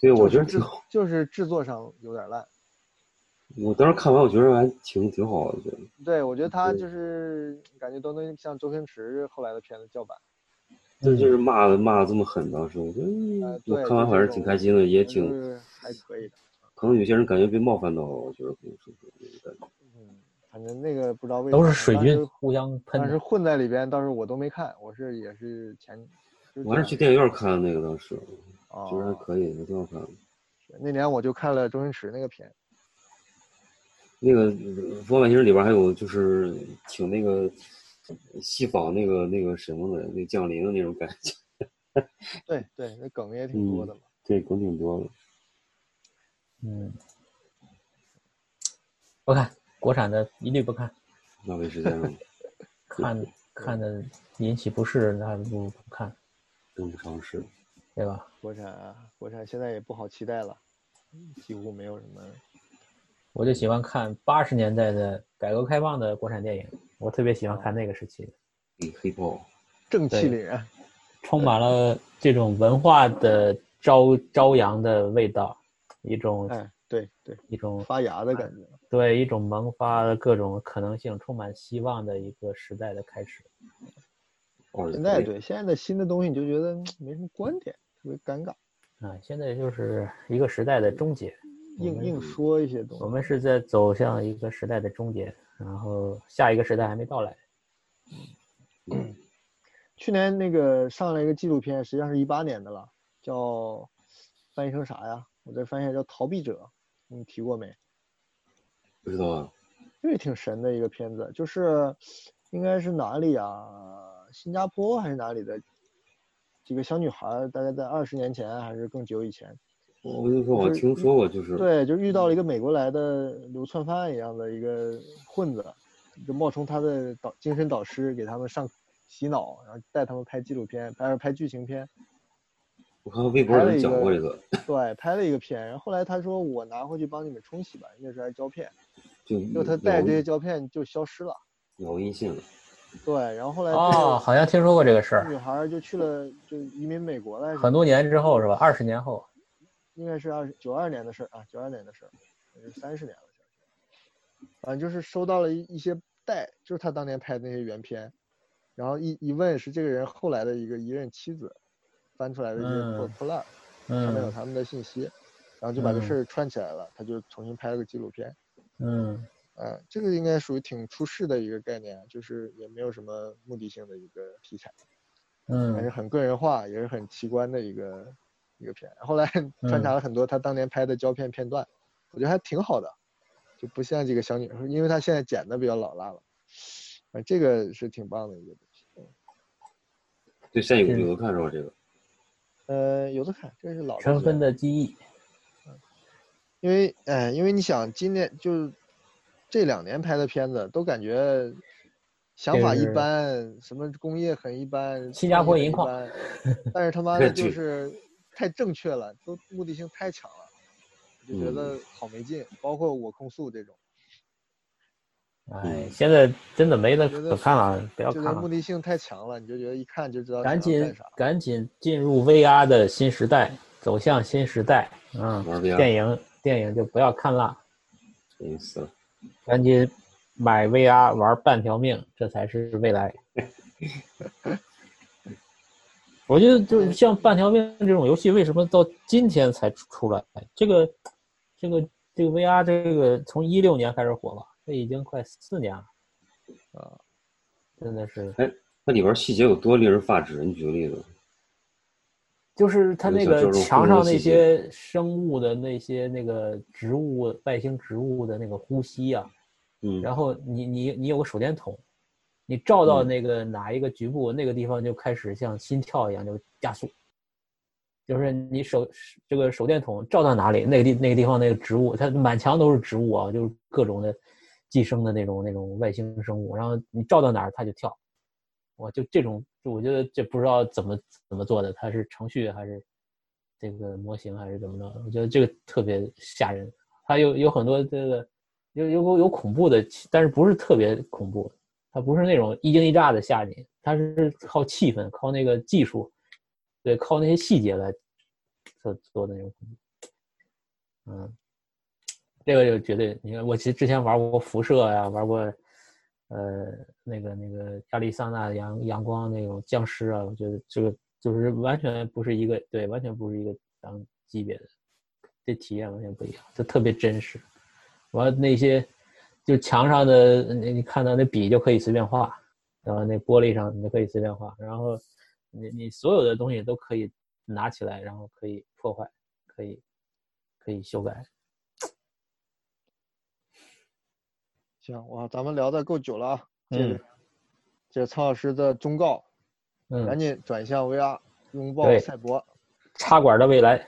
对我觉得
就是制
挺好。
就是制作上有点烂。
我当时看完，我觉得还挺挺好的，我觉得
对，我觉得他
对
就是感觉都能像周星驰后来的片子叫板。
这就是骂的骂的这么狠，当时我觉得嗯
呃嗯对
我看完
就
反
这
正挺
种
开心的，也
就
挺
是嗯还可以的。
可能有些人感觉被冒犯到了，我觉得可能是这种感觉。
嗯，反正那个不知道为
都是
啥
水
当
军
时
互相喷
当时
的。
混在里边，倒是我都没看，我是也是前，就
我还是去
这
电影院看的那个，当时
样
觉得还
哦，
可以，还挺好看的。
那年我就看了周星驰那个片，
那个《疯狂外星人》里边还有就是挺那个戏仿那个那个什么的，那降临的那种感觉， [LAUGHS]
对对，那梗也挺多的嘛。
对，梗挺多的。
嗯，不看国产的，一律不看，
浪费时间了。
看看的引起不适，那还不如不看，
真不尝试。
对吧？
国产啊，国产现在也不好期待了，几乎没有什么。
我就喜欢看八十年代的改革开放的国产电影，我特别喜欢看那个时期的，
嗯，黑豹，
正气凛
对
然，
充满了这种文化的朝朝阳的味道，一种、
哎，对对，
一种
发芽的感觉。
对一种萌发的各种可能性，充满希望的一个时代的开始。
哦，
现在对现在的新的东西，你就觉得嗯没什么观点，特别尴尬，
啊，现在就是一个时代的终结，
硬硬说一些东西。
我们是在走向一个时代的终结，然后下一个时代还没到来。
去年那个上了一个纪录片，实际上是一八年的了，叫翻译成啥呀？我再翻译一下，叫《逃避者》，你提过没？
不知道啊，
这个挺神的一个片子，就是应该是哪里啊？新加坡还是哪里的？几个小女孩儿，大概在二十年前还是更久以前，
我就说我
就是
听说过，就是
对，就遇到了一个美国来的流窜犯一样的一个混子，就冒充他的导精神导师给他们上洗脑，然后带他们拍纪录片，拍拍剧情片，
我看微博有人讲过这个，
对，拍了一个片。然后后来他说我拿回去帮你们冲洗吧，那时候还是胶片，
就
结
嗯
果他带
咬
着这些胶片就消失了。
咬音信了，
对，然后后来
哦，
这
好像听说过这个事
个
儿，
女孩儿就去了，就移民美国了，
很多年之后是吧？二十年后，
应该是二九二年的事儿啊，九二年的事儿，三十年了，反正就是收到了一一些带，就是他当年拍的那些原片，然后一一问是这个人后来的一个一任妻子翻出来的一些破
嗯
破烂儿，上面有
嗯
他们的信息，然后就把这
嗯
事儿串起来了，他就重新拍了个纪录片，
嗯
啊，这个应该属于挺出世的一个概念，啊就是也没有什么目的性的一个题材。还是
嗯
很个人化，也是很奇观的一个一个片。后来
嗯
穿插了很多他当年拍的胶片片段，我觉得还挺好的，就不像几个小女孩，因为他现在剪的比较老辣了。啊，这个是挺棒的一个东西。嗯
对，现在有有的看是吧？这个
呃，有的看，这是老的
尘
剧
封的记忆，
因为哎，因为你想，今年就这两年拍的片子，都感觉想法一
是
般，什么工业很一般，
新加坡
创意很
银
一
矿
般，但是他
[LAUGHS]
妈的就
对
是太正确了，都目的性太强了，我就觉
嗯
得好没劲。包括我控诉这种，
哎，现在真的没得
觉得
可看了，不要
就
看
是
了
目。的性太强了，你就觉得一看就知道
赶
想要干
紧
啥。
赶紧进入 VR 的新时代，走向新时代啊、
玩儿
电
VR
影电影就不要看了，
真死了，
赶紧买 VR 玩半条命，这才是
[LAUGHS]
未来。我觉得就是像半条命这种游戏，为什么到今天才出出来？这个这个这个 VR 这个从一六年开始火吧，这已经快四年了
啊，
真的是。
它里边细节有多令人发指？你举个例子，
就是它
有
那
小
个
这种
墙
互
上
动
那
细
些生物的那些那个植物外星植物的那个呼吸啊，
嗯，
然后你你你有个手电筒，你照到
嗯
那个哪一个局部，那个地方就开始像心跳一样就加速，就是你手这个手电筒照到哪里，那个地那个地方那个植物，它满墙都是植物啊，就是各种的寄生的那种那种外星生物，然后你照到哪儿它就跳，我就这种，就我觉得这不知道怎么怎么做的，它是程序还是这个模型还是怎么着？我觉得这个特别吓人，它有有很多这个有有有恐怖的，但是不是特别恐怖，它不是那种一惊一乍的吓你，它是靠气氛，靠那个技术，对，靠那些细节来做做的那种恐怖。嗯，这个就绝对，你看我其实之前玩过辐射呀、玩过呃那个那个亚利桑那阳阳光那种僵尸啊，我觉得这个就是完全不是一个对，完全不是一个当级别的，这体验完全不一样，这特别真实。完了那些就墙上的，你你看到那笔就可以随便画，然后那玻璃上你就可以随便画，然后你你所有的东西都可以拿起来，然后可以破坏，可以可以修改。
行，哇，咱们聊的够久了啊，接着、
嗯
接着曹老师的忠告，赶
嗯，
紧转向 VR，拥抱
对
赛博。
插管的未来，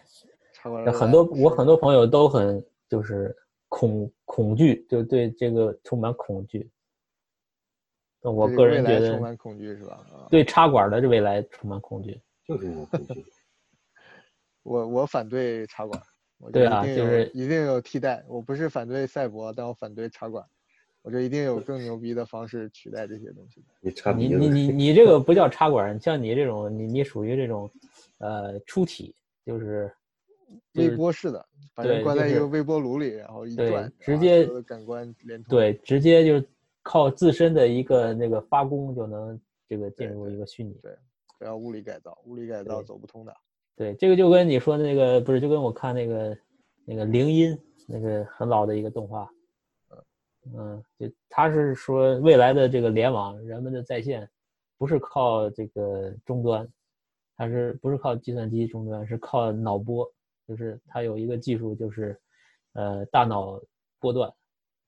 插管儿
很
来
多我
是
很多朋友都很就是恐恐惧，就对这个充满恐惧。但我
对
个人
未
觉
来充
得，
满恐惧是吧？啊，
对插管的这未来充满恐惧。
就是我恐惧。
我我反对插管，我
对
觉得
啊
一定
就
有
是
一定有替代。我不是反对赛博，但我反对插管，我觉得一定有更牛逼的方式取代这些东西。
你插
你
鼻
你
[LAUGHS]
你
子，
你这个不叫插管，像你这种，你你属于这种，呃，出体，就是就
微
是
波式的，把
对
人关
就
在一
是
个微波炉里，然后一
对
转，
直
然后
接
所有的感官连通。，
对，直接就是靠自身的一个那个发功就能这个
对
进入
对
一个虚拟。
不要物理改造，物理改造
对
走不通的。
对，这个就跟你说的那个不是，就跟我看那个那个铃音那个很老的一个动画，嗯，就他是说未来的这个联网，人们的在线不是靠这个终端，它是不是靠计算机终端，是靠脑波，就是它有一个技术就是呃大脑波段，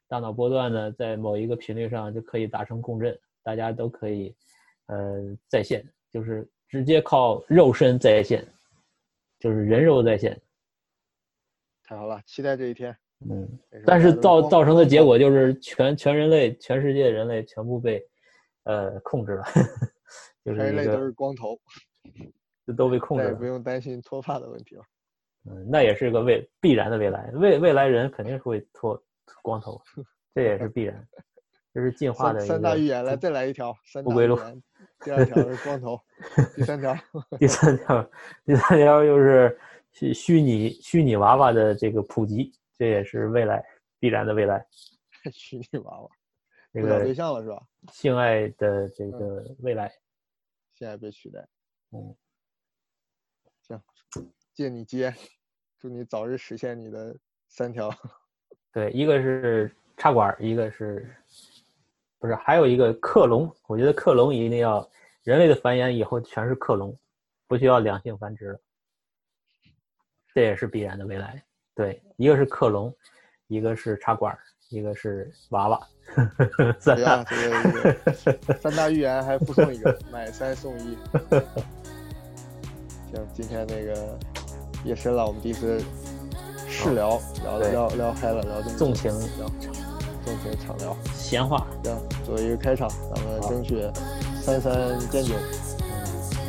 大脑波段呢在某一个频率上就可以达成共振，大家都可以呃在线，就是直接靠肉身在线，就是人肉在线，
太好了，期待这一天。
嗯。
没事大
但是
家都
造
光
造成的
光
结
跑
果就是全全人类全世界人类全部被呃控制了， [LAUGHS] 就是
全人
一
类都
个
是光头，
就都被控
再
制
也
了
不。用担心脱发的问
[LAUGHS]
题了。
嗯，那也是个未必然的未来，未未来人肯定是会脱光头，这也是必然，这是进化的
三
一
三大
个
预言来，再来一条，三
不
大
归
预
路
言。第二条是光头，第三条
第三条，第三条就是虚虚拟虚拟娃娃的这个普及，这也是未来必然的未来。
虚拟娃娃，
这
不找对
个
象了嗯是吧？
性爱的这个未来，
现在被取代。
嗯，
行，借你接，祝你早日实现你的三
[LAUGHS]
条。
对，一个是插管儿，一个是不是还有一个克隆？我觉得克隆一定要人类的繁衍以后全是克隆，不需要两性繁殖了，这也是必然的未来。对，一个是克隆，一个是插管儿，一个是娃娃， [LAUGHS] 三
对
大
啊，这个这个三大预言还附送一个，买三送一。行，今天那个夜深了，我们第一次试聊，聊
对
聊聊嗨了，聊这么
纵
久
情
聊纵情畅聊。
[LAUGHS] 闲话。
行，作为一个开场，咱们争取三三见九，
嗯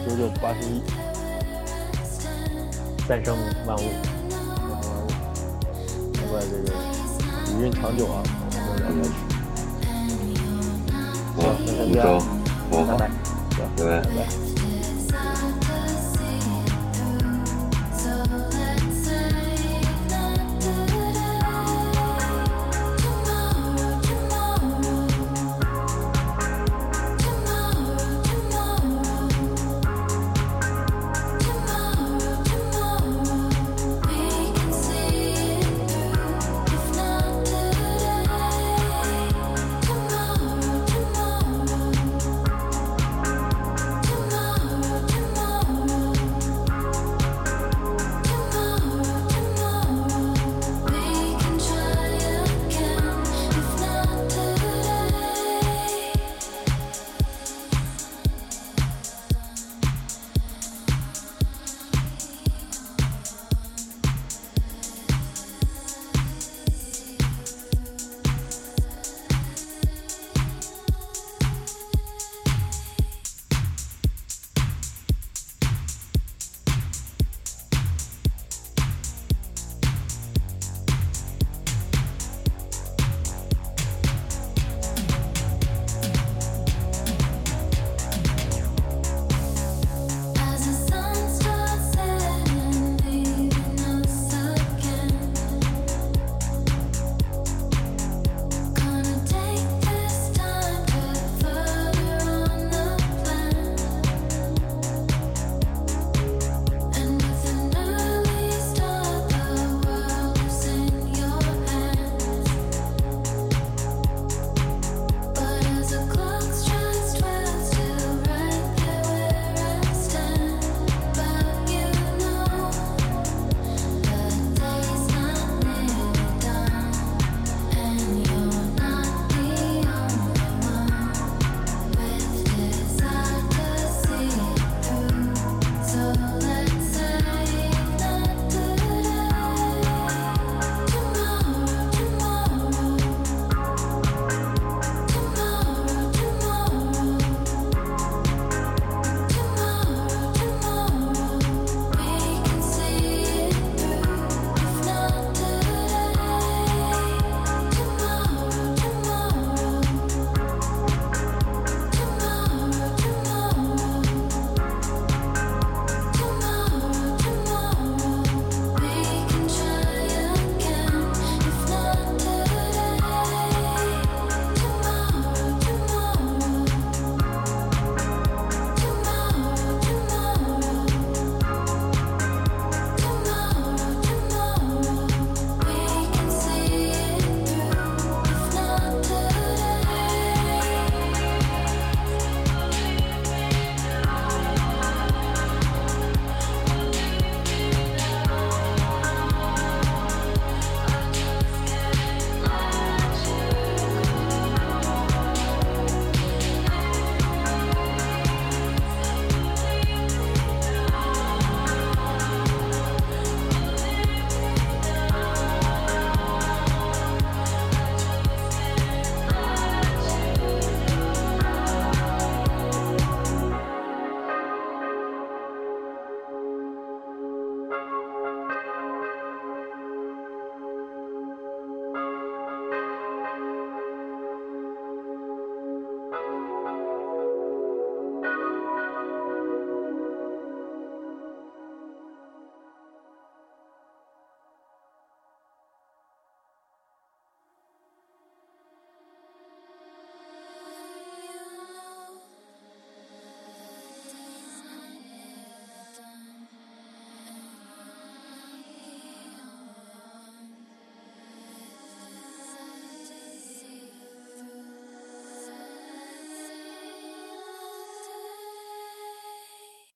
九九八十一。
三生万物，
难怪这个余韵长久啊，我们聊
好，
下去。行那
你
就这
走
样，
好，
拜拜。
拜拜。
拜拜。